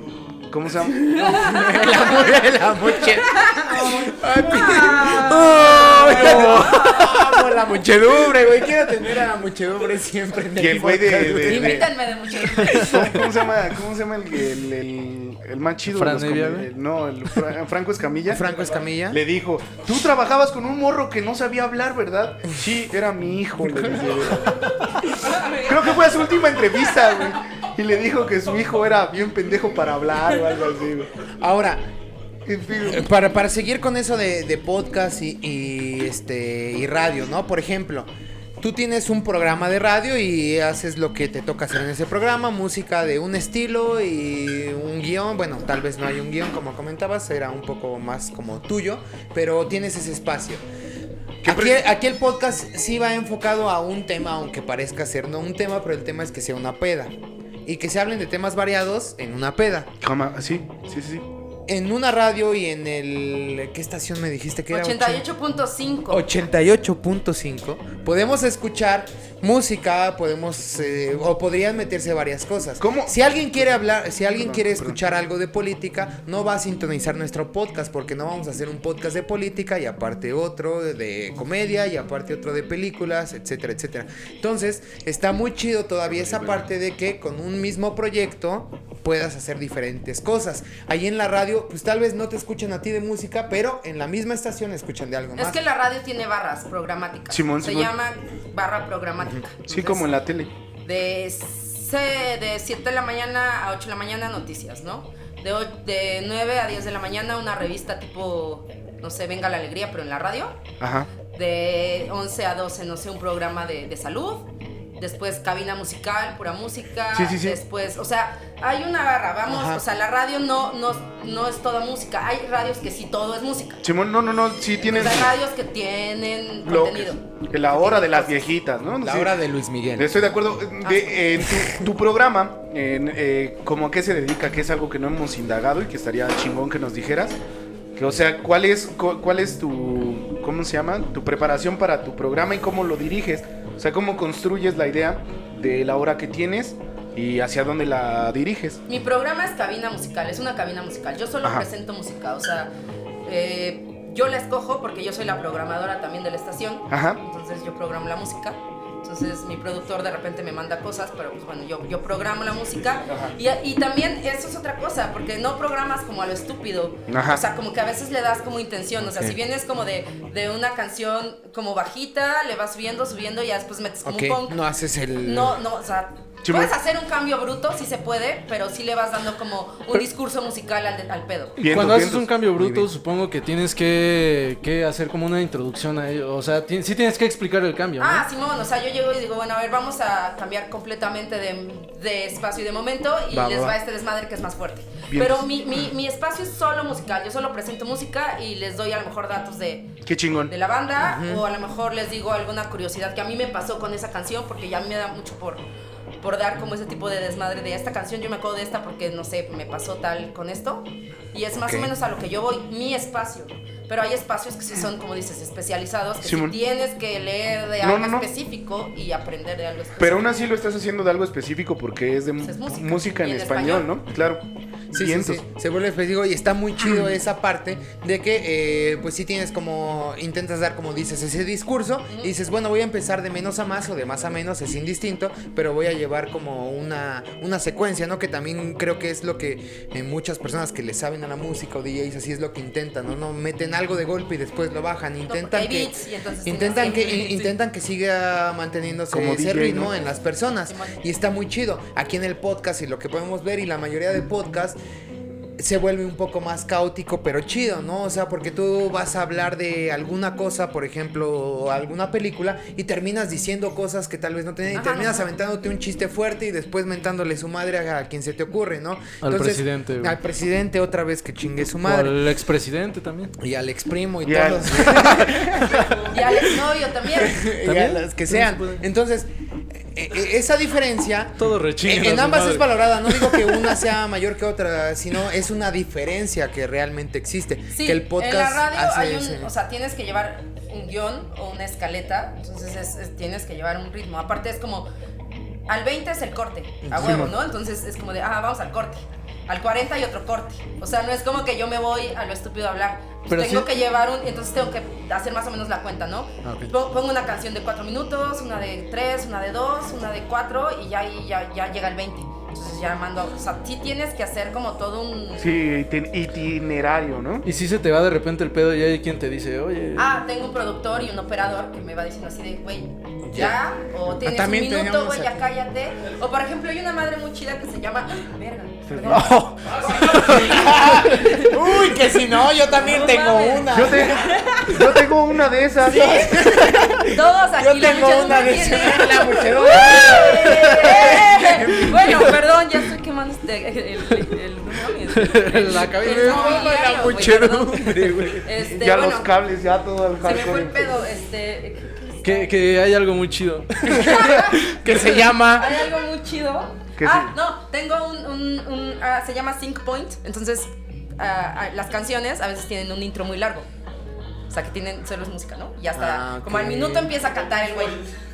Speaker 3: ¿Cómo se llama?
Speaker 1: La mujer, la mujer. Amo la muchedumbre, güey. Quiero tener a la muchedumbre siempre. en el
Speaker 3: Y el güey de-
Speaker 1: podcast,
Speaker 3: de-
Speaker 4: Invítanme de mucho.
Speaker 3: ¿Cómo se llama? ¿Cómo se llama el, el, el- el más chido? de
Speaker 2: Fran
Speaker 3: los
Speaker 2: Evia,
Speaker 3: comed-
Speaker 2: güey.
Speaker 3: el- No, el Fra- Franco Escamilla.
Speaker 1: Franco Escamilla.
Speaker 3: Le dijo, tú trabajabas con un morro que no sabía hablar, ¿verdad? Sí, era mi hijo. le dice. Creo que fue su última entrevista, güey. Y le dijo que su hijo era bien pendejo para hablar o algo así, güey.
Speaker 1: Ahora,
Speaker 3: En fin,
Speaker 1: Eh, Para, para seguir con eso de, de podcast y, y, este y radio, ¿no? Por ejemplo, tú tienes un programa de radio y haces lo que te toca hacer en ese programa, música de un estilo y un guión. Bueno, tal vez no hay un guión, como comentabas, era un poco más como tuyo, pero tienes ese espacio. Aquí, aquí el podcast sí va enfocado a un tema, aunque parezca ser no un tema, pero el tema es que sea una peda. Y que se hablen de temas variados en una peda
Speaker 3: Cama, sí, sí, sí.
Speaker 1: en una radio y en el ¿qué estación me dijiste que era?
Speaker 4: 88.5.
Speaker 1: 88.5 podemos escuchar música, podemos eh, o podrían meterse varias cosas.
Speaker 3: ¿Cómo?
Speaker 1: Si alguien quiere hablar, si alguien
Speaker 3: Perdón,
Speaker 1: quiere
Speaker 3: perdón.
Speaker 1: escuchar algo de política, no va a sintonizar nuestro podcast porque no vamos a hacer un podcast de política y aparte otro de, de comedia y aparte otro de películas, etcétera, etcétera. Entonces, está muy chido todavía esa parte de que con un mismo proyecto puedas hacer diferentes cosas. Ahí en la radio, pues tal vez no te escuchan a ti de música, pero en la misma estación escuchan de algo más.
Speaker 4: Es que la radio tiene barras programáticas.
Speaker 3: Simón,
Speaker 4: Se
Speaker 3: Simón.
Speaker 4: llama barra programática.
Speaker 3: Sí,
Speaker 4: Entonces,
Speaker 3: como en la tele.
Speaker 4: De 6 sé, de 7 de la mañana a 8 de la mañana noticias, ¿no? De, o- de 9 a 10 de la mañana una revista tipo, no sé, Venga la Alegría, pero en la radio.
Speaker 3: Ajá.
Speaker 4: De 11 a 12, no sé, un programa de, de salud. Después cabina musical, pura música.
Speaker 3: Sí, sí, sí.
Speaker 4: Después, o sea, hay una barra, vamos,
Speaker 1: Ajá.
Speaker 4: o sea, la radio no, no, no es toda música. Hay radios que sí todo es música.
Speaker 3: Simón, no, no, no, sí
Speaker 4: Hay
Speaker 3: tienes
Speaker 4: radios que tienen
Speaker 3: bloques.
Speaker 4: contenido.
Speaker 3: La hora de las viejitas, ¿no?
Speaker 1: La
Speaker 3: Sí.
Speaker 1: hora de Luis Miguel.
Speaker 3: Estoy de acuerdo.
Speaker 4: Ah,
Speaker 3: De, eh, tu, tu programa, en, eh, ¿cómo a qué se dedica? Que es algo que no hemos indagado y que estaría chingón que nos dijeras. Que, o sea, ¿cuál es, cu- ¿cuál es tu, cómo se llama? Tu preparación para tu programa y cómo lo diriges. O sea, ¿cómo construyes la idea de la hora que tienes y hacia dónde la diriges?
Speaker 4: Mi programa es cabina musical, es una cabina musical. Yo solo
Speaker 3: Ajá.
Speaker 4: presento música, o sea, eh, yo la escojo porque yo soy la programadora también de la estación.
Speaker 3: Ajá.
Speaker 4: Entonces yo programo la música. Entonces mi productor de repente me manda cosas, pero pues bueno, yo, yo programo la música. Y, y también eso es otra cosa, porque no programas como a lo estúpido.
Speaker 3: Ajá.
Speaker 4: O sea, como que a veces le das como intención. O sea, si vienes como de, de una canción como bajita, le vas subiendo, subiendo y ya después metes como
Speaker 1: Ok,
Speaker 4: un punk.
Speaker 1: no haces el.
Speaker 4: No, no, o sea,
Speaker 3: Sí,
Speaker 4: puedes
Speaker 3: bueno.
Speaker 4: hacer un cambio bruto, si se puede, pero sí le vas dando como un discurso musical al, al pedo.
Speaker 2: Y
Speaker 3: Vientos,
Speaker 2: Cuando haces
Speaker 3: vientos.
Speaker 2: un cambio
Speaker 1: Muy
Speaker 2: bruto,
Speaker 1: bien.
Speaker 2: supongo que tienes que, que hacer como una introducción a ello. O sea, ti- sí tienes que explicar el cambio, ¿no?
Speaker 4: Ah, Simón, o sea, yo llego y digo, bueno, a ver, vamos a cambiar completamente de, de espacio y de momento y
Speaker 3: Va,
Speaker 4: les
Speaker 3: va,
Speaker 4: va,
Speaker 3: va.
Speaker 4: este desmadre que es más fuerte.
Speaker 3: Bien.
Speaker 4: Pero mi, mi, mi espacio es solo musical, yo solo presento música y les doy a lo mejor datos de,
Speaker 3: Qué chingón.
Speaker 4: de la banda o a lo mejor les digo alguna curiosidad que a mí me pasó con esa canción porque ya me da mucho por por dar como ese tipo de desmadre de esta canción yo me acuerdo de esta porque no sé me pasó tal con esto y es más
Speaker 1: Ok.
Speaker 4: o menos a lo que yo voy mi espacio pero hay espacios que sí son como dices especializados que sí
Speaker 3: Simón.
Speaker 4: tienes que leer de
Speaker 3: No,
Speaker 4: algo
Speaker 3: no, no.
Speaker 4: específico y aprender de algo específico
Speaker 3: Pero aún así lo estás haciendo de algo específico porque es de
Speaker 4: Pues es música.
Speaker 3: música, en,
Speaker 4: Y en
Speaker 3: español,
Speaker 4: español.
Speaker 3: ¿no? Claro.
Speaker 1: Sí, sí,
Speaker 3: Vientos.
Speaker 1: sí, se vuelve específico y está muy chido esa parte de que eh, pues sí tienes como, intentas dar como dices ese discurso y dices, bueno, voy a empezar de menos a más o de más a menos, es indistinto, pero voy a llevar como una, una secuencia, ¿no? Que también creo que es lo que eh, muchas personas que le saben a la música o DJs así es lo que intentan, ¿no? No meten algo de golpe y después lo bajan,
Speaker 4: porque
Speaker 1: intentan
Speaker 4: hay
Speaker 1: que...
Speaker 4: beats y entonces tienes
Speaker 1: Intentan que,
Speaker 4: que-
Speaker 1: in-
Speaker 4: sí.
Speaker 1: intentan que siga manteniéndose
Speaker 3: Como DJ,
Speaker 1: ese ritmo
Speaker 3: ¿no?
Speaker 1: en las personas.
Speaker 4: Simón.
Speaker 1: Y está muy chido. Aquí en el podcast y lo que podemos ver y la mayoría de podcasts se vuelve un poco más caótico, pero chido, ¿no? O sea, porque tú vas a hablar de alguna cosa, por ejemplo, alguna película, y terminas diciendo cosas que tal vez no tenían, y
Speaker 4: Ajá,
Speaker 1: terminas
Speaker 4: ajá.
Speaker 1: aventándote un chiste fuerte y después mentándole su madre a, a quien se te ocurre, ¿no?
Speaker 2: presidente, güey.
Speaker 1: Al presidente otra vez que chingue su
Speaker 2: O
Speaker 1: madre.
Speaker 2: al expresidente también.
Speaker 1: Y al exprimo y
Speaker 3: Y al-
Speaker 1: todos.
Speaker 4: y al exnovio también
Speaker 1: y a
Speaker 2: ¿También?
Speaker 1: las que
Speaker 2: También se
Speaker 1: sean.
Speaker 2: puede.
Speaker 1: Entonces, e- e- esa diferencia
Speaker 2: Todo rechinga
Speaker 1: en-
Speaker 2: a
Speaker 1: En
Speaker 2: su
Speaker 1: ambas
Speaker 2: madre.
Speaker 1: es valorada, no digo que una sea mayor que otra, sino es una diferencia que realmente existe.
Speaker 4: Sí,
Speaker 1: que el podcast
Speaker 4: en la radio
Speaker 1: hace
Speaker 4: hay un,
Speaker 1: ese-
Speaker 4: o sea, tienes que llevar un guión o una escaleta, entonces es- es- tienes que llevar un ritmo. Aparte es como, al 20 es el corte, a huevo, ¿no? Entonces es como de, ah, vamos al corte. Al 40 hay otro corte. O sea, no es como que yo me voy a lo estúpido a hablar. Pues
Speaker 2: Pero
Speaker 4: tengo
Speaker 2: sí-
Speaker 4: que llevar un, entonces tengo que hacer más o menos la cuenta, ¿no?
Speaker 1: Ah,
Speaker 4: Po- Pongo una canción de 4 minutos, una de 3, una de 2, una de 4 y ya, ahí ya, ya llega el 20. Entonces ya mando, o sea, sí tienes que hacer como todo un...
Speaker 3: Sí, iten- itinerario, ¿no?
Speaker 2: Y si se te va de repente el pedo y hay quien te dice, oye,
Speaker 4: Ah, tengo un productor y un operador que me va diciendo así de, güey, ya, o tienes
Speaker 1: también
Speaker 4: un minuto,
Speaker 1: teníamos
Speaker 4: güey, ya
Speaker 1: aquí.
Speaker 4: cállate. O por ejemplo, hay una madre muy chida que se llama, verga, perdón.
Speaker 1: Uy, que si no, yo también
Speaker 4: No
Speaker 1: tengo
Speaker 4: mames.
Speaker 1: una.
Speaker 3: Yo, te- yo tengo una de esas.
Speaker 4: todos aquí
Speaker 1: Yo
Speaker 4: la
Speaker 1: tengo
Speaker 4: muchedumbre
Speaker 1: una de
Speaker 4: tiene.
Speaker 1: esas, la muchedumbre.
Speaker 4: ¡Eh! bueno, perdón, ya estoy quemando este, el, el, el- no mames, el-
Speaker 2: La cabeza.
Speaker 4: el
Speaker 2: No,
Speaker 4: mobiliario,
Speaker 2: la
Speaker 4: güey,
Speaker 2: muchedumbre,
Speaker 4: perdón. Este,
Speaker 3: ya
Speaker 4: bueno,
Speaker 3: los cables, ya todo el
Speaker 4: se me fue
Speaker 3: hardcore.
Speaker 4: el pedo, este, ¿qué- qué
Speaker 2: que, que hay algo muy chido.
Speaker 1: Que se llama.
Speaker 4: Hay algo muy chido.
Speaker 3: ¿Qué
Speaker 4: ah,
Speaker 3: sí?
Speaker 4: no, tengo un. un- un, ah, se llama Sync Point. Entonces, ah, ah, las canciones a veces tienen un intro muy largo. O sea, que tienen solo es música, ¿no? Y hasta
Speaker 1: Ah,
Speaker 4: como al
Speaker 1: ok.
Speaker 4: minuto empieza a cantar el güey.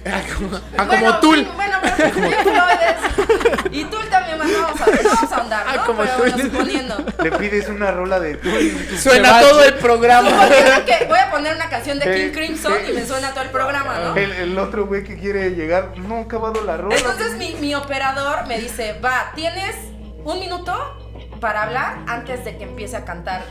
Speaker 1: Ah, como
Speaker 4: Bueno,
Speaker 1: Tul.
Speaker 4: sí, Bueno, pero sí, Pink Floyd es- Y Tul también, más vamos a, no vamos a ahondar, ¿no?
Speaker 1: Ah, como
Speaker 4: pero
Speaker 1: Tul.
Speaker 4: bueno, suponiendo.
Speaker 3: Le pides una rola de tú.
Speaker 1: Suena
Speaker 2: Qué
Speaker 1: todo
Speaker 2: bache.
Speaker 1: el programa.
Speaker 4: Suponiendo que voy a poner una canción de
Speaker 3: Eh,
Speaker 4: King Crimson
Speaker 3: eh.
Speaker 4: y me suena todo el programa,
Speaker 1: eh,
Speaker 4: ¿no?
Speaker 3: El, el otro güey que quiere llegar, no ha acabado la rola.
Speaker 4: Entonces mi, mi operador me dice, va, tienes un minuto para hablar antes de que empiece a cantar.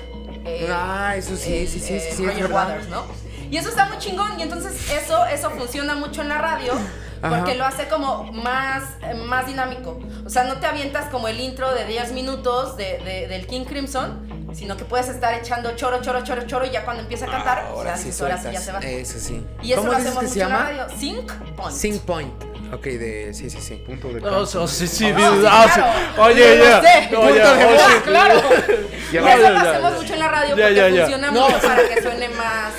Speaker 4: eh,
Speaker 1: Ah, eso sí, sí, sí, sí, sí, es
Speaker 4: Roger
Speaker 1: verdad.
Speaker 4: Waters, ¿no? Y eso está muy chingón y entonces eso, eso funciona mucho en la radio
Speaker 1: Ajá.
Speaker 4: porque lo hace como más, eh, más dinámico. O sea, no te avientas como el intro de 10 minutos de, de- del King Crimson, sino que puedes estar echando choro, choro, choro, choro, y ya cuando empieza a cantar, pues,
Speaker 1: Ah, Ahora
Speaker 4: ya
Speaker 1: sí,
Speaker 4: dices, ahora sí ya se va.
Speaker 1: sueltas. Eso sí.
Speaker 4: y eso
Speaker 1: ¿Cómo
Speaker 4: lo
Speaker 1: dices
Speaker 4: hacemos
Speaker 1: que
Speaker 4: mucho
Speaker 1: se
Speaker 4: en la
Speaker 1: llama?
Speaker 4: radio. Sync Point.
Speaker 1: Sync Point. Ok, de. Sí, sí, sí.
Speaker 3: Punto
Speaker 4: Pues,
Speaker 3: de
Speaker 2: Oh, sí, sí, sí,
Speaker 4: Ah, sí,
Speaker 2: dude, ah, sí.
Speaker 4: claro.
Speaker 2: Oye,
Speaker 4: Yo lo
Speaker 2: ya.
Speaker 4: sé.
Speaker 2: No, ya,
Speaker 4: Punto de-
Speaker 2: oye,
Speaker 4: Ah,
Speaker 2: sí.
Speaker 4: claro. Y
Speaker 3: Ya,
Speaker 4: eso
Speaker 2: ya,
Speaker 4: lo
Speaker 2: ya,
Speaker 4: hacemos
Speaker 2: ya.
Speaker 4: mucho en la radio
Speaker 2: Ya,
Speaker 4: porque
Speaker 2: ya, ya.
Speaker 4: funciona
Speaker 1: No.
Speaker 4: mucho para que suene más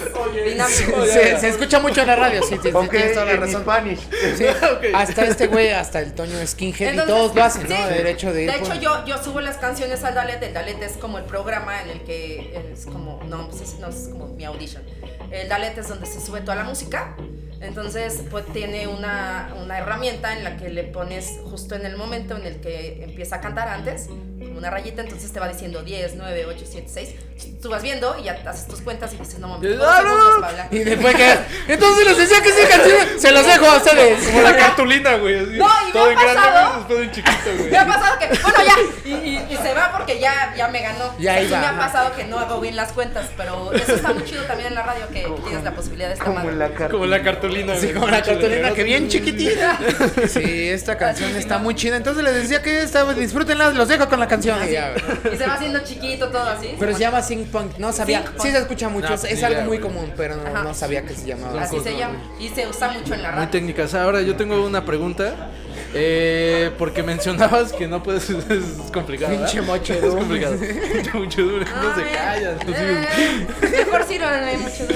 Speaker 4: dinámico.
Speaker 2: Oh,
Speaker 1: Se, se escucha mucho en la radio, sí, sí, sí,
Speaker 3: Ok,
Speaker 1: tienes
Speaker 2: eh,
Speaker 1: toda la
Speaker 3: en
Speaker 1: razón.
Speaker 3: Spanish.
Speaker 1: Sí, Hasta este güey, hasta el Toño Skinhead
Speaker 4: Entonces,
Speaker 1: y todos lo hacen,
Speaker 4: sí.
Speaker 1: ¿no? De derecho de ir.
Speaker 4: De hecho,
Speaker 1: por-
Speaker 4: yo, yo subo las canciones al Dalet. El Dalet es como el programa en el que es como. No, pues es, no, es como mi audition. El Dalet es donde se sube toda la música. Entonces, pues tiene una, una herramienta en la que le pones justo en el momento en el que empieza a cantar antes, como una rayita, entonces te va diciendo 10, 9, 8, 7, 6. Tú vas viendo y ya haces tus cuentas y dices, no mames, dos
Speaker 2: Ah, no.
Speaker 4: segundos para hablar.
Speaker 1: Y después que. Entonces les decía que sí, canción. Se los dejo a ustedes.
Speaker 2: Como la cartulina, güey. así.
Speaker 4: No, y me
Speaker 2: todo
Speaker 4: ha
Speaker 2: en grande,
Speaker 4: pasado.
Speaker 2: güey, después en chiquito, güey.
Speaker 4: Me ha pasado que, bueno, ya, y, y- y se va porque ya, ya me ganó.
Speaker 1: Ya
Speaker 4: Así
Speaker 1: iba,
Speaker 4: me ha
Speaker 1: ajá.
Speaker 4: pasado que no hago bien las cuentas, pero eso está muy chido también en la radio que tienes la posibilidad de esta
Speaker 3: Como en
Speaker 4: madre.
Speaker 3: la carta.
Speaker 2: Como la cartulina,
Speaker 1: Sí,
Speaker 2: güey.
Speaker 1: como la cartulina que bien
Speaker 2: chiquitita.
Speaker 1: Sí, esta canción está muy chida. Entonces les decía que esta, pues, disfrútenla, los dejo con la canción.
Speaker 4: Ah,
Speaker 1: Y ya, güey.
Speaker 4: Y se va haciendo chiquito todo así.
Speaker 1: Pero se llama Sync Punk, no sabía.
Speaker 4: Sync Punk.
Speaker 1: Sí se escucha mucho,
Speaker 2: No,
Speaker 1: es,
Speaker 2: ni
Speaker 1: es algo
Speaker 2: idea,
Speaker 1: muy
Speaker 2: güey.
Speaker 1: común, pero no,
Speaker 4: Ajá.
Speaker 1: no sabía que se llamaba.
Speaker 4: Así se llama. Y se usa mucho en la
Speaker 2: Muy
Speaker 4: radio.
Speaker 2: técnicas. Ahora yo tengo una pregunta. Eh, porque mencionabas que no puedes. Es complicado. ¿verdad?
Speaker 1: Pinche mocho
Speaker 2: Es
Speaker 1: duro.
Speaker 2: complicado. Pinche mocho duro, No se
Speaker 4: Ay,
Speaker 2: callan.
Speaker 4: Ah,
Speaker 3: pues,
Speaker 4: eh, Mejor sírvanle mucho.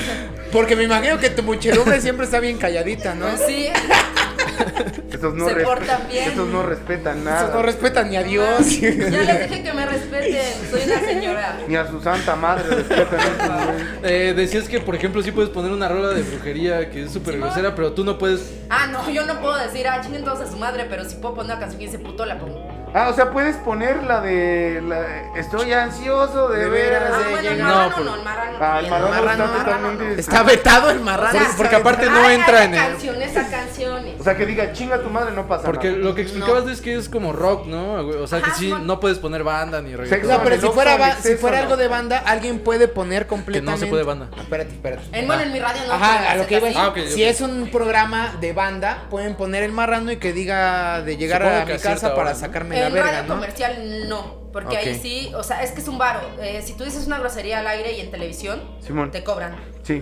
Speaker 1: Porque me imagino que tu muchedumbre siempre está bien calladita, ¿no? Esos
Speaker 4: Pues Sí,
Speaker 3: Estos no,
Speaker 4: Se
Speaker 3: respe-
Speaker 4: portan bien.
Speaker 3: estos no respetan nada.
Speaker 1: no respetan ni a Dios.
Speaker 4: Ya les dije que me respeten. Soy una señora.
Speaker 3: Ni a su santa madre respetan. estos, güey.
Speaker 2: Eh, decías que, por ejemplo, sí puedes poner una rola de brujería que es súper grosera, pero tú no puedes.
Speaker 4: Ah, no, yo no puedo decir, ah, chinguen todos a su madre, pero si puedo poner una canción que dice puto, la pongo.
Speaker 3: Ah, o sea, puedes poner la de. la- Estoy ansioso de,
Speaker 1: De
Speaker 3: veras.
Speaker 1: veras,
Speaker 4: Ah,
Speaker 1: de
Speaker 4: bueno, el
Speaker 1: llegar.
Speaker 4: marrano
Speaker 2: No,
Speaker 4: no, el marrano.
Speaker 3: Ah, el
Speaker 4: también.
Speaker 3: marrano
Speaker 1: marrano,
Speaker 3: está
Speaker 4: marrano,
Speaker 3: totalmente.
Speaker 1: Está vetado el
Speaker 4: O
Speaker 1: marrano.
Speaker 4: sea,
Speaker 2: porque aparte no
Speaker 4: ay,
Speaker 2: entra
Speaker 4: haga
Speaker 2: en el-
Speaker 4: canciones a canciones.
Speaker 3: O sea, que diga chinga tu madre, no pasa
Speaker 2: Porque
Speaker 3: nada.
Speaker 2: lo que explicabas es que es como rock, ¿no? güey? O sea, que
Speaker 4: Ajá,
Speaker 2: sí,
Speaker 4: no-
Speaker 2: no puedes poner banda ni
Speaker 1: O
Speaker 2: reggaetón.
Speaker 1: sea, pero
Speaker 3: No,
Speaker 1: si
Speaker 3: no
Speaker 1: fuera,
Speaker 3: fue en
Speaker 1: ba- si
Speaker 3: exceso,
Speaker 1: fuera
Speaker 3: no.
Speaker 1: algo de banda, alguien puede poner completamente. Ah,
Speaker 2: puede banda.
Speaker 1: Espérate, espérate.
Speaker 4: En, bueno, en mi radio Eh, no. pueden
Speaker 1: Ajá, a lo
Speaker 4: hacer
Speaker 1: que iba
Speaker 4: así.
Speaker 2: Ah, ok,
Speaker 1: Si
Speaker 2: ok.
Speaker 1: es un programa de banda, pueden poner el marrano y que diga de llegar
Speaker 2: Supongo
Speaker 1: a
Speaker 2: que
Speaker 1: mi
Speaker 2: a cierta
Speaker 1: casa para
Speaker 2: hora, ¿no?
Speaker 1: sacarme la
Speaker 4: En
Speaker 1: verga,
Speaker 4: radio
Speaker 1: ¿no?
Speaker 4: comercial no. Porque ahí
Speaker 1: Ok.
Speaker 4: sí, o sea, es que es un varo. Eh, si tú dices una grosería al aire y en televisión,
Speaker 3: Simón.
Speaker 4: te cobran.
Speaker 3: Sí.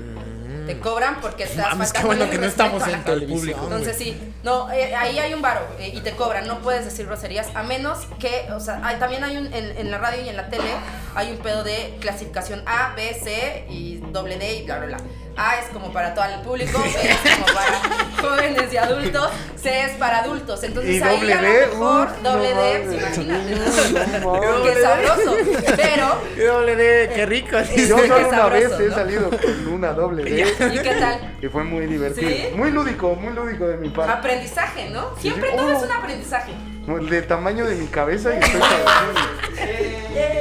Speaker 4: Te cobran porque estás
Speaker 1: Mames, qué
Speaker 4: faltando
Speaker 1: bueno
Speaker 4: el
Speaker 1: que no
Speaker 4: respeto
Speaker 1: estamos
Speaker 4: a la
Speaker 1: en
Speaker 4: gente.
Speaker 1: el público.
Speaker 4: Entonces sí, no, eh, ahí hay un varo eh, y te cobran, no puedes decir groserías, a menos que, o sea, hay- también hay un, en, en la radio y en la tele hay un pedo de clasificación A, B, C y doble D y bla, bla, bla. A es como para todo el público, B es como para jóvenes y adultos, C es para adultos. Entonces
Speaker 3: Y
Speaker 4: ahí
Speaker 3: doble
Speaker 4: a lo
Speaker 3: D,
Speaker 4: mejor
Speaker 3: uf,
Speaker 4: doble
Speaker 3: no
Speaker 4: D,
Speaker 3: mames.
Speaker 4: pues,
Speaker 3: No
Speaker 4: imagínate.
Speaker 3: mames.
Speaker 4: Qué sabroso, pero...
Speaker 1: Doble D, qué
Speaker 4: Eh,
Speaker 1: rico.
Speaker 3: Yo
Speaker 4: Qué
Speaker 3: solo una vez
Speaker 4: sabroso,
Speaker 3: he
Speaker 4: ¿no?
Speaker 3: salido con una doble D.
Speaker 4: ¿Y qué tal?
Speaker 3: Y fue muy divertido.
Speaker 4: ¿Sí?
Speaker 3: Muy lúdico, muy lúdico de mi parte.
Speaker 4: Aprendizaje, ¿no? Siempre
Speaker 3: Sí, sí.
Speaker 4: todo es
Speaker 3: Oh.
Speaker 4: un aprendizaje.
Speaker 3: Del tamaño de mi cabeza y estoy cabeceando.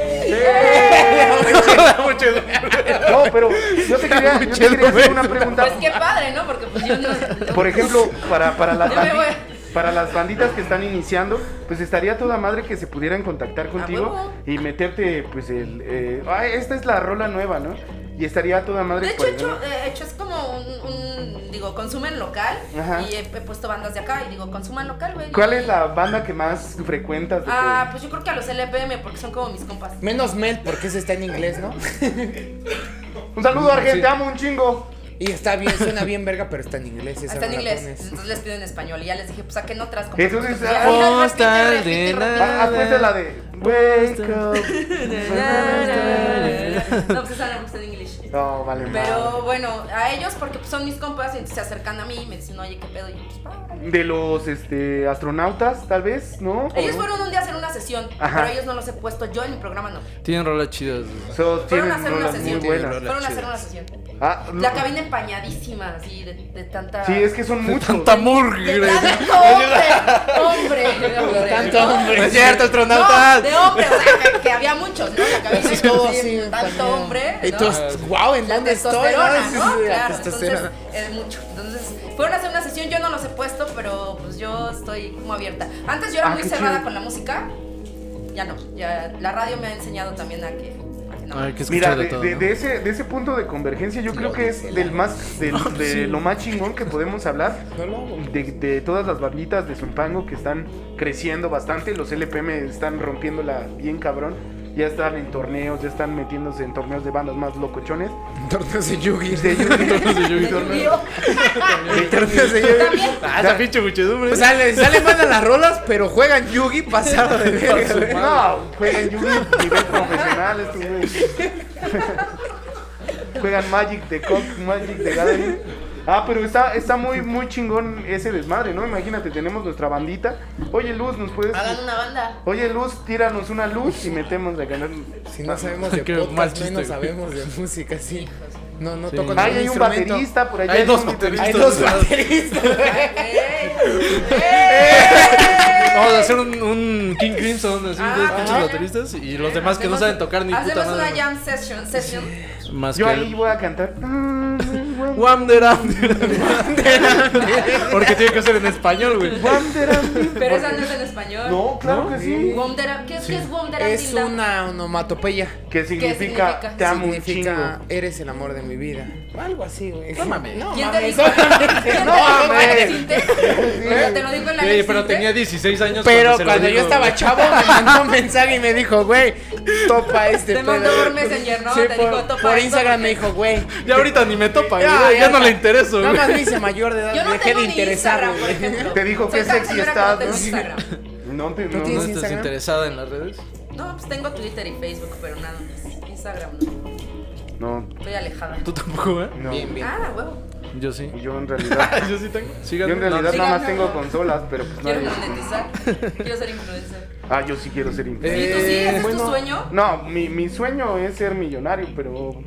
Speaker 3: No, pero yo te quería, yo te quería hacer una pregunta.
Speaker 4: Pues qué padre, ¿no? Porque pues yo no...
Speaker 3: Por ejemplo, para, para las
Speaker 4: Yo me
Speaker 3: bandi-
Speaker 4: voy.
Speaker 3: Para las banditas que están iniciando, pues estaría toda madre que se pudieran contactar
Speaker 4: huevo.
Speaker 3: contigo y meterte, pues, el. eh, ay, esta es la rola nueva, ¿no? Y estaría toda madre.
Speaker 4: De hecho,
Speaker 3: por
Speaker 4: hecho,
Speaker 3: ejemplo.
Speaker 4: eh, hecho es como un, un- digo, consumen local
Speaker 3: Ajá.
Speaker 4: y he, he puesto bandas de acá y digo, consuman local, güey.
Speaker 3: ¿Cuál
Speaker 4: Y-
Speaker 3: es la banda que más frecuentas? de
Speaker 4: Ah, pues yo creo que a los LPM porque son como mis compas.
Speaker 1: Menos Mel, porque ese está en inglés, ¿no?
Speaker 4: pues,
Speaker 3: tu- Un saludo, Argen,
Speaker 2: Sí.
Speaker 3: te amo un chingo.
Speaker 1: Y está bien, suena bien verga, pero está en inglés. esa
Speaker 4: Está en
Speaker 1: no la
Speaker 4: inglés.
Speaker 1: pones.
Speaker 4: Entonces les pido en español y ya les dije, pues saquen otras. compas.
Speaker 3: Entonces,
Speaker 4: Entonces, ya,
Speaker 3: ah,
Speaker 4: mira,
Speaker 2: postal
Speaker 4: repite, repite,
Speaker 2: de
Speaker 4: repite.
Speaker 2: nada.
Speaker 3: Ah, Después de la de. Wake up.
Speaker 4: No, pues esa no está en inglés.
Speaker 3: No, vale, madre.
Speaker 4: Pero bueno, a ellos porque pues, son mis compas y entonces se acercan a mí y me dicen, oye, qué pedo. Y yo, pues, va, órale.
Speaker 3: De los este, astronautas, tal vez, ¿no?
Speaker 4: Ellos
Speaker 3: O-
Speaker 4: fueron un día a hacer una sesión,
Speaker 3: Ajá.
Speaker 4: pero ellos no los he puesto yo en mi programa, no.
Speaker 2: Tienen rolas chidas. güey.
Speaker 3: So,
Speaker 4: Fueron
Speaker 3: tienen
Speaker 4: a hacer una
Speaker 3: rolas
Speaker 4: sesión.
Speaker 3: muy buenas.
Speaker 4: Fueron a hacer una sesión.
Speaker 3: Ah,
Speaker 4: La
Speaker 3: no.
Speaker 4: cabina empañadísima, así, de, de tanta.
Speaker 3: Sí, es que son muchos.
Speaker 2: Tanta
Speaker 4: De
Speaker 2: murgre.
Speaker 4: tanto hombre, hombre, hombre.
Speaker 1: Tanto
Speaker 4: ¿no?
Speaker 1: hombre.
Speaker 2: Es cierto,
Speaker 4: No,
Speaker 2: astronautas.
Speaker 4: de hombre, o sea, que, que había muchos, ¿no? La cabina
Speaker 1: Entonces, todo así,
Speaker 4: sí,
Speaker 1: también.
Speaker 4: Tanto hombre.
Speaker 1: Y
Speaker 4: ¿no?
Speaker 2: Ah,
Speaker 1: todos, wow, ¿en
Speaker 4: La
Speaker 1: dónde estoy?
Speaker 4: testosterona,
Speaker 1: Sí, sí, sí, la
Speaker 4: ¿no? Claro, entonces
Speaker 1: testosterona.
Speaker 4: es mucho. Entonces, fueron a hacer una sesión, yo no los he puesto, pero pues yo estoy como abierta. Antes yo era
Speaker 3: Ah,
Speaker 4: muy
Speaker 3: qué
Speaker 4: cerrada
Speaker 3: chido.
Speaker 4: con la música, ya no. Ya, la radio me ha enseñado también a que, a que no.
Speaker 2: A ver, que
Speaker 3: Mira,
Speaker 2: escuchar de
Speaker 3: de,
Speaker 2: todo,
Speaker 3: de-
Speaker 2: ¿no?
Speaker 3: de ese, de ese punto de convergencia, yo creo que es del más, del- de lo más chingón que podemos hablar.
Speaker 1: No lo hago.
Speaker 3: De, de todas las barbitas de Zumpango que están creciendo bastante, los LPM están rompiéndola bien cabrón. Ya están en torneos, ya están metiéndose en torneos de bandas más locochones.
Speaker 1: Torneos de Yugi.
Speaker 3: De Yugi.
Speaker 2: Entonces, yo-
Speaker 4: De Yu-Gi-Oh.
Speaker 1: Torneos de Yugi.
Speaker 2: Ah, esa pinche muchedumbre.
Speaker 1: Pues salen, salen mal a las rolas, pero juegan Yugi pasado de verga, güey.
Speaker 3: No, juegan Yugi nivel profesional estos güeyes. juegan Magic de Cock, Magic de Gathering. Ah, pero está, está muy, muy chingón ese desmadre, ¿no? Imagínate, tenemos nuestra bandita. Oye, Luz, ¿nos puedes...?
Speaker 4: Hagan una banda.
Speaker 3: Oye, Luz, tíranos una luz y metemos de ganar.
Speaker 1: Si no sabemos de
Speaker 2: Qué mal
Speaker 1: podcast,
Speaker 2: chiste,
Speaker 1: menos
Speaker 2: güey.
Speaker 1: sabemos de música, sí. No, no
Speaker 2: Sí.
Speaker 1: toco
Speaker 3: Ahí
Speaker 1: ningún
Speaker 3: hay un
Speaker 1: instrumento.
Speaker 3: baterista, por allá
Speaker 2: Hay dos
Speaker 3: un
Speaker 2: bateristas.
Speaker 1: Hay dos
Speaker 2: ¿verdad?
Speaker 1: bateristas.
Speaker 2: Vamos a hacer un, un King Crimson, así,
Speaker 4: Ah,
Speaker 2: de pinches
Speaker 4: ajá.
Speaker 2: bateristas. Y los demás que no
Speaker 4: Hacemos-
Speaker 2: saben tocar ni puta
Speaker 4: Hacemos
Speaker 2: madre.
Speaker 4: una jam session. session.
Speaker 2: Más
Speaker 3: Yo
Speaker 2: que-
Speaker 3: ahí voy a cantar. Ah,
Speaker 2: Wanderan. Porque tiene que ser en español, güey.
Speaker 4: Pero esa no es en español.
Speaker 3: No, claro
Speaker 2: ¿No?
Speaker 3: que sí.
Speaker 4: Womdera- ¿Qué, ¿Qué es Womdera
Speaker 1: Es
Speaker 4: Tilda?
Speaker 1: una onomatopeya.
Speaker 3: Que significa,
Speaker 4: significa?
Speaker 3: te amo un
Speaker 1: Significa,
Speaker 3: chingo.
Speaker 1: eres el amor de mi vida. Algo así, güey. No mames. No
Speaker 4: ¿Quién te dijo? ¿Quién
Speaker 1: No
Speaker 4: te
Speaker 1: mames.
Speaker 4: dijo que ¿Te lo dijo en la
Speaker 2: Güey, pero
Speaker 4: Lexinte?
Speaker 2: tenía 16 años.
Speaker 1: Pero
Speaker 2: se lo
Speaker 1: cuando
Speaker 2: dijo,
Speaker 1: yo estaba
Speaker 2: güey.
Speaker 1: chavo me mandó un mensaje y me dijo, güey, topa este
Speaker 4: Te mandó
Speaker 1: pedo".
Speaker 4: por Messenger, ¿no?
Speaker 1: Sí,
Speaker 4: Te
Speaker 1: por,
Speaker 4: dijo, "Topa
Speaker 1: por
Speaker 4: esto,
Speaker 1: Instagram
Speaker 4: porque-
Speaker 1: me dijo, güey.
Speaker 2: Ya ahorita ni me topa,
Speaker 1: Ya,
Speaker 2: güey. Ya,
Speaker 1: ya,
Speaker 2: no le
Speaker 1: ya.
Speaker 2: intereso,
Speaker 1: Nada
Speaker 2: güey.
Speaker 1: más me hice mayor de edad,
Speaker 4: Yo no
Speaker 1: dejé
Speaker 4: tengo
Speaker 1: de
Speaker 4: ni
Speaker 1: interesar,
Speaker 4: Instagram, por
Speaker 1: güey.
Speaker 4: ejemplo.
Speaker 3: Te dijo
Speaker 4: Soy
Speaker 3: que
Speaker 4: tan
Speaker 3: sexy
Speaker 4: señora que no
Speaker 3: estás,
Speaker 4: tengo
Speaker 3: ¿no?
Speaker 4: Instagram.
Speaker 3: No te
Speaker 1: ¿No
Speaker 3: no,
Speaker 2: ¿No
Speaker 1: tienes
Speaker 2: estás
Speaker 1: Instagram?
Speaker 2: interesada en las redes?
Speaker 4: No, pues tengo Twitter y Facebook, pero nada más. Instagram no.
Speaker 3: no,
Speaker 4: Estoy alejada.
Speaker 2: ¿Tú tampoco, güey?
Speaker 3: no.
Speaker 1: Bien, bien.
Speaker 4: Ah, huevo.
Speaker 2: Yo sí.
Speaker 3: Yo en realidad,
Speaker 2: Yo sí tengo.
Speaker 3: yo
Speaker 2: Síganme.
Speaker 3: en realidad
Speaker 4: No,
Speaker 3: nada más
Speaker 4: síganme.
Speaker 3: tengo consolas, pero pues
Speaker 4: Quiero
Speaker 3: nadie-
Speaker 4: monetizar. Quiero ser influencer.
Speaker 3: Ah, yo sí quiero ser influencer.
Speaker 4: Eh, ¿Y tú sí? ¿Ese es tu
Speaker 1: bueno.
Speaker 4: sueño?
Speaker 3: No, mi, mi sueño es ser millonario, pero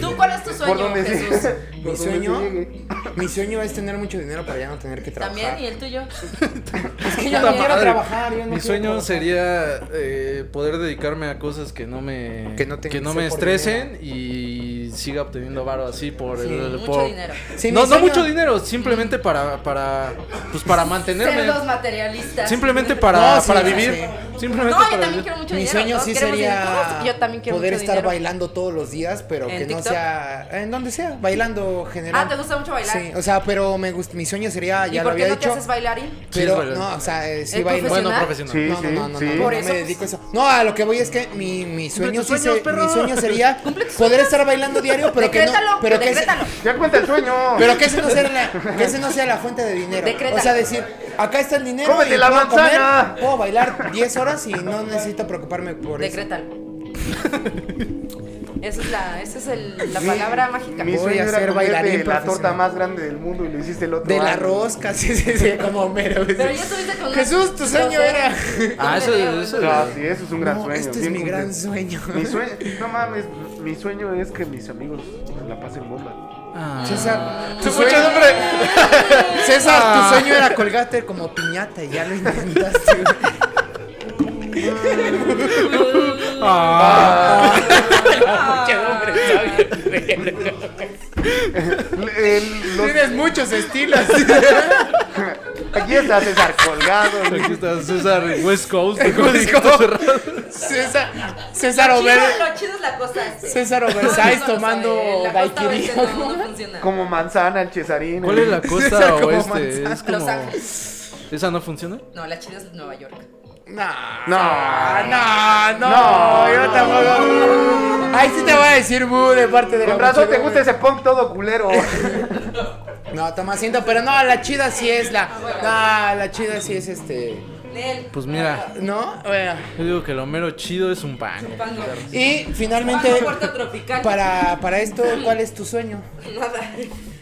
Speaker 4: ¿Tú cuál es tu
Speaker 3: por
Speaker 4: sueño,
Speaker 3: donde
Speaker 4: Jesús?
Speaker 3: se, por
Speaker 1: Mi
Speaker 3: donde se
Speaker 1: sueño,
Speaker 3: llegue.
Speaker 1: mi sueño es tener mucho dinero para ya no tener que trabajar.
Speaker 4: También, ¿y el tuyo?
Speaker 1: Es que yo
Speaker 2: Puta
Speaker 1: no quiero
Speaker 2: madre.
Speaker 1: trabajar, yo no
Speaker 2: Mi
Speaker 1: quiero
Speaker 2: sueño
Speaker 1: trabajar.
Speaker 2: sería eh, poder dedicarme a cosas que no me
Speaker 1: Que no te-
Speaker 2: me
Speaker 1: sea por
Speaker 2: estresen y siga obteniendo varo así por
Speaker 1: Sí,
Speaker 2: el
Speaker 4: Mucho
Speaker 2: por-
Speaker 4: dinero.
Speaker 1: Sí, mi
Speaker 2: no, no
Speaker 1: sueño-
Speaker 2: mucho dinero, simplemente para para pues para
Speaker 4: Ser
Speaker 2: mantenerme,
Speaker 4: dos materialistas.
Speaker 2: simplemente para
Speaker 1: No, sí,
Speaker 2: para
Speaker 1: sí,
Speaker 2: vivir,
Speaker 1: sí.
Speaker 2: simplemente
Speaker 4: No, yo
Speaker 2: para
Speaker 4: también
Speaker 2: vivir.
Speaker 4: quiero mucho
Speaker 1: Mi
Speaker 4: dinero.
Speaker 1: sueño
Speaker 4: todos
Speaker 1: sí
Speaker 4: queremos dinero.
Speaker 1: sería
Speaker 4: Todos- Yo también quiero
Speaker 1: poder
Speaker 4: mucho
Speaker 1: estar
Speaker 4: dinero.
Speaker 1: bailando todos los días, pero
Speaker 4: ¿En
Speaker 1: que no
Speaker 4: TikTok?
Speaker 1: sea en donde sea, bailando general.
Speaker 4: Ah, ¿te gusta mucho bailar?
Speaker 1: Sí, o sea, pero me gust- mi sueño sería,
Speaker 4: ¿Y
Speaker 1: ya lo
Speaker 4: por qué
Speaker 1: había
Speaker 4: no te
Speaker 1: dicho,
Speaker 4: haces bailarín?
Speaker 2: Sí, es
Speaker 1: pero
Speaker 2: bailarín.
Speaker 1: no, o sea, eh, sí
Speaker 4: ¿El
Speaker 1: bailo.
Speaker 2: Bueno, profesional.
Speaker 4: ¿Profesional?
Speaker 3: Sí,
Speaker 1: no, no, no, no,
Speaker 3: sí.
Speaker 1: no,
Speaker 4: Por
Speaker 1: no
Speaker 4: eso-
Speaker 1: me dedico a eso. No, a lo que voy es que mi, mi sueño
Speaker 2: tus
Speaker 1: sí
Speaker 2: sueños,
Speaker 1: se-
Speaker 2: perro.
Speaker 1: mi sueño sería poder estar bailando diario, pero que no,
Speaker 4: Decrétalo,
Speaker 1: pero que ese-
Speaker 4: decrétalo.
Speaker 3: Ya cuenta el sueño.
Speaker 1: pero que ese no sea la, que ese no sea la fuente de dinero.
Speaker 4: Decrétalo.
Speaker 1: O sea, decir, acá está el dinero,
Speaker 3: ¡Cómete
Speaker 1: y
Speaker 3: la
Speaker 1: puedo comer,
Speaker 3: manzana!
Speaker 1: puedo bailar 10 horas y no necesito preocuparme por eso.
Speaker 4: Decrétalo. Esa es la, esa es el- la palabra mágica.
Speaker 3: mi
Speaker 1: Voy
Speaker 3: sueño
Speaker 1: a
Speaker 3: era
Speaker 1: ser
Speaker 3: comerte
Speaker 1: bailarín
Speaker 3: la torta
Speaker 1: profesional.
Speaker 3: más grande del mundo y lo hiciste el otro.
Speaker 1: De la
Speaker 3: año.
Speaker 1: rosca, sí, sí, sí, como Homero.
Speaker 4: Pero ya estuviste con ¿eh? una-
Speaker 1: Jesús, tu sueño
Speaker 4: Entonces,
Speaker 1: era.
Speaker 2: Ah, eso,
Speaker 4: video,
Speaker 2: eso-
Speaker 3: Ah, sí, eso es un gran
Speaker 1: No,
Speaker 3: sueño.
Speaker 1: este es
Speaker 3: bien
Speaker 1: mi
Speaker 3: cumplido.
Speaker 1: gran sueño.
Speaker 3: Mi sueño, no mames, mi sueño es que mis amigos la pasen bomba.
Speaker 2: Ah.
Speaker 1: César,
Speaker 2: Su
Speaker 1: tu sueño,
Speaker 2: mucho nombre.
Speaker 1: César,
Speaker 3: Ah.
Speaker 1: tu sueño era colgarte como piñata y ya lo intentaste. güey.
Speaker 3: El- el- los-
Speaker 1: Tienes muchos estilos.
Speaker 3: aquí está César colgado.
Speaker 2: Aquí está César West Coast. con el grito cerrado.
Speaker 1: César, César
Speaker 4: Lo chido,
Speaker 1: Over,
Speaker 4: lo chido es la costa este.
Speaker 1: César
Speaker 4: Ustedes
Speaker 1: Oversize
Speaker 4: no lo saben,
Speaker 1: pues, tomando
Speaker 4: la costa
Speaker 1: daiquiri.
Speaker 4: oeste No, no funciona.
Speaker 3: Como manzana, el Cesarín.
Speaker 2: ¿Cuál es la
Speaker 1: César
Speaker 2: costa
Speaker 1: como
Speaker 2: oeste?
Speaker 1: manzana.
Speaker 2: Es como
Speaker 4: Los Ángeles.
Speaker 2: ¿Esa no funciona?
Speaker 4: No, la chida es Nueva York.
Speaker 1: No,
Speaker 3: No.
Speaker 1: no, no,
Speaker 3: No.
Speaker 1: yo tampoco. Ahí sí te voy a decir bu de parte de la
Speaker 3: Con razón te
Speaker 1: muchedumbre.
Speaker 3: gusta ese punk todo culero.
Speaker 1: No, toma asiento, pero no, la chida sí es la. No, la chida sí es este.
Speaker 4: Nel.
Speaker 2: Pues mira,
Speaker 1: ¿No? Bueno.
Speaker 2: yo digo que lo mero chido es un pan.
Speaker 4: Pango.
Speaker 1: Y finalmente,
Speaker 4: Pango, puerto tropical.
Speaker 1: para, para esto, ¿cuál es tu sueño?
Speaker 4: Nada.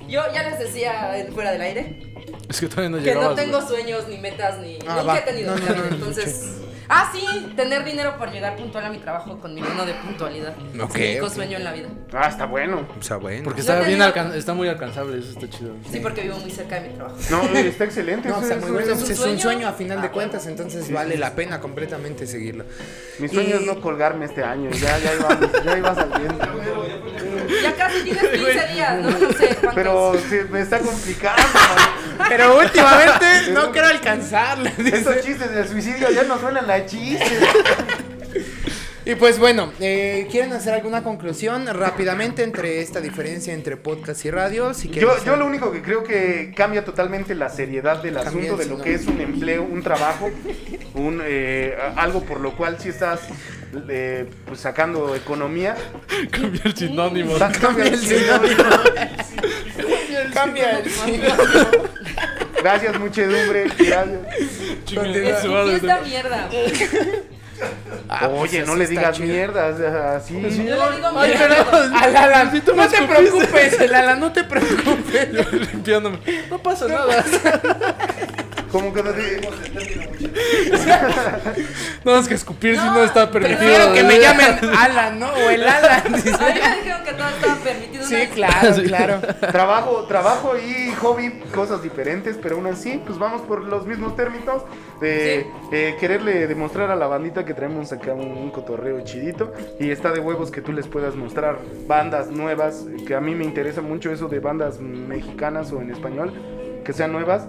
Speaker 4: Yo ya les decía en- fuera del aire
Speaker 2: Es que todavía no
Speaker 4: que
Speaker 2: llegabas.
Speaker 4: no tengo
Speaker 2: güey.
Speaker 4: sueños ni metas ni
Speaker 1: Ah,
Speaker 4: nunca
Speaker 1: va.
Speaker 4: he tenido
Speaker 1: No,
Speaker 4: en
Speaker 1: no,
Speaker 4: la
Speaker 1: no, no,
Speaker 4: vida, entonces. Ah, sí, tener dinero para llegar puntual a mi trabajo con mi bono de puntualidad.
Speaker 1: Ok,
Speaker 4: Es mi único
Speaker 1: ok.
Speaker 4: sueño en la vida.
Speaker 3: Ah, está bueno.
Speaker 1: O sea, bueno. Porque
Speaker 2: Porque está
Speaker 4: No
Speaker 2: bien
Speaker 4: tenía-
Speaker 2: alcan- está muy alcanzable, eso está chido.
Speaker 4: Sí, porque vivo muy cerca de mi trabajo.
Speaker 3: No, está excelente.
Speaker 1: no, o
Speaker 3: eso
Speaker 1: sea,
Speaker 3: es-
Speaker 1: muy bueno,
Speaker 3: eso
Speaker 1: pues
Speaker 3: es-
Speaker 1: es
Speaker 4: sueño?
Speaker 1: un sueño a final de cuentas, entonces vale la pena completamente seguirlo.
Speaker 3: Mi sueño es no colgarme este año. Ya, ya ibas, ya ibas al bien.
Speaker 4: Ya casi tienes 15 días, no, no sé cuántos.
Speaker 3: Pero se me está complicando. man.
Speaker 1: Pero últimamente no quiero alcanzarlo.
Speaker 3: Estos chistes del suicidio ya no suenan a chistes.
Speaker 1: Y pues bueno, eh, ¿quieren hacer alguna conclusión rápidamente entre esta diferencia entre podcast y radio? Si quieren
Speaker 3: Yo,
Speaker 1: hacer-
Speaker 3: yo lo único que creo que cambia totalmente la seriedad del
Speaker 1: Cambia
Speaker 3: asunto
Speaker 1: el
Speaker 3: de lo
Speaker 1: signo.
Speaker 3: que es un empleo, un trabajo, un eh, a- algo por lo cual si estás eh, pues, sacando economía.
Speaker 2: Cambiar sinónimo.
Speaker 3: Estás-
Speaker 1: Cambia el sinónimo. Cambia el sinónimo.
Speaker 3: Gracias, muchedumbre. Gracias.
Speaker 2: Chingue
Speaker 4: Es
Speaker 2: su
Speaker 4: un
Speaker 2: madre.
Speaker 4: fiesta mierda.
Speaker 1: Ah, pues
Speaker 3: Oye, no
Speaker 1: eso
Speaker 3: le
Speaker 1: está
Speaker 3: digas
Speaker 1: chido.
Speaker 3: mierdas así.
Speaker 4: Yo le digo
Speaker 1: Ay, pero
Speaker 4: mierda.
Speaker 1: al Alan,
Speaker 2: Sí, tú me
Speaker 1: no te
Speaker 2: escupiste.
Speaker 1: preocupes, el Alan, no te preocupes.
Speaker 2: Yo limpiándome. No pasa nada.
Speaker 3: Como que no te-
Speaker 2: No, es que escupir si
Speaker 4: No,
Speaker 2: no está permitido.
Speaker 1: Prefiero que me
Speaker 2: ¿verdad?
Speaker 1: llamen Alan, ¿no? O el Alan. dice.
Speaker 4: A mí me dijeron que todo estaba permitido.
Speaker 1: Sí,
Speaker 4: una-
Speaker 1: claro, claro.
Speaker 3: Trabajo, trabajo y hobby, cosas diferentes, pero aún así, pues vamos por los mismos términos de eh, quererle demostrar a la bandita que traemos acá un, un cotorreo chidito y está de huevos que tú les puedas mostrar bandas nuevas, eh, que a mí me interesa mucho eso de bandas mexicanas o en español, que sean nuevas,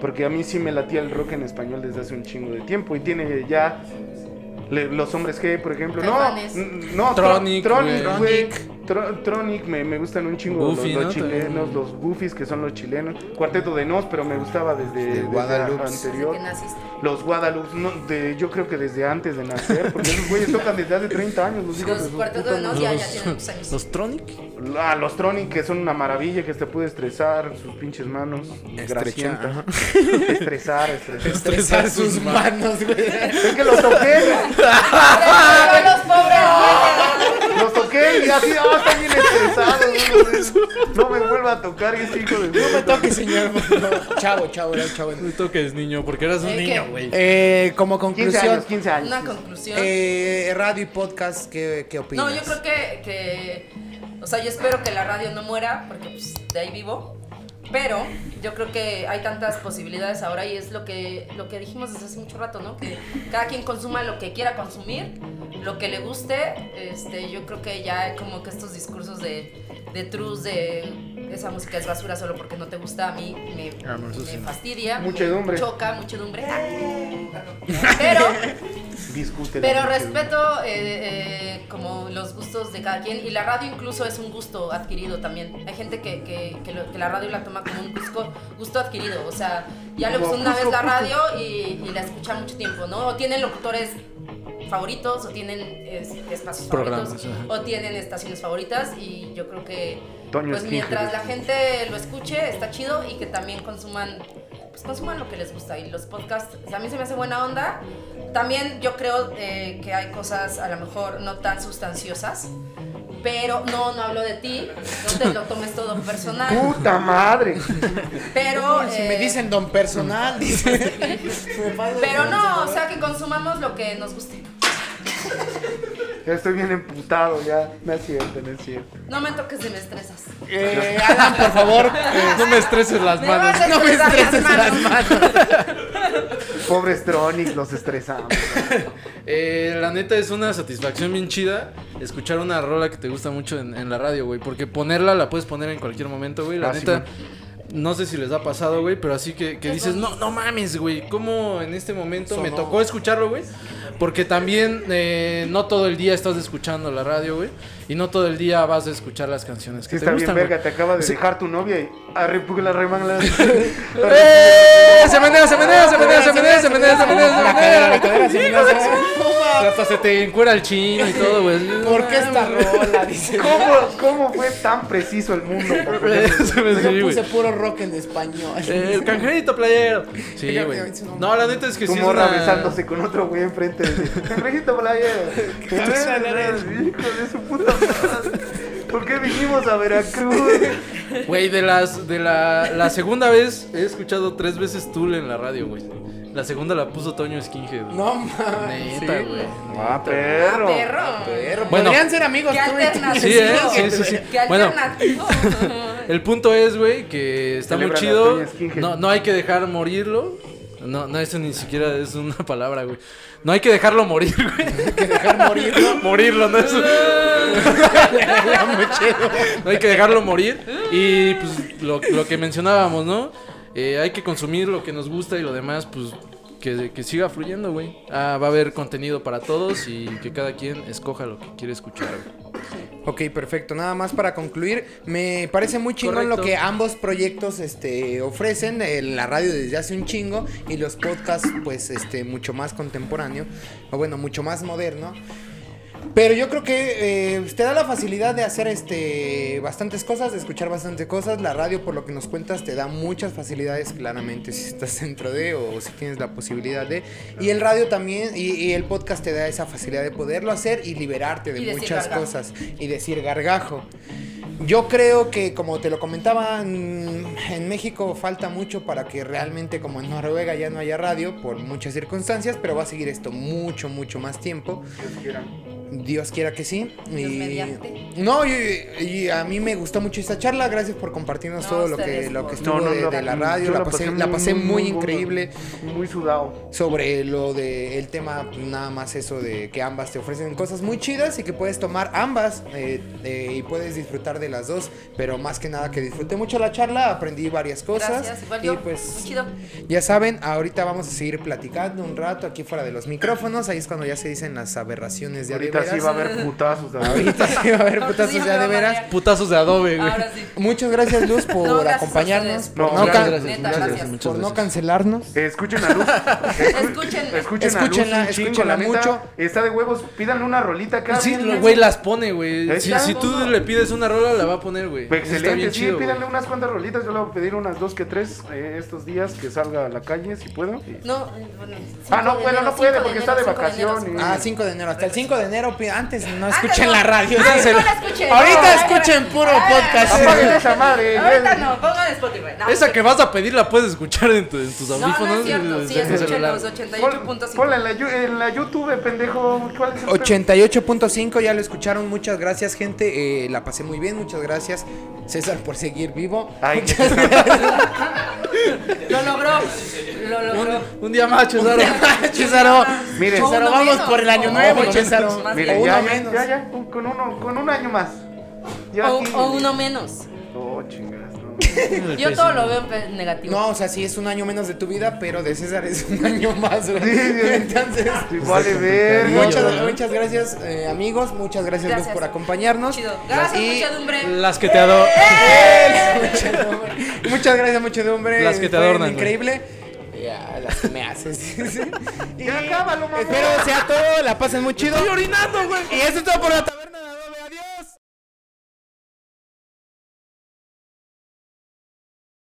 Speaker 3: porque a mí sí me latía el rock en español desde hace un chingo de tiempo y tiene ya... le- los hombres G, por ejemplo. No,
Speaker 4: Caifanes.
Speaker 3: n- no, Tro-
Speaker 2: Tronic,
Speaker 3: Tronic,
Speaker 2: güey.
Speaker 3: güey. Tro- Tronic, me, me gustan un chingo los-
Speaker 2: Goofy,
Speaker 3: los,
Speaker 2: ¿no?
Speaker 3: chilenos,
Speaker 2: También.
Speaker 3: los Goofies que son los chilenos. Cuarteto de Nos, pero me gustaba desde, desde
Speaker 1: Guadalupes.
Speaker 4: Desde
Speaker 3: anterior.
Speaker 4: que naciste.
Speaker 3: Los Guadalupe, no, de, yo creo que desde antes de nacer, porque esos güeyes tocan desde hace 30 años. Los, hijos
Speaker 4: Los
Speaker 1: pues,
Speaker 3: de su
Speaker 4: cuartetos
Speaker 3: puta
Speaker 4: de Nos
Speaker 3: madre.
Speaker 4: ya, ya tienen muchos años.
Speaker 2: ¿Los Tronic?
Speaker 3: Ah, los Tronic que son una maravilla, que te puede estresar sus pinches manos.
Speaker 1: Estrechar,
Speaker 3: Gracienta.
Speaker 1: ajá.
Speaker 3: Estresar, estresar.
Speaker 1: Estresar sus manos, güey.
Speaker 3: Es que los toqué,
Speaker 4: ¡Ay, los pobres!
Speaker 3: los toqué y así, ah, están bien estresados. No, no me vuelva a tocar ese hijo de
Speaker 1: No me toques, señor. No, Chavo, chavo, era un chavo.
Speaker 2: No toques, niño, porque eras un
Speaker 4: ¿Eh,
Speaker 2: niño,
Speaker 4: qué?
Speaker 2: güey.
Speaker 1: Eh, como
Speaker 3: 15
Speaker 1: conclusión,
Speaker 3: años, 15 años.
Speaker 4: Una conclusión.
Speaker 1: eh, radio y podcast, ¿qué, qué opinas?
Speaker 4: No, yo creo que, que- O sea, yo espero que la radio no muera, porque pues, de ahí vivo. Pero yo creo que hay tantas posibilidades ahora y es lo que, lo que dijimos desde hace mucho rato, ¿no? Que cada quien consuma lo que quiera consumir, lo que le guste. Este, yo creo que ya como que estos discursos de, de trus, de esa música es basura solo porque no te gusta, a mí me,
Speaker 2: Ah, no, eso
Speaker 4: me
Speaker 2: sí.
Speaker 4: fastidia. me
Speaker 3: Muchedumbre.
Speaker 4: choca, muchedumbre. Ah. Pero
Speaker 3: Discute.
Speaker 4: pero respeto eh, eh, como los gustos de cada quien y la radio incluso es un gusto adquirido también. Hay gente que, que- que lo- que la radio la toma como un gusto, gusto adquirido, o sea, ya le
Speaker 3: Como
Speaker 4: gustó una vez
Speaker 3: gusto, gusto.
Speaker 4: la radio y, y la escucha mucho tiempo, ¿no? O tienen locutores favoritos o tienen es- espacios
Speaker 2: Programas,
Speaker 4: favoritos o tienen estaciones favoritas y yo creo que
Speaker 3: Toño
Speaker 4: pues
Speaker 3: Esquinque,
Speaker 4: mientras
Speaker 3: dice.
Speaker 4: la gente lo escuche está chido y que también consuman pues consuman lo que les gusta y los podcasts o sea, a mí se me hace buena onda también yo creo eh, que hay cosas a lo mejor no tan sustanciosas pero no no hablo de ti no te lo tomes todo personal
Speaker 3: Puta madre.
Speaker 4: pero
Speaker 1: Si me
Speaker 4: eh,
Speaker 1: dicen don personal, dice.
Speaker 4: pero no o sea que consumamos lo que nos guste
Speaker 3: Ya estoy bien emputado ya. No es cierto, no es cierto.
Speaker 4: no me toques de me estresas
Speaker 1: Eh, Alan, por favor. eh,
Speaker 2: No me estreses las
Speaker 4: Me vas
Speaker 2: manos.
Speaker 4: a
Speaker 1: no me
Speaker 4: estresar
Speaker 1: estreses las manos.
Speaker 3: Pobres Tronic, los estresamos.
Speaker 2: Eh, la neta es una satisfacción bien chida escuchar una rola que te gusta mucho en, en la radio, güey. Porque ponerla la puedes poner en cualquier momento, güey. La
Speaker 3: Ah, sí,
Speaker 2: neta, no sé si les ha pasado, güey, pero así que, que
Speaker 4: Qué
Speaker 2: dices, no,
Speaker 4: bonito.
Speaker 2: no mames, güey. ¿Cómo en este momento me
Speaker 1: Sonó.
Speaker 2: tocó escucharlo, güey? Porque también eh, no todo el día estás escuchando la radio, güey. Y no todo el día vas a escuchar las canciones
Speaker 3: Sí,
Speaker 2: que
Speaker 3: está
Speaker 2: te
Speaker 3: bien,
Speaker 2: gustan.
Speaker 3: verga.
Speaker 2: güey.
Speaker 3: Te acaba de
Speaker 2: Sí.
Speaker 3: dejar tu novia y. Arrepugue la remangla.
Speaker 2: ¡Eh! Se menea, se menea, se menea, se menea, se menea, se menea, se
Speaker 1: La cadera, la cadera, se menea, se
Speaker 2: menea.
Speaker 1: menea.
Speaker 2: Hasta se te encuera el chino y todo, güey.
Speaker 1: ¿Por qué esta rola? Dice.
Speaker 3: ¿Cómo, ¿Cómo fue tan preciso el mundo? por favor?
Speaker 2: Se me sí,
Speaker 1: Yo
Speaker 2: güey.
Speaker 1: puse puro rock en español.
Speaker 2: Eh, El canjerito playero. Sí, güey. No, la neta es que
Speaker 3: Tu
Speaker 2: sí. es
Speaker 3: morra
Speaker 2: una-
Speaker 3: besándose con otro güey enfrente de ti. Cangrejito playa. Eh, Hijo de su puta madre. ¿Por qué vinimos a Veracruz?
Speaker 2: Güey, de las de la, la segunda vez he escuchado tres veces Tool en la radio, güey. La segunda la puso Toño Skinhead. güey.
Speaker 1: No mames.
Speaker 2: Neta, güey.
Speaker 3: Ah, perro.
Speaker 4: perro
Speaker 1: Pero
Speaker 2: Bueno.
Speaker 1: podrían ser amigos
Speaker 4: qué
Speaker 1: tú y tú.
Speaker 4: alternativo
Speaker 2: Sí, ¿eh? Sí, sí, sí.
Speaker 4: qué
Speaker 2: Bueno.
Speaker 4: alternativo
Speaker 2: El punto es, güey, que está muy
Speaker 3: Celebran a
Speaker 2: chido.
Speaker 3: Toño Skinhead.
Speaker 2: No, no hay que dejar morirlo. No, no, eso ni siquiera es una palabra, güey. No hay que dejarlo morir, güey.
Speaker 1: que dejar morir.
Speaker 2: morirlo, no es. No hay que dejarlo morir. Y pues lo, lo que mencionábamos, ¿no? Eh, hay que consumir lo que nos gusta y lo demás, pues. que, que siga fluyendo, güey. Ah, va a haber contenido para todos y que cada quien escoja lo que quiere escuchar, güey.
Speaker 1: Ok, perfecto. Nada más para concluir, me parece muy chingón
Speaker 2: Correcto.
Speaker 1: lo que ambos proyectos este, ofrecen, eh, la radio desde hace un chingo y los podcasts pues este, mucho más contemporáneo, o bueno, mucho más moderno. Pero yo creo que eh, te da la facilidad de hacer este bastantes cosas, de escuchar bastantes cosas. La radio, por lo que nos cuentas, te da muchas facilidades, claramente, si estás dentro de o si tienes la posibilidad de. Y el radio también, y, y el podcast te da esa facilidad de poderlo hacer y liberarte de
Speaker 4: Y decir
Speaker 1: muchas
Speaker 4: gargajo.
Speaker 1: cosas y decir gargajo. Yo creo que, como te lo comentaba, mm, en México falta mucho para que realmente, como en Noruega, ya no haya radio por muchas circunstancias, pero va a seguir esto mucho, mucho más tiempo. Dios quiera que sí.
Speaker 4: Dios mediante.
Speaker 1: No, y, y a mí me gustó mucho esta charla. Gracias por compartirnos
Speaker 4: No,
Speaker 1: todo lo que,
Speaker 4: ustedes
Speaker 1: lo que
Speaker 4: por-
Speaker 1: estuvo de, de la radio.
Speaker 3: yo
Speaker 1: La pasé, la pasé muy, increíble
Speaker 3: Muy sudado.
Speaker 1: sobre lo del tema, nada más eso de que ambas te ofrecen cosas muy chidas y que puedes tomar ambas eh, eh, y puedes disfrutar de las dos. Pero más que nada que disfruté mucho la charla, aprendí varias cosas.
Speaker 4: Gracias, igual
Speaker 1: y
Speaker 4: yo.
Speaker 1: pues
Speaker 4: Muy chido.
Speaker 1: ya saben, ahorita vamos a seguir platicando un rato aquí fuera de los micrófonos. Ahí es cuando ya se dicen las aberraciones de a de
Speaker 3: Ahorita sí
Speaker 1: veras.
Speaker 3: va a haber putazos. David.
Speaker 1: Ahorita sí va a haber
Speaker 4: No, pues
Speaker 1: putazos
Speaker 4: sí,
Speaker 1: ya
Speaker 4: me
Speaker 1: de
Speaker 4: va a
Speaker 1: veras.
Speaker 4: marear.
Speaker 2: Putazos de adobe, güey.
Speaker 4: Ahora sí.
Speaker 1: Muchas gracias Luz por
Speaker 4: No, gracias a
Speaker 1: acompañarnos,
Speaker 4: ustedes.
Speaker 1: por
Speaker 3: No,
Speaker 1: no,
Speaker 3: gracias,
Speaker 1: can-
Speaker 4: Neta,
Speaker 2: muchas
Speaker 4: gracias.
Speaker 2: gracias, muchas
Speaker 1: por no
Speaker 2: gracias.
Speaker 1: cancelarnos.
Speaker 3: Eh, Escuchen a Luz.
Speaker 4: Escúchenla.
Speaker 3: Escuchen a Luz.
Speaker 1: Escúchenla,
Speaker 3: un chingo, la
Speaker 1: escúchenla
Speaker 3: neta,
Speaker 1: mucho.
Speaker 3: Está de huevos. Pídanle una rolita acá.
Speaker 2: Sí,
Speaker 3: bien,
Speaker 2: lo- güey, las pone, güey.
Speaker 3: Ahí
Speaker 2: Si,
Speaker 3: está.
Speaker 2: si tú le pides una rola, la va a poner, güey. Eso está
Speaker 3: Excelente,
Speaker 2: bien
Speaker 3: sí,
Speaker 2: chido, güey.
Speaker 3: pídanle unas cuantas rolitas, yo le voy a pedir unas dos que tres eh, estos días que salga a la calle si puedo. Y-
Speaker 4: No, bueno,
Speaker 3: Ah, no,
Speaker 4: cinco
Speaker 3: bueno,
Speaker 4: de
Speaker 3: no
Speaker 4: enero,
Speaker 3: puede
Speaker 4: cinco
Speaker 3: porque está de
Speaker 4: enero, cinco enero,
Speaker 3: vacaciones.
Speaker 1: Ah, 5 de enero, hasta el 5 de enero, pi- antes Ah, no Ah,
Speaker 4: Antes
Speaker 1: escuchen
Speaker 4: Ah, no.
Speaker 1: la radio.
Speaker 4: Antes no la
Speaker 1: díselo.
Speaker 4: escuchen.
Speaker 1: Ahorita
Speaker 4: No,
Speaker 1: escuchen
Speaker 4: ahorita-
Speaker 1: puro
Speaker 4: Ah,
Speaker 1: podcast.
Speaker 3: Apaguen esa madre.
Speaker 4: Ahorita
Speaker 3: eh.
Speaker 4: no, pongan Spotify. No,
Speaker 2: Esa que vas a pedir la puedes escuchar en, tu- en tus
Speaker 4: No,
Speaker 2: audífonos.
Speaker 4: no es cierto.
Speaker 2: desde
Speaker 4: Sí,
Speaker 2: tu
Speaker 4: escuchen
Speaker 2: celular.
Speaker 4: los
Speaker 3: Pon- Ponla en
Speaker 4: 88.5.
Speaker 3: la, yu- en la YouTube, pendejo. ¿Cuál es el
Speaker 1: 88.5, ya lo escucharon, muchas gracias gente, eh, la pasé muy bien, muchas gracias César por seguir vivo.
Speaker 3: Ay,
Speaker 1: muchas
Speaker 3: qué-
Speaker 4: Lo logró. Lo logró.
Speaker 2: Un, un día más, Chesaro.
Speaker 1: Chesaro,
Speaker 3: Miren.
Speaker 1: Chesaro,
Speaker 4: Uno
Speaker 1: vamos
Speaker 4: menos.
Speaker 1: por el año
Speaker 4: O
Speaker 1: nuevo,
Speaker 4: uno
Speaker 1: Chesaro.
Speaker 4: menos, más
Speaker 3: Miren,
Speaker 4: bien.
Speaker 1: O
Speaker 3: ya,
Speaker 1: uno
Speaker 3: ya,
Speaker 1: menos.
Speaker 3: ya, ya, con, con uno, con un año más. Ya
Speaker 4: O,
Speaker 3: aquí-
Speaker 4: o uno menos.
Speaker 3: Oh, chingas, no.
Speaker 4: Yo todo lo veo en pe- negativo.
Speaker 1: No, o sea, sí es un año menos de tu vida, pero de César es un año más, güey.
Speaker 3: Sí, sí.
Speaker 1: Entonces,
Speaker 3: Sí, vale, ver.
Speaker 1: muchas, muchas gracias, eh, amigos. Muchas gracias, Luz,
Speaker 4: Gracias.
Speaker 1: por acompañarnos.
Speaker 4: Chido. Gracias,
Speaker 1: Y-
Speaker 4: muchedumbre.
Speaker 2: Las que te adoro.
Speaker 1: Muchas gracias, muchedumbre.
Speaker 2: Las que te
Speaker 1: Fue
Speaker 2: adornan,
Speaker 1: Increíble. Ya, las que me haces. Sí, sí. y
Speaker 3: Ya acábalo, mamá.
Speaker 1: Espero sea todo. La pasen muy chido. Estoy orinando, güey. Y eso es todo por la tarde.